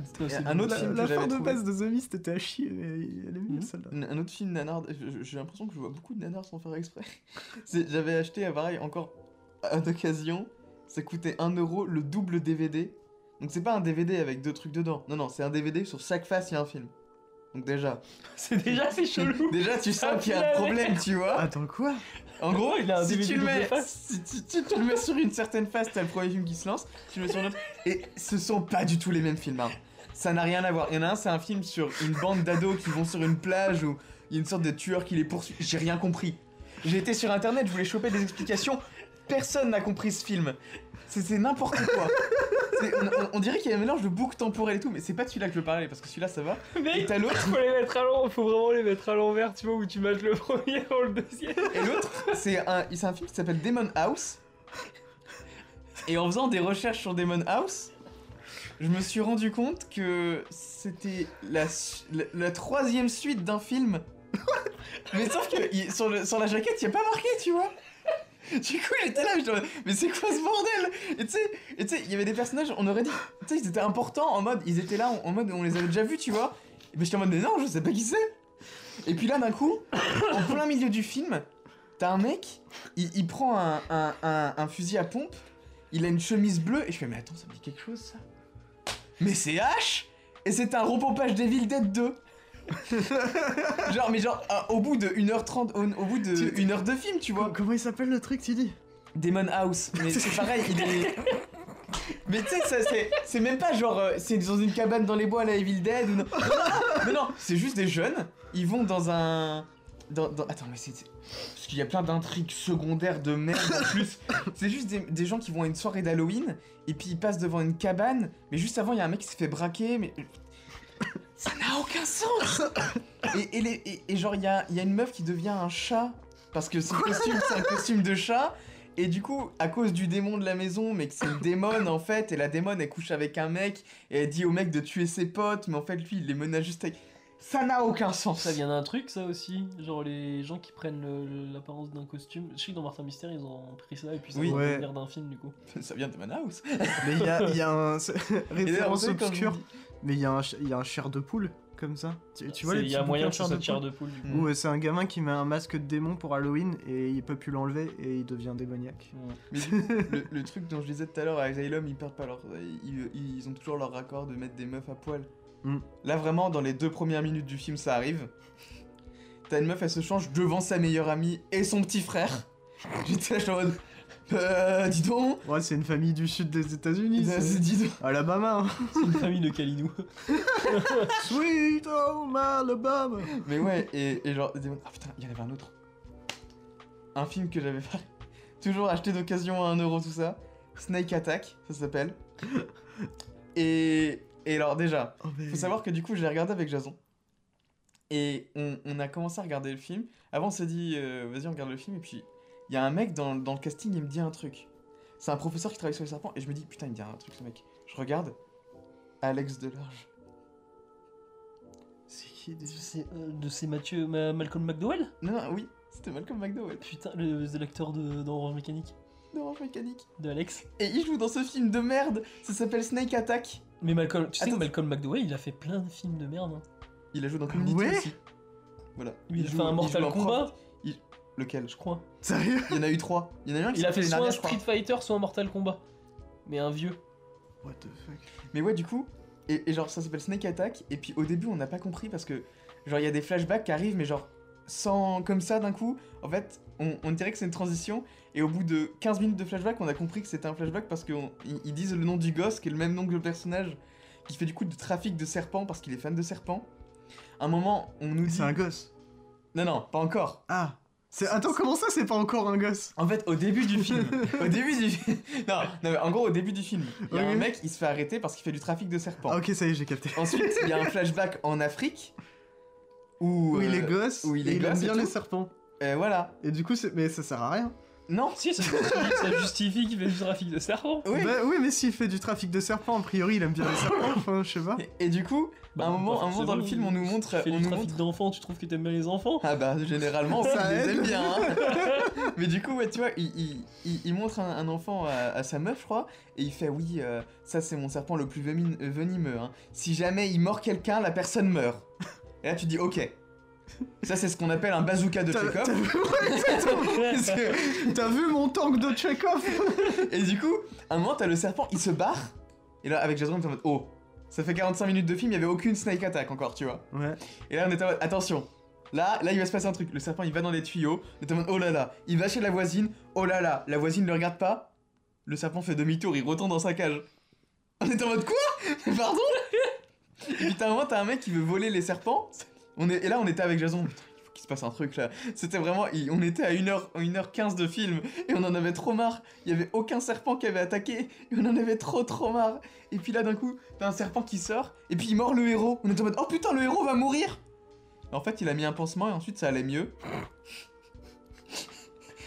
C: un autre
A: La,
C: film
A: la
C: que
A: fin
C: j'avais
A: de
C: trouvé.
A: base de The Mist était à chier, mais elle est mieux
C: Mhm.
A: celle-là.
C: Un un autre film nanard, je- je- j'ai l'impression que je vois beaucoup de nanars sans faire exprès. C'est- J'avais acheté, euh, pareil, encore à l'occasion, ça coûtait 1€ euro le double DVD. Donc c'est pas un DVD avec deux trucs dedans, non, non, c'est un DVD, sur chaque face il y a un film. Donc déjà,
B: C'est déjà c'est chelou.
C: déjà tu
B: Ah,
C: sens qu'il y a un
B: punaise.
C: problème, tu vois.
A: Attends, quoi
C: En gros,
B: il a un
C: si
B: DVD
C: tu, le
B: double
C: mets,
B: face.
C: si tu, tu- tu le mets sur une certaine face, t'as le premier film qui se lance, tu le mets sur l'autre. Et ce sont pas du tout les mêmes films. hein. Ça n'a rien à voir. Il y en a un, c'est un film sur une bande d'ados qui vont sur une plage où il y a une sorte de tueur qui les poursuit. J'ai rien compris. J'ai été sur internet, je voulais choper des explications. Personne n'a compris ce film. C'est c'est n'importe quoi. C'est- On, on- on dirait qu'il y a un mélange de boucle temporelle et tout, mais c'est pas de celui-là que je veux parler parce que celui-là ça va. Et
B: Mec,
C: t'as l'autre.
B: faut les mettre à l'envers, faut vraiment les mettre à l'envers, tu vois, où tu matches le premier avant le deuxième.
C: Et l'autre, c'est un, c'est un film qui s'appelle Demon House. Et en faisant des recherches sur Demon House, je me suis rendu compte que c'était la, su- la, la troisième suite d'un film. Mais sauf que il- sur, le- sur la jaquette, il n'y a pas marqué, tu vois. Du coup, j'étais là, je mais c'est quoi ce bordel Et tu sais, et tu sais, il y avait des personnages, on aurait dit, tu sais, ils étaient importants en mode, ils étatais là en, en mode, on les avait déjà vus, tu vois. Mais j'étais en mode, mais non, je sais pas qui c'est. Et puis là, d'un coup, en plein milieu du film, t'as un mec, il, il prend un, un- un- un fusil à pompe, il a une chemise bleue, et je fais, mais attends, ça me dit quelque chose ça Mais c'est H Et c'est un repompage Devil Dead 2 Genre, mais genre, euh, au bout de 1h30, au, au bout de
A: Tu-
C: 1h de film, tu vois.
A: Co- Comment il s'appelle le truc, tu dis
C: Demon House, mais c'est pareil, il est. Mais tu sais, ça, c'est- c'est même pas genre. euh, c'est dans une cabane dans les bois, la Evil Dead ou non. Non, non, non, non, c'est juste des jeunes, ils vont dans un. Dans, dans- Attends, mais c'est. c'est- Parce qu'il y a plein d'intrigues secondaires de merde en plus. C'est juste des, des gens qui vont à une soirée d'Halloween, et puis ils passent devant une cabane, mais juste avant, il y a un mec qui s'est fait braquer, mais. Ça n'a aucun sens! Et, et les- et- et genre, il y a, il y a une meuf qui devient un chat, parce que son costume, c'est un costume de chat. Et du coup, à cause du démon de la maison, mais que c'est une démon en fait, et la démon elle couche avec un mec, et elle dit au mec de tuer ses potes, mais en fait lui il les menace juste avec. Ça n'a aucun sens!
B: Ça vient d'un truc, ça aussi. Genre les gens qui prennent le- l'apparence d'un costume. Je sais que dans Martin Mystère, ils ont pris ça et puis ça
C: Oui.
B: va
A: Ouais.
B: devenir d'un film du coup.
C: Ça vient de Manaus!
A: Mais il y a, il y a un.
C: Et d'ailleurs, vous
A: référence
C: savez, quand je vous
A: obscure. Mais il y, a un ch- il y a un chair de poule, comme ça. Tu, tu vois
B: C'est-
A: les
B: Il y a
A: petits
B: moyen
A: bouquins
B: que ça soit de Mm. chair de poule du coup.
C: Mm.
A: Ou euh, c'est un gamin qui met un masque de démon pour Halloween et il peut plus l'enlever et il devient démoniaque.
B: Ouais.
C: Mais du coup, le, le truc dont je disais tout à l'heure, à Asylum, ils perdent pas leur. Ils, ils ont toujours leur raccord de mettre des meufs à poil.
A: Mm.
C: Là, vraiment, dans les deux premières minutes du film, ça arrive. T'as une meuf, elle se change devant sa meilleure amie et son petit frère. J'étais là, je suis en mode. Euh, dis donc! Bah,
A: Ouais, c'est une famille du sud des États-Unis. c'est-
C: Dis donc!
A: Alabama. hein.
B: C'est une famille de Kalinou.
A: Sweet home Alabama.
C: Mais ouais, et, et genre, des démons. Ah putain, il y en avait un autre. un film que j'avais pas- toujours acheté d'occasion à 1 euro tout ça. Snake Attack, ça s'appelle. Et et alors déjà, faut savoir que du coup, je l'ai regardé avec Jason. Et on, on a commencé à regarder le film. Avant, on s'est dit, euh, vas-y, on regarde le film. Et puis, il y a un mec dans, dans le casting, il me dit un truc. C'est un professeur qui travaille sur les serpents. Et je me dis, putain, il me dit un truc, ce mec. Je regarde. Alex Delarge.
A: C'est qui déjà
B: C'est euh, de ces Mathieu Ma- Malcolm McDowell
C: Non, non, oui, c'était Malcolm McDowell.
B: Putain, le c'est l'acteur de dans Orange Mécanique
C: D'Orange Mécanique.
B: de Alex.
C: Et il joue dans ce film de merde. Ça s'appelle Snake Attack.
B: Mais Malcolm, tu sais
C: Attends.
B: que Malcolm McDowell, il a fait plein de films de merde. hein.
C: Il a joué dans Community
A: ouais
C: aussi. Voilà.
B: Il, a
C: joue-
B: fait un Mortal
C: joue un prof.
B: Kombat,
C: Lequel
B: je crois.
A: Sérieux
C: Il y en a eu trois. Il y en a eu un qui
B: Il a fait
C: s'appelait
B: soit
C: Narnia,
B: un
C: je crois.
B: Street Fighter, soit un Mortal Kombat. Mais un vieux.
A: What the fuck
C: Mais ouais, du coup, et, et genre ça s'appelle Snake Attack, et puis au début on n'a pas compris parce que genre il y a des flashbacks qui arrivent, mais genre sans comme ça d'un coup, en fait on, on dirait que c'est une transition, et au bout de 15 minutes de flashback, on a compris que c'était un flashback parce qu'ils disent le nom du gosse qui est le même nom que le personnage, qui fait du coup du trafic de serpents parce qu'il est fan de serpents. À un moment, on nous dit.
A: C'est un gosse.
C: Non, non, pas encore.
A: Ah c'est... Attends, comment ça, c'est pas encore un gosse
C: En fait, au début du film, au début du film, non, non, mais en gros, au début du film, il y a
A: Ok.
C: un mec, il se fait arrêter parce qu'il fait du trafic de serpents.
A: Ah, ok, ça y est, j'ai capté.
C: Ensuite, il y a un flashback en Afrique où,
A: Où il
C: euh,
A: est gosse,
C: où il est
A: et il aime
C: gosse et
A: bien les
C: tout.
A: serpents.
C: euh, voilà.
A: Et du coup, c'est... mais ça sert à rien.
C: Non.
B: Si, ça justifie, ça justifie qu'il fait du trafic de serpent.
C: Oui.
A: Bah oui, mais s'il fait du trafic de serpents, a priori, il aime bien les serpents, enfin, je sais pas.
C: Et, et du coup,
B: Bah,
C: à un moment, à un moment dans le film, on nous montre,
B: Tu fais
C: on
B: du
C: nous
B: trafic
C: montre.
B: d'enfants, tu trouves que t'aimes bien les enfants
C: Ah bah généralement,
A: Ça
C: ça les
A: aide.
C: aime bien. hein. Mais du coup, ouais, tu vois, il, il- il- il montre un, un enfant à, à sa meuf, je crois, et il fait oui, euh, ça c'est mon serpent le plus vemin- euh, venimeux. hein. Si jamais il mord quelqu'un, la personne meurt. Et là tu dis ok. Ça c'est ce qu'on appelle un bazooka de
A: T'as-
C: Chekhov.
A: t'as vu- Ouais, exactement.
C: Parce que-
A: T'as vu mon tank de Chekhov
C: Et du coup, à un moment, t'as le serpent, il se barre. Et là, avec Jason, on était en mode Oh, ça fait 45 minutes de film, il y avait aucune snake attack encore, tu vois.
A: Ouais.
C: Et là, on était en mode Attention, là, là, il va se passer un truc. Le serpent, il va dans les tuyaux. On était en mode Oh là là, il va chez la voisine. Oh là là, la voisine le regarde pas. Le serpent fait demi-tour, il retourne dans sa cage. On était en mode Quoi Pardon Et puis, t'as un moment, t'as un mec qui veut voler les serpents. On est... Et là, on était avec Jason. Putain, il faut qu'il se passe un truc là. C'était vraiment. il- On était à 1h... 1h15 de film et on en avait trop marre. Il y avait aucun serpent qui avait attaqué, et on en avait trop trop marre. Et puis là d'un coup, t'as un serpent qui sort, et puis il mord le héros. On était en mode oh putain le héros va mourir. Et en fait il a mis un pansement et ensuite ça allait mieux.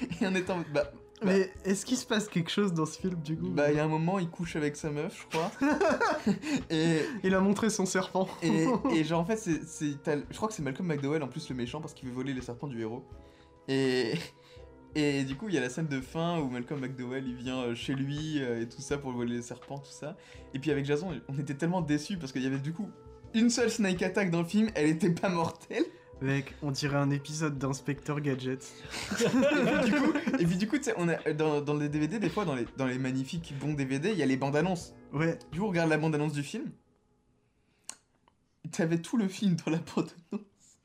C: et on était en mode bah
A: Mais est-ce qu'il se passe quelque chose dans ce film du coup
C: bah il y a un moment il couche avec sa meuf je crois. et
A: Il a montré son serpent.
C: et, et genre en fait c'est, c'est- t'as- je crois que c'est Malcolm McDowell en plus le méchant parce qu'il veut voler les serpents du héros et et du coup il y a la scène de fin où Malcolm McDowell il vient euh, chez lui euh, et tout ça pour voler les serpents tout ça et puis avec Jason on était tellement déçus parce qu'il y avait du coup une seule Snake Attack dans le film elle était pas mortelle
A: Mec, on dirait un épisode d'Inspecteur Gadget.
C: et puis du coup et puis du coup tu sais on a euh, dans, dans les DVD des fois dans les dans les magnifiques bons DVD il y a les bandes annonces
A: Ouais.
C: Du coup, on regarde la bande-annonce du film. T'avais tout le film dans la bande-annonce.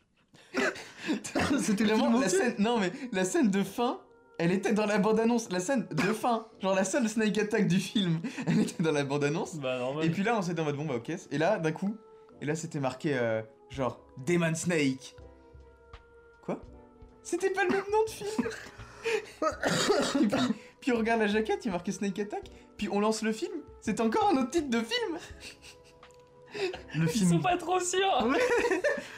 A: C'était le film
C: vraiment la
A: entier
C: scène. Non, mais la scène de fin, elle était dans la bande-annonce. La scène de fin, genre la seule Snake Attack du film, elle était dans la bande-annonce.
B: Bah, normal.
C: Et puis là, on s'était en mode bon, bah ok. Et là, d'un coup, et là, c'était marqué euh, genre Demon Snake. Quoi C'était pas le même nom de film Et puis, puis on regarde la jaquette, il y a marqué Snake Attack. Puis on lance le film, c'est encore un autre titre de film
A: Le
B: Ils sont
A: film,
B: pas trop sûrs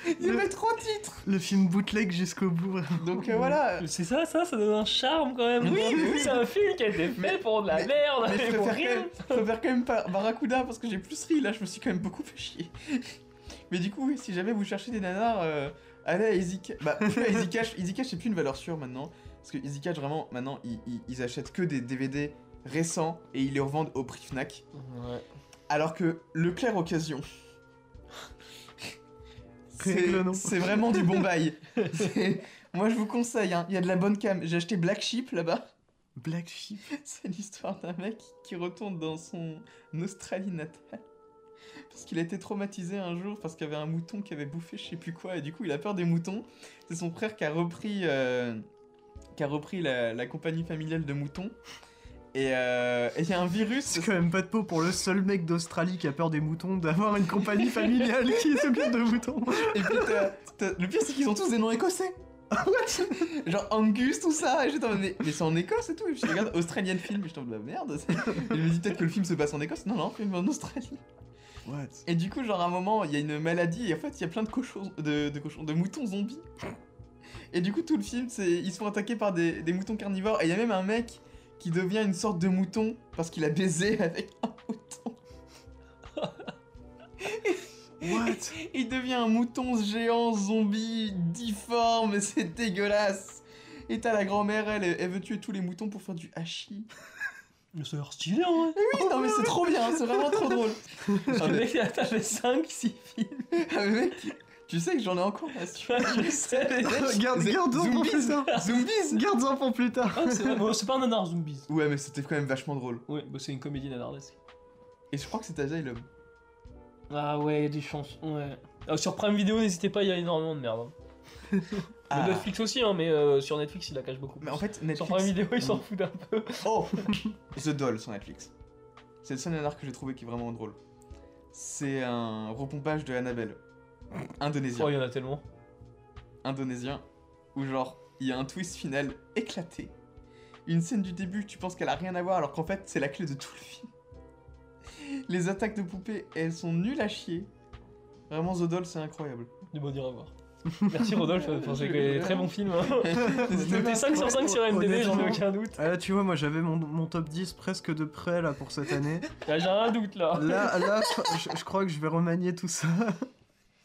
C: Il y
A: Le-
C: avait trois titres
A: le film bootleg jusqu'au bout.
C: Donc euh, voilà
B: C'est ça, ça, ça donne un charme quand même.
C: Oui, oui, oui.
B: c'est un film qui a été fait
C: Mais-
B: pour de la
C: mais-
B: merde.
C: Mais je
B: et pour
C: préfère, quand
B: rien.
C: même, je préfère quand même par- Barracuda parce que j'ai plus ri là, je me suis quand même beaucoup fait chier. Mais du coup, oui, si jamais vous cherchez des nanars, euh, allez à Easy Cash. Bah, plus à Easy Cash, Easy Cash c'est plus une valeur sûre maintenant. Parce que Easy Cash, vraiment, maintenant, ils, ils- ils achètent que des DVD récents et ils les revendent au prix Fnac.
B: Ouais.
C: Alors que Leclerc Occasion. C'est
A: Règle non.
C: c'est vraiment du bon bail. C'est- Moi je vous conseille, hein, il y a de la bonne cam. J'ai acheté Black Sheep là-bas.
A: Black Sheep.
C: C'est l'histoire d'un mec qui retourne dans son Australie natale. Parce qu'il a été traumatisé un jour parce qu'il y avait un mouton qui avait bouffé je sais plus quoi et du coup il a peur des moutons. C'est son frère qui a repris, euh, qui a repris la, la compagnie familiale de moutons. Et euh, et il y a un virus.
A: C'est quand même pas de peau pour le seul mec d'Australie qui a peur des moutons d'avoir une compagnie familiale qui s'occupe de moutons.
C: Et puis t'as- t'as- le pire c'est qu'ils ont tous des noms écossais. Genre Angus, tout ça. Et j'étais en mode, mais, mais c'est en Écosse et tout. Et puis je regarde Australian film. Et je tombe de la bah, merde. Et je me dis peut-être que le film se passe en Écosse. Non, non, film en Australie.
A: What
C: Et du coup, genre à un moment, il y a une maladie. Et en fait, il y a plein de cochons, de, de cochons, de moutons zombies. Et du coup, tout le film, c'est ils se font attaquer par des, des moutons carnivores. Et il y a même un mec qui devient une sorte de mouton parce qu'il a baisé avec un mouton.
A: What
C: Il devient un mouton géant, zombie, difforme, c'est dégueulasse. Et t'as la grand-mère, elle, elle veut tuer tous les moutons pour faire du hachis.
B: Mais ça a l'air stylé, hein
C: Oui, non mais c'est trop bien, c'est vraiment trop drôle.
B: Parce
C: Ah,
B: que
C: mais-
B: mec, t'as fait 5, 6 films.
C: Ah, mais mec, tu sais que j'en ai encore à
B: Tu vois, je sais. mais-
A: Garde, garde en plus
C: Zombies
A: tard
C: Zombies
A: Garde en pour plus tard
B: Ah, c'est vrai. Bon, c'est pas un nanar zombies.
C: Ouais, mais c'était quand même vachement drôle.
B: Ouais, bah, c'est une comédie nanardesque.
C: Et je crois que c'est Asylum.
B: Ah ouais, y a des chances. Ouais. Ah, sur Prime Video, n'hésitez pas, il y a énormément de merde. hein.
C: Ah.
B: Mais Netflix aussi, hein, mais euh, sur Netflix, il la cache beaucoup.
C: Mais en
B: plus.
C: fait,
B: sur
C: Netflix.
B: Prime Video, ils s'en foutent un peu.
C: Oh The Doll sur Netflix. C'est le seul nanar que j'ai trouvé qui est vraiment drôle. C'est un repompage de Annabelle. Indonésien.
B: Oh, il y en a tellement.
C: indonésien où genre il y a un twist final éclaté. Une scène du début, tu penses qu'elle a rien à voir alors qu'en fait c'est la clé de tout le film. Les attaques de poupées, elles sont nulles à chier. Vraiment The Doll, c'est incroyable.
B: Du bon dire à voir. Merci Rodolphe pour ces très bons films. hein.
C: N'hésitez
B: Notez
C: pas.
B: 5 sur 5 sur MDB, j'en ai
A: Honnêtement.
B: aucun doute.
A: Ah, là, tu vois, moi j'avais mon, mon top 10 presque de près là pour cette année.
B: Là, J'ai un doute là.
A: Là, là je, je crois que je vais remanier tout ça.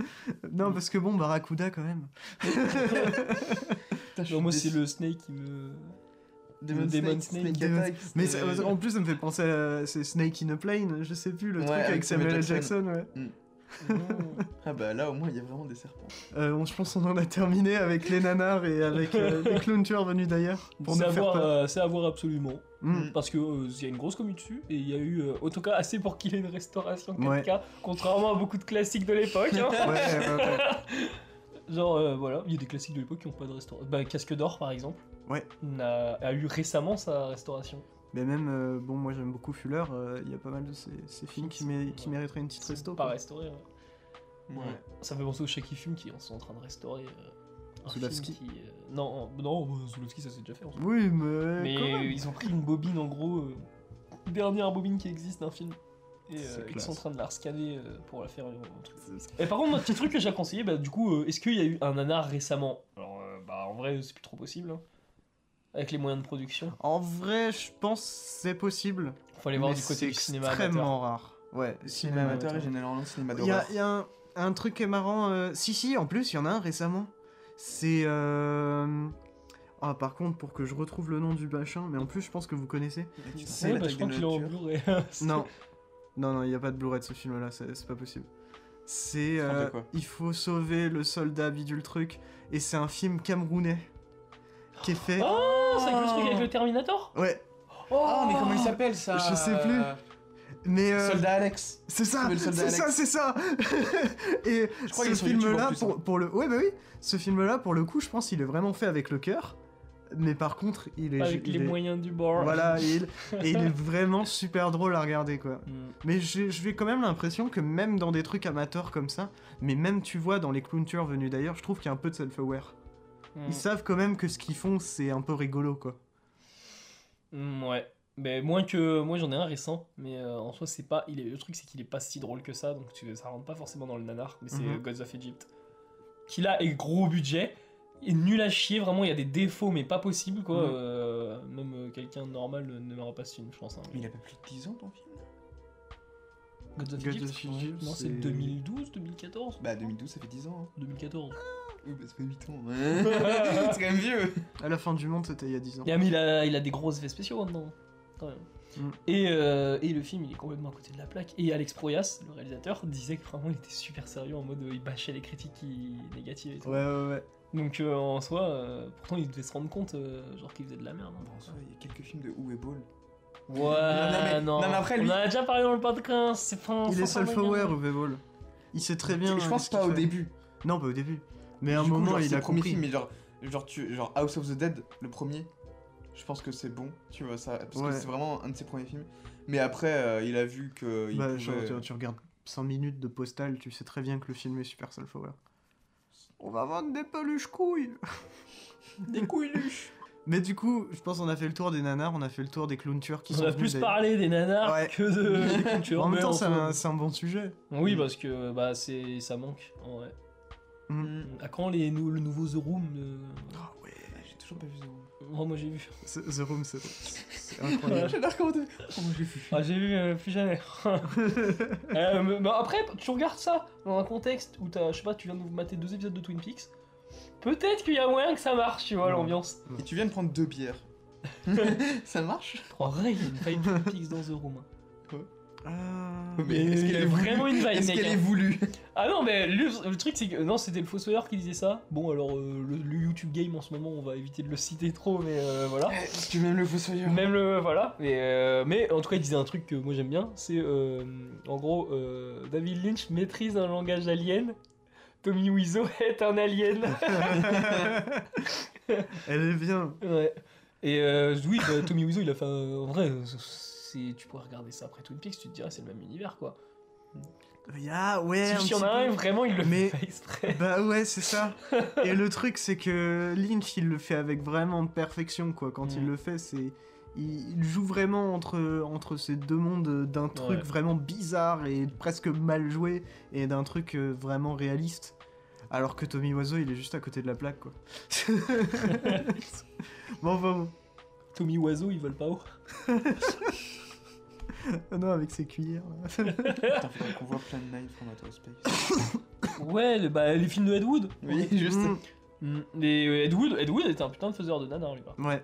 A: Non, parce que bon, Barracuda quand même.
C: Putain, je suis
B: Non, Bah, moi, c'est
C: déçu.
B: le Snake qui me.
C: Demon,
B: Demon
C: Snake,
B: Snake.
C: Snake Attack,
A: Mais
C: c'est-
B: Euh,
A: ça- en plus, ça me fait penser à c'est Snake in a Plane, je sais plus, le
C: Ouais,
A: truc avec,
C: avec
A: Samuel
C: Samuel
A: L. Jackson. ouais.
B: euh,
C: Ah bah là au moins il y a vraiment des serpents.
A: Euh, bon, je pense qu'on en a terminé avec les nanars et avec euh, les clowns tueurs venus d'ailleurs. Pour
B: C'est
A: nous
B: à,
A: faire
B: voir,
A: peur.
B: euh, c'est à voir absolument.
A: Mm.
B: Parce que euh, il y a une grosse commune dessus. Et il y a eu, euh, en tout cas, assez pour qu'il ait une restauration 4K. Contrairement à beaucoup de classiques de l'époque. hein.
A: Ouais, ouais, ouais.
B: Genre, euh, voilà, il y a des classiques de l'époque qui n'ont pas de restauration. Bah, Casque d'Or, par exemple.
A: Ouais.
B: n'a- A, eu récemment sa restauration.
A: Mais même, euh, bon, moi j'aime beaucoup Fuller, euh, il y a pas mal de ces, ces films qui, mé- qui mériteraient une petite resto.
B: Pas
A: quoi.
B: restauré. ouais. Ouais. Ça fait penser aux Shaky Film qui en sont en train de restaurer. euh, un
A: Zulawski.
B: film qui, euh, Non, euh, non bah, Zulawski, ça s'est déjà fait. en fait.
A: Oui, mais.
B: Mais
A: quand
B: euh,
A: même.
B: ils ont pris une bobine, en gros, euh, dernière bobine qui existe d'un film. Et
A: C'est
B: euh, ils
A: classe.
B: sont en train de la rescanner euh, pour la faire. euh, un truc. Et par contre, un petit truc que j'ai conseillé, bah, du coup, euh, est-ce qu'il y a eu un nanar récemment Alors, euh, bah, en vrai, c'est plus trop possible. hein, Avec les moyens de production.
A: En vrai, je pense que c'est possible.
B: Faut aller voir
A: mais
B: du côté
A: c'est
B: du cinéma amateur.
A: extrêmement rare. Ouais,
C: Cinéma amateur et généralement cinéma
A: Il y
C: d'horreur.
A: a, il y a un, un truc qui est marrant. euh, Si, si, en plus, il y en a un récemment. C'est. euh, Ah, par contre, pour que je retrouve le nom du machin, mais en plus, je pense que vous connaissez.
C: Et tu sais,
B: Ouais, bah,
C: l'attaque
B: je
C: des
B: crois qu'il est en
C: Nature.
B: Blu-ray.
A: Non. Non, non, il n'y a pas de Blu-ray de ce film-là, c'est c'est pas possible. C'est.
C: Attends,
A: euh,
C: de quoi
A: il faut sauver le soldat bidule truc. Et c'est un film camerounais. Qui est fait.
B: Ah, c'est avec le truc avec le Terminator
A: Ouais,
C: Oh mais comment il s'appelle ça
A: Je sais plus. mais. euh,
C: Soldat Alex.
A: C'est ça,
C: Sauver le
A: c'est
C: soldat
A: ça, c'est ça. Et
C: crois
A: ce
C: qu'il est sur YouTube, en
A: film-là,
C: plus, hein.
A: pour, pour le, ouais, bah oui, ce film-là, pour le coup, je pense, il est vraiment fait avec le cœur. Mais par contre, il est,
B: Avec
A: il
B: les
A: est-
B: moyens du bord.
A: voilà, et il, et il est vraiment super drôle à regarder, quoi.
B: Hmm.
A: Mais j'ai j'ai quand même l'impression que même dans des trucs amateurs comme ça, mais même tu vois dans les clown tueurs venus d'ailleurs, je trouve qu'il y a un peu de self-aware.
B: Hmm.
A: Ils savent quand même que ce qu'ils font, c'est un peu rigolo, quoi.
B: Hmm, ouais. Mais moins que. Moi j'en ai un récent, mais euh, en soi c'est pas. Il est... Le truc c'est qu'il est pas si drôle que ça, donc tu... ça rentre pas forcément dans le nanar, mais c'est
A: Mhm.
B: euh, Gods of Egypt. Qui là est gros budget, est nul à chier, vraiment il y a des défauts, mais pas possible quoi.
A: Mhm.
B: Euh, Même euh, quelqu'un de normal ne ne m'aura pas ce film, je pense. hein.
C: Mais il a pas plus de 10 ans ton film
B: Gods of
A: Gods
B: Egypt,
A: of Egypt,
B: Non, c'est
A: c'est-
B: 2012, 2014
C: Bah 2012 ça fait 10 ans. hein.
B: 2014.
C: Oui, bah, ça fait 8 ans. hein. c'est quand même vieux.
A: À la fin du monde, c'était il y a 10 ans.
B: Ah, mais il a, il a des gros effets spéciaux maintenant. Quand même.
A: Mm.
B: Et, euh, et le film, il est complètement à côté de la plaque. Et Alex Proyas, le réalisateur, disait que vraiment il était super sérieux en mode euh, il bâchait les critiques qui- négatives et tout.
A: Ouais, ouais, ouais.
B: Donc euh, en soi, euh, pourtant il devait se rendre compte euh, genre qu'il faisait de la merde. hein.
C: En soi, il y a quelques films de Où est Ball.
B: Ouais,
C: non, mais-
B: non.
C: non, mais après, lui-
B: On en a déjà parlé dans le podcast, c'est pas.
A: Il est
B: c'est pas
A: self-aware,
B: moyen.
A: Uwe Boll. Il sait très bien.
C: je
A: euh,
C: pense
A: ce qu'il
C: pas au
A: fait.
C: début.
A: Non, pas au début. Mais à un
C: Du coup,
A: moment,
C: genre, c'est
A: il a
C: le premier
A: compris.
C: film, mais genre, genre, tu, genre House of the Dead, le premier, je pense que c'est bon, tu vois, ça, parce
A: Ouais.
C: que c'est vraiment un de ses premiers films. Mais après, euh, il a vu que. il
A: Bah,
C: pouvait-
A: genre, tu, tu regardes 100 minutes de Postal, tu sais très bien que le film est super self-aware. On va vendre des peluches couilles
C: Des couilluches
A: Mais du coup, je pense qu'on a fait le tour des nanars, on a fait le tour des clowns turcs qui
B: On
A: sont
B: a
A: venus
B: plus
A: des-
B: parlé des nanars
A: Ouais.
B: que de des cultures,
A: En même
B: mais
A: temps, c'est
B: soi-
A: un, c'est un bon sujet.
B: Oui, parce que bah, c'est- ça manque. en vrai.
A: Mhm.
B: À quand les, nou- le nouveau The Room euh,
A: Ah ouais.
C: J'ai toujours pas vu ça.
B: Moi, moi j'ai vu.
A: The The Room, c'est- c'est incroyable.
C: J'ai recommandé. Oh, moi, j'ai vu.
B: Ah, j'ai vu euh, plus jamais. Euh, mais, mais après, tu regardes ça dans un contexte où t'as, je sais pas, tu viens de vous mater deux épisodes de Twin Peaks. Peut-être qu'il y a moyen que ça marche, tu vois,
A: Non.
B: l'ambiance.
C: Et tu viens de prendre deux bières. ça marche
B: En vrai, il y a une vibe Twin Peaks dans The Room. hein.
A: Ah.
C: Mais
B: il
C: est-ce
B: y
C: qu'elle
B: a
C: est
B: vraiment une vibe,
C: Est-ce
B: mec.
C: qu'elle
B: hein.
C: est voulue
B: Ah non, mais le, le truc, c'est que. Non, c'était le Fossoyeur qui disait ça. Bon, alors, euh, le, le YouTube Game en ce moment, on va éviter de le citer trop, mais euh, voilà.
C: Eh, Si tu m'aimes le fossoyeur.
B: Même le. Voilà. Mais, euh, mais en tout cas, il disait un truc que moi j'aime bien. C'est euh, en gros, euh, David Lynch maîtrise un langage alien. Tommy Wiseau est un alien.
A: Elle est bien.
B: ouais. Et euh, oui, bah, Tommy Wiseau, il a fait. un- En vrai, c'est, tu pourrais regarder ça après Twin Peaks, tu te dirais, c'est le même univers quoi.
A: Yeah, ouais. un
B: si il y en
A: petit
B: a un,
A: peu.
B: vraiment, il le
A: Mais-
B: fait exprès.
A: Bah ouais, c'est ça. Et le truc, c'est que Lynch, il le fait avec vraiment perfection, quoi. Quand il
B: Mm.
A: le fait, c'est... Il il joue vraiment entre, entre ces deux mondes d'un truc
B: Ouais.
A: vraiment bizarre et presque mal joué et d'un truc euh, vraiment réaliste. Alors que Tommy Wiseau, il est juste à côté de la plaque, quoi. bon, enfin,
B: Tommy Wiseau, il vole pas haut.
A: bon. Non, avec ses cuillères. là.
C: Putain, faudrait qu'on voit plein de Nine from Outer Space.
B: Ouais, le- bah, les films de Ed Wood.
C: Oui, juste.
B: Mm. Les, euh, Ed, Wood, Ed Wood était un putain de faiseur de nanar, lui. quoi.
A: Mm, Ouais.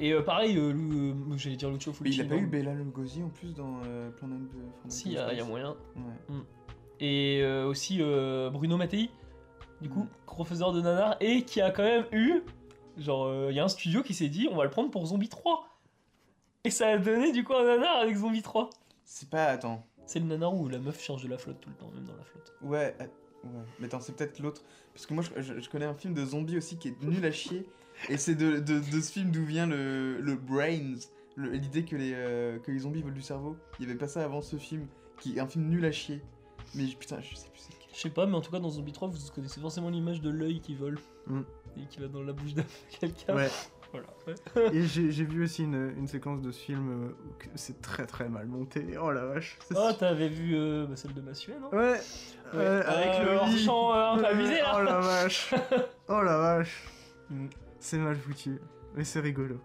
B: Et euh, pareil, euh, le- euh, j'allais dire Lucio
C: Mais il
B: Fulci.
C: a pas
B: non.
C: eu Bella Lugosi en plus dans euh, plein de from
B: Si, euh, il
C: Outer
B: y, a y a
C: Space.
B: moyen.
C: Ouais.
B: Et euh, aussi euh, Bruno Mattei, du coup,
C: Mm.
B: gros faiseur de nanar, et qui a quand même eu. Genre, euh, il y a un studio qui s'est dit, on va le prendre pour Zombie 3. Et ça a donné du coup un nanar avec Zombie 3.
C: C'est pas. Attends.
B: C'est le nanar où la meuf change de la flotte tout le temps, même dans la flotte.
C: Ouais. euh, Ouais. Mais attends, c'est peut-être l'autre. Parce que moi, je, je- je connais un film de zombies aussi qui est nul à chier. Et c'est de, de, de ce film d'où vient le, le Brains. le- L'idée que, les euh, que les zombies veulent du cerveau. Il y avait pas ça avant ce film. Qui est un film nul à chier. Mais je- putain, je sais plus c'est lequel.
B: Je sais pas, mais en tout cas, dans Zombie 3, vous connaissez forcément l'image de l'œil qui vole
A: Mm.
B: et qui va dans la bouche de quelqu'un.
A: Ouais.
B: Voilà. ouais.
A: Et j'ai j'ai vu aussi une, une séquence de ce film euh, où que- c'est très très mal monté. Oh la vache. c'est
B: Oh, t'avais vu euh, bah, celle de Massuet, non
A: Ouais, euh,
B: Ah,
A: avec le lit.
B: chant un peu abusé
A: Euh,
B: là.
A: Oh la vache. oh la vache.
B: Mm.
A: C'est mal foutu. Mais c'est rigolo.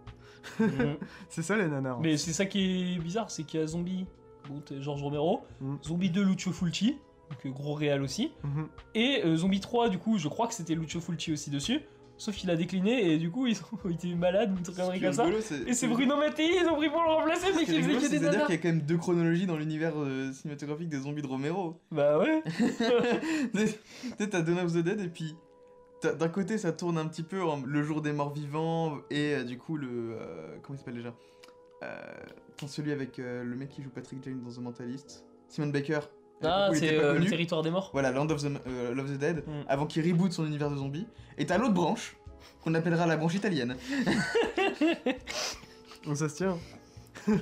A: Oh C'est ça les nanars.
B: Mais c'est ça qui est bizarre, c'est qu'il y a Zombie, bon, t'es George Romero,
A: Mm.
B: Zombie 2 Lucio Fulci, donc euh, gros réal aussi,
A: Mhm.
B: et euh, Zombie 3 du coup je crois que c'était Lucio Fulci aussi dessus, sauf qu'il a décliné et du coup ils ont été malades ou un truc comme ça.
C: rigolo, c'est-
B: Et c'est Bruno Mattei, ils ont pris pour le remplacer mais
C: Ce qui est
B: qu'ils
C: rigolo,
B: faisaient que des
C: C'est-à-dire
B: nanas.
C: qu'il y a quand même deux chronologies dans l'univers euh, cinématographique des zombies de Romero.
B: Bah ouais.
C: tu sais, t'as Dawn of the Dead et puis t'as- d'un côté ça tourne un petit peu en le jour des morts vivants et euh, du coup le euh, comment il s'appelle déjà euh, putain, celui avec euh, le mec qui joue Patrick Jane dans The Mentalist, Simon Baker. À
B: Ah,
C: l'époque où il
B: c'est
C: était pas
B: euh, le
C: connu.
B: territoire des morts.
C: Voilà, Land of the, euh, Love the Dead,
B: Mm.
C: avant qu'il reboot son univers de zombies. Et t'as l'autre branche, qu'on appellera la branche italienne.
A: Donc ça se tient. hein.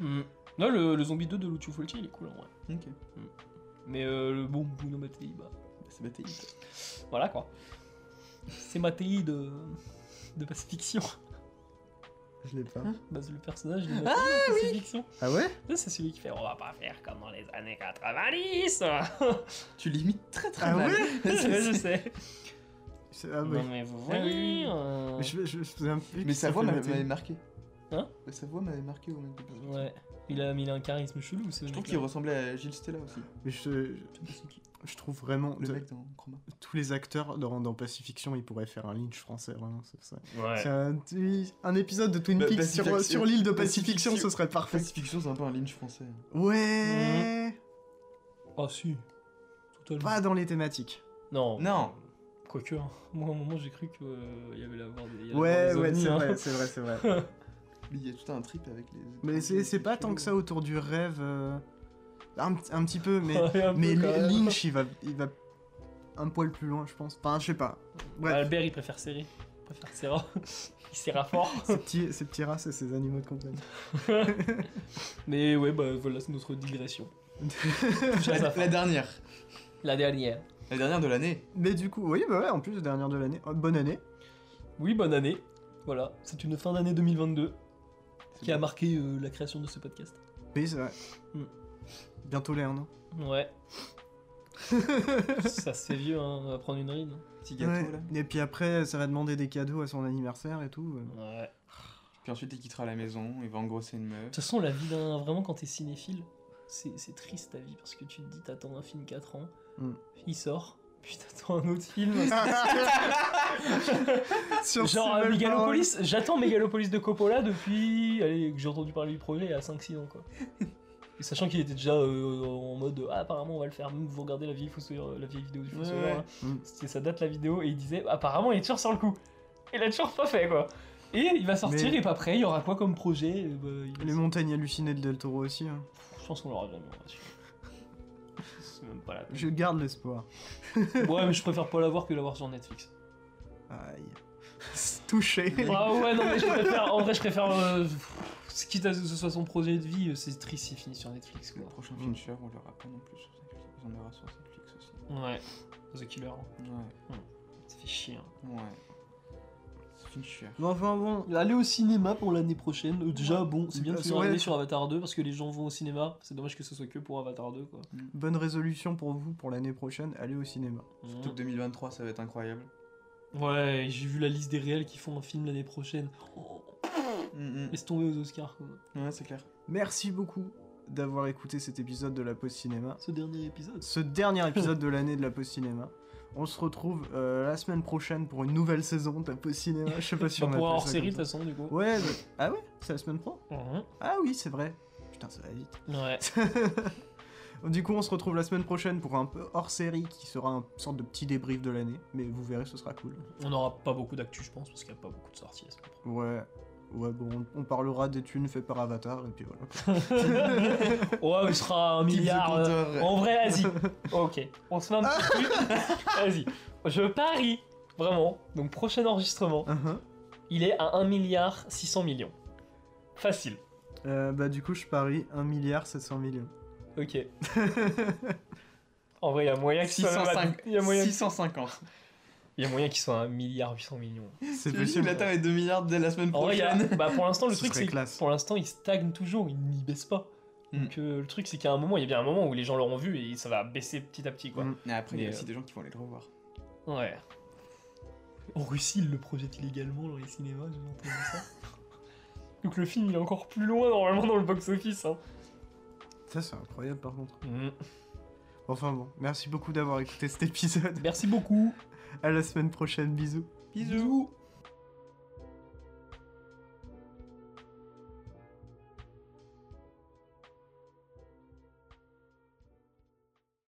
B: Mm. Non, le, le Zombie 2 de Lucio Fulci il est cool en vrai.
C: Ok, Bah,
B: Mais euh, le bon Bruno Mattei, bah
C: c'est bâté.
B: voilà quoi. C'est Mattei de, de Pacifiction.
A: Je l'ai pas.
B: Bah, c'est le personnage de Mattei de Pacifiction.
A: Ah ouais
B: Ça, C'est celui qui fait on va pas faire comme dans les années 90
C: Tu l'imites très très
A: Ah
C: mal.
A: ouais
B: Ouais, Je sais.
A: C'est- Ah ouais.
B: Non mais vous
A: Ah oui,
B: voyez.
A: oui.
B: euh,
A: Mais je, je, je faisais un pic,
C: Mais sa voix
A: fait
C: m'a-
A: noter.
C: m'avait marqué. Bah,
B: Hein
C: Sa voix m'avait marqué au mec de Pacific.
B: Ouais. Il a, mais il a un charisme chelou. ce
C: Je trouve qu'il
B: mec-là.
C: ressemblait à Gilles Stella aussi.
A: Mais je, je trouve vraiment
C: Le
A: de-
C: mec dans Chroma.
A: tous les acteurs dans, dans Pacifiction, ils pourraient faire un Lynch français vraiment. C'est ça.
B: Ouais.
A: C'est un, un épisode de Twin
C: Bah,
A: Peaks
C: Pacifiction.
A: sur, sur l'île de Pacifiction,
C: Pacifiction.
A: ce serait parfait.
C: Pacifiction, c'est un peu un Lynch français.
A: Ouais.
B: Mm-hmm. Ah si. Totalement.
A: Pas dans les thématiques.
B: Non.
C: Non.
B: euh, Quoique, hein. moi à un moment j'ai cru que euh, il y avait la voix des. il y avait la
A: Ouais,
B: voix
A: ouais,
B: des
A: c'est
B: ovnis,
A: vrai,
B: hein.
A: c'est vrai, c'est vrai.
C: Mais il y a tout un trip avec les.
A: Mais c'est c'est pas tant que ça autour du rêve. euh, Un, petit- un petit peu, mais,
B: Ouais, un peu
A: mais
B: quand même.
A: Lynch, il va, il va un poil plus loin, je pense. Enfin, je sais pas. Bref,
B: Albert il préfère serrer. Il préfère serra. il serra fort.
A: ces petits, ces petits races et ces animaux de compagnie.
B: mais ouais, bah voilà, c'est notre digression.
C: La, la dernière.
B: La dernière.
C: La dernière de l'année.
A: Mais du coup, oui, bah ouais, en plus, dernière de l'année. Oh, bonne année.
B: Oui, bonne année. Voilà, c'est une fin d'année 2022 qui a
C: bon.
B: marqué euh, la création de ce podcast.
A: Oui, c'est vrai.
B: Hmm.
A: Bientôt les un an.
B: Ouais. ça se fait vieux, hein, on va prendre une ride.
C: Petit gâteau là.
A: Et puis après, ça va demander des cadeaux à son anniversaire et tout.
B: Ouais.
C: Puis ensuite, il quittera la maison, il va engrosser une meuf.
B: De toute façon, la vie d'un. Vraiment, quand t'es cinéphile, c'est c'est triste ta vie parce que tu te dis, t'attends un film 4 ans,
A: Mm.
B: il sort, puis t'attends un autre film.
A: Sur ces
B: Genre euh,
A: belles
B: Megalopolis, j'attends Megalopolis de Coppola depuis allez, que j'ai entendu parler du projet il y a 5-6 ans quoi. Et sachant qu'il était déjà euh, en mode ah, apparemment on va le faire, vous regardez la vieille, fossoyeur- la vieille vidéo du
C: Ouais,
B: fossoyeur.
C: ouais.
B: là.
A: Mm.
B: C'était ça date la vidéo et il disait apparemment il est toujours sur le coup. Et il a toujours pas fait quoi. Et il va sortir
A: Mais-
B: et pas prêt, il y aura quoi comme projet Euh, bah, il-
A: paroles. Les montagnes hallucinées de Del Toro aussi. hein.
B: Je pense qu'on l'aura jamais. on va sûr. C'est même pas la peine.
A: Je garde l'espoir.
B: Ouais mais je préfère pas l'avoir que l'avoir sur Netflix.
A: Aïe. Touché.
B: Ah ouais, non, mais je préfère. En vrai, je préfère. euh, pff, quitte à ce que ce soit son projet de vie, euh, c'est triste s'il finit sur Netflix.
C: Le
B: Quoi.
C: prochain
A: Mm.
C: Fincher, on l'aura pas non plus sur Netflix. On l'aura sur Netflix aussi.
B: Ouais. The Killer, hein.
C: Ouais,
B: ça fait chier. hein.
C: ouais. Fincher.
A: Mais enfin bon.
B: Aller au cinéma pour l'année prochaine, euh, déjà bon, c'est bien de
A: Parce
B: finir
A: que, ouais,
B: l'année sur Avatar 2 parce que les gens vont au cinéma. C'est dommage que ce soit que pour Avatar 2, quoi.
A: Bonne résolution pour vous pour l'année prochaine, allez au cinéma.
C: Surtout
B: Hein.
C: que 2023, ça va être incroyable.
B: Ouais, j'ai vu la liste des réels qui font un film l'année prochaine. Oh,
C: Mm, mm.
B: laisse tomber aux Oscars, quoi.
C: Ouais, c'est clair.
A: Merci beaucoup d'avoir écouté cet épisode de la Pause Cinéma.
B: Ce dernier épisode.
A: Ce dernier épisode de l'année de la Pause Cinéma. On se retrouve euh, la semaine prochaine pour une nouvelle saison de la Pause Cinéma. Je sais pas si
B: Pas
A: on
B: pour
A: appelle
B: hors
A: ça
B: série de
A: comme
B: toute façon, du coup.
A: ça. Ouais, mais- ah ouais, c'est la semaine pro
B: Mhm.
A: Ah oui, c'est vrai. Putain, ça va vite.
B: Ouais.
A: Du coup, on se retrouve la semaine prochaine pour un peu hors série qui sera une sorte de petit débrief de l'année, mais vous verrez, ce sera cool.
B: On n'aura pas beaucoup d'actu, je pense, parce qu'il n'y a pas beaucoup de sorties à ce moment.
A: Ouais, ouais, bon, on parlera des thunes faites par Avatar, et puis voilà. quoi.
B: Ouais, il sera un milliard. euh, En vrai, vas-y. Ok, on se met un petit
A: Ah.
B: truc. Vas-y. Je parie, vraiment. Donc, prochain enregistrement,
A: Uh-huh.
B: il est à 1 milliard 600 millions. Facile.
A: Euh, bah, du coup, je parie 1 milliard 700 millions.
B: Ok. En vrai, il y a moyen qu'il soit. même à- Il y a moyen,
C: 650.
B: il y a moyen qu'il soit à 1 milliard 800 millions.
A: C'est
C: Possible,
A: possible.
C: la taille est 2 milliards dès la semaine
B: En vrai, il y a-
C: prochaine.
B: bah, pour l'instant, le
A: Ce
B: truc,
A: serait
B: c'est
A: classe. Mm.
B: pour l'instant, il stagne toujours, il n'y baisse pas. Donc, euh, le truc, c'est qu'à un moment, il y a bien un moment où les gens l'auront vu et ça va baisser petit à petit, quoi.
A: Mm.
C: Mais après, il y a
B: Mais, euh,
C: aussi des gens qui vont aller le revoir.
B: Ouais. En Russie, ils le projettent illégalement dans les cinémas, j'ai entendu ça. Donc le film, il est encore plus loin normalement dans le box-office. Hein.
A: Ça, c'est incroyable, par contre.
B: Mm.
A: Enfin bon, merci beaucoup d'avoir écouté cet épisode.
B: Merci beaucoup.
A: À la semaine prochaine, bisous.
B: Bisous.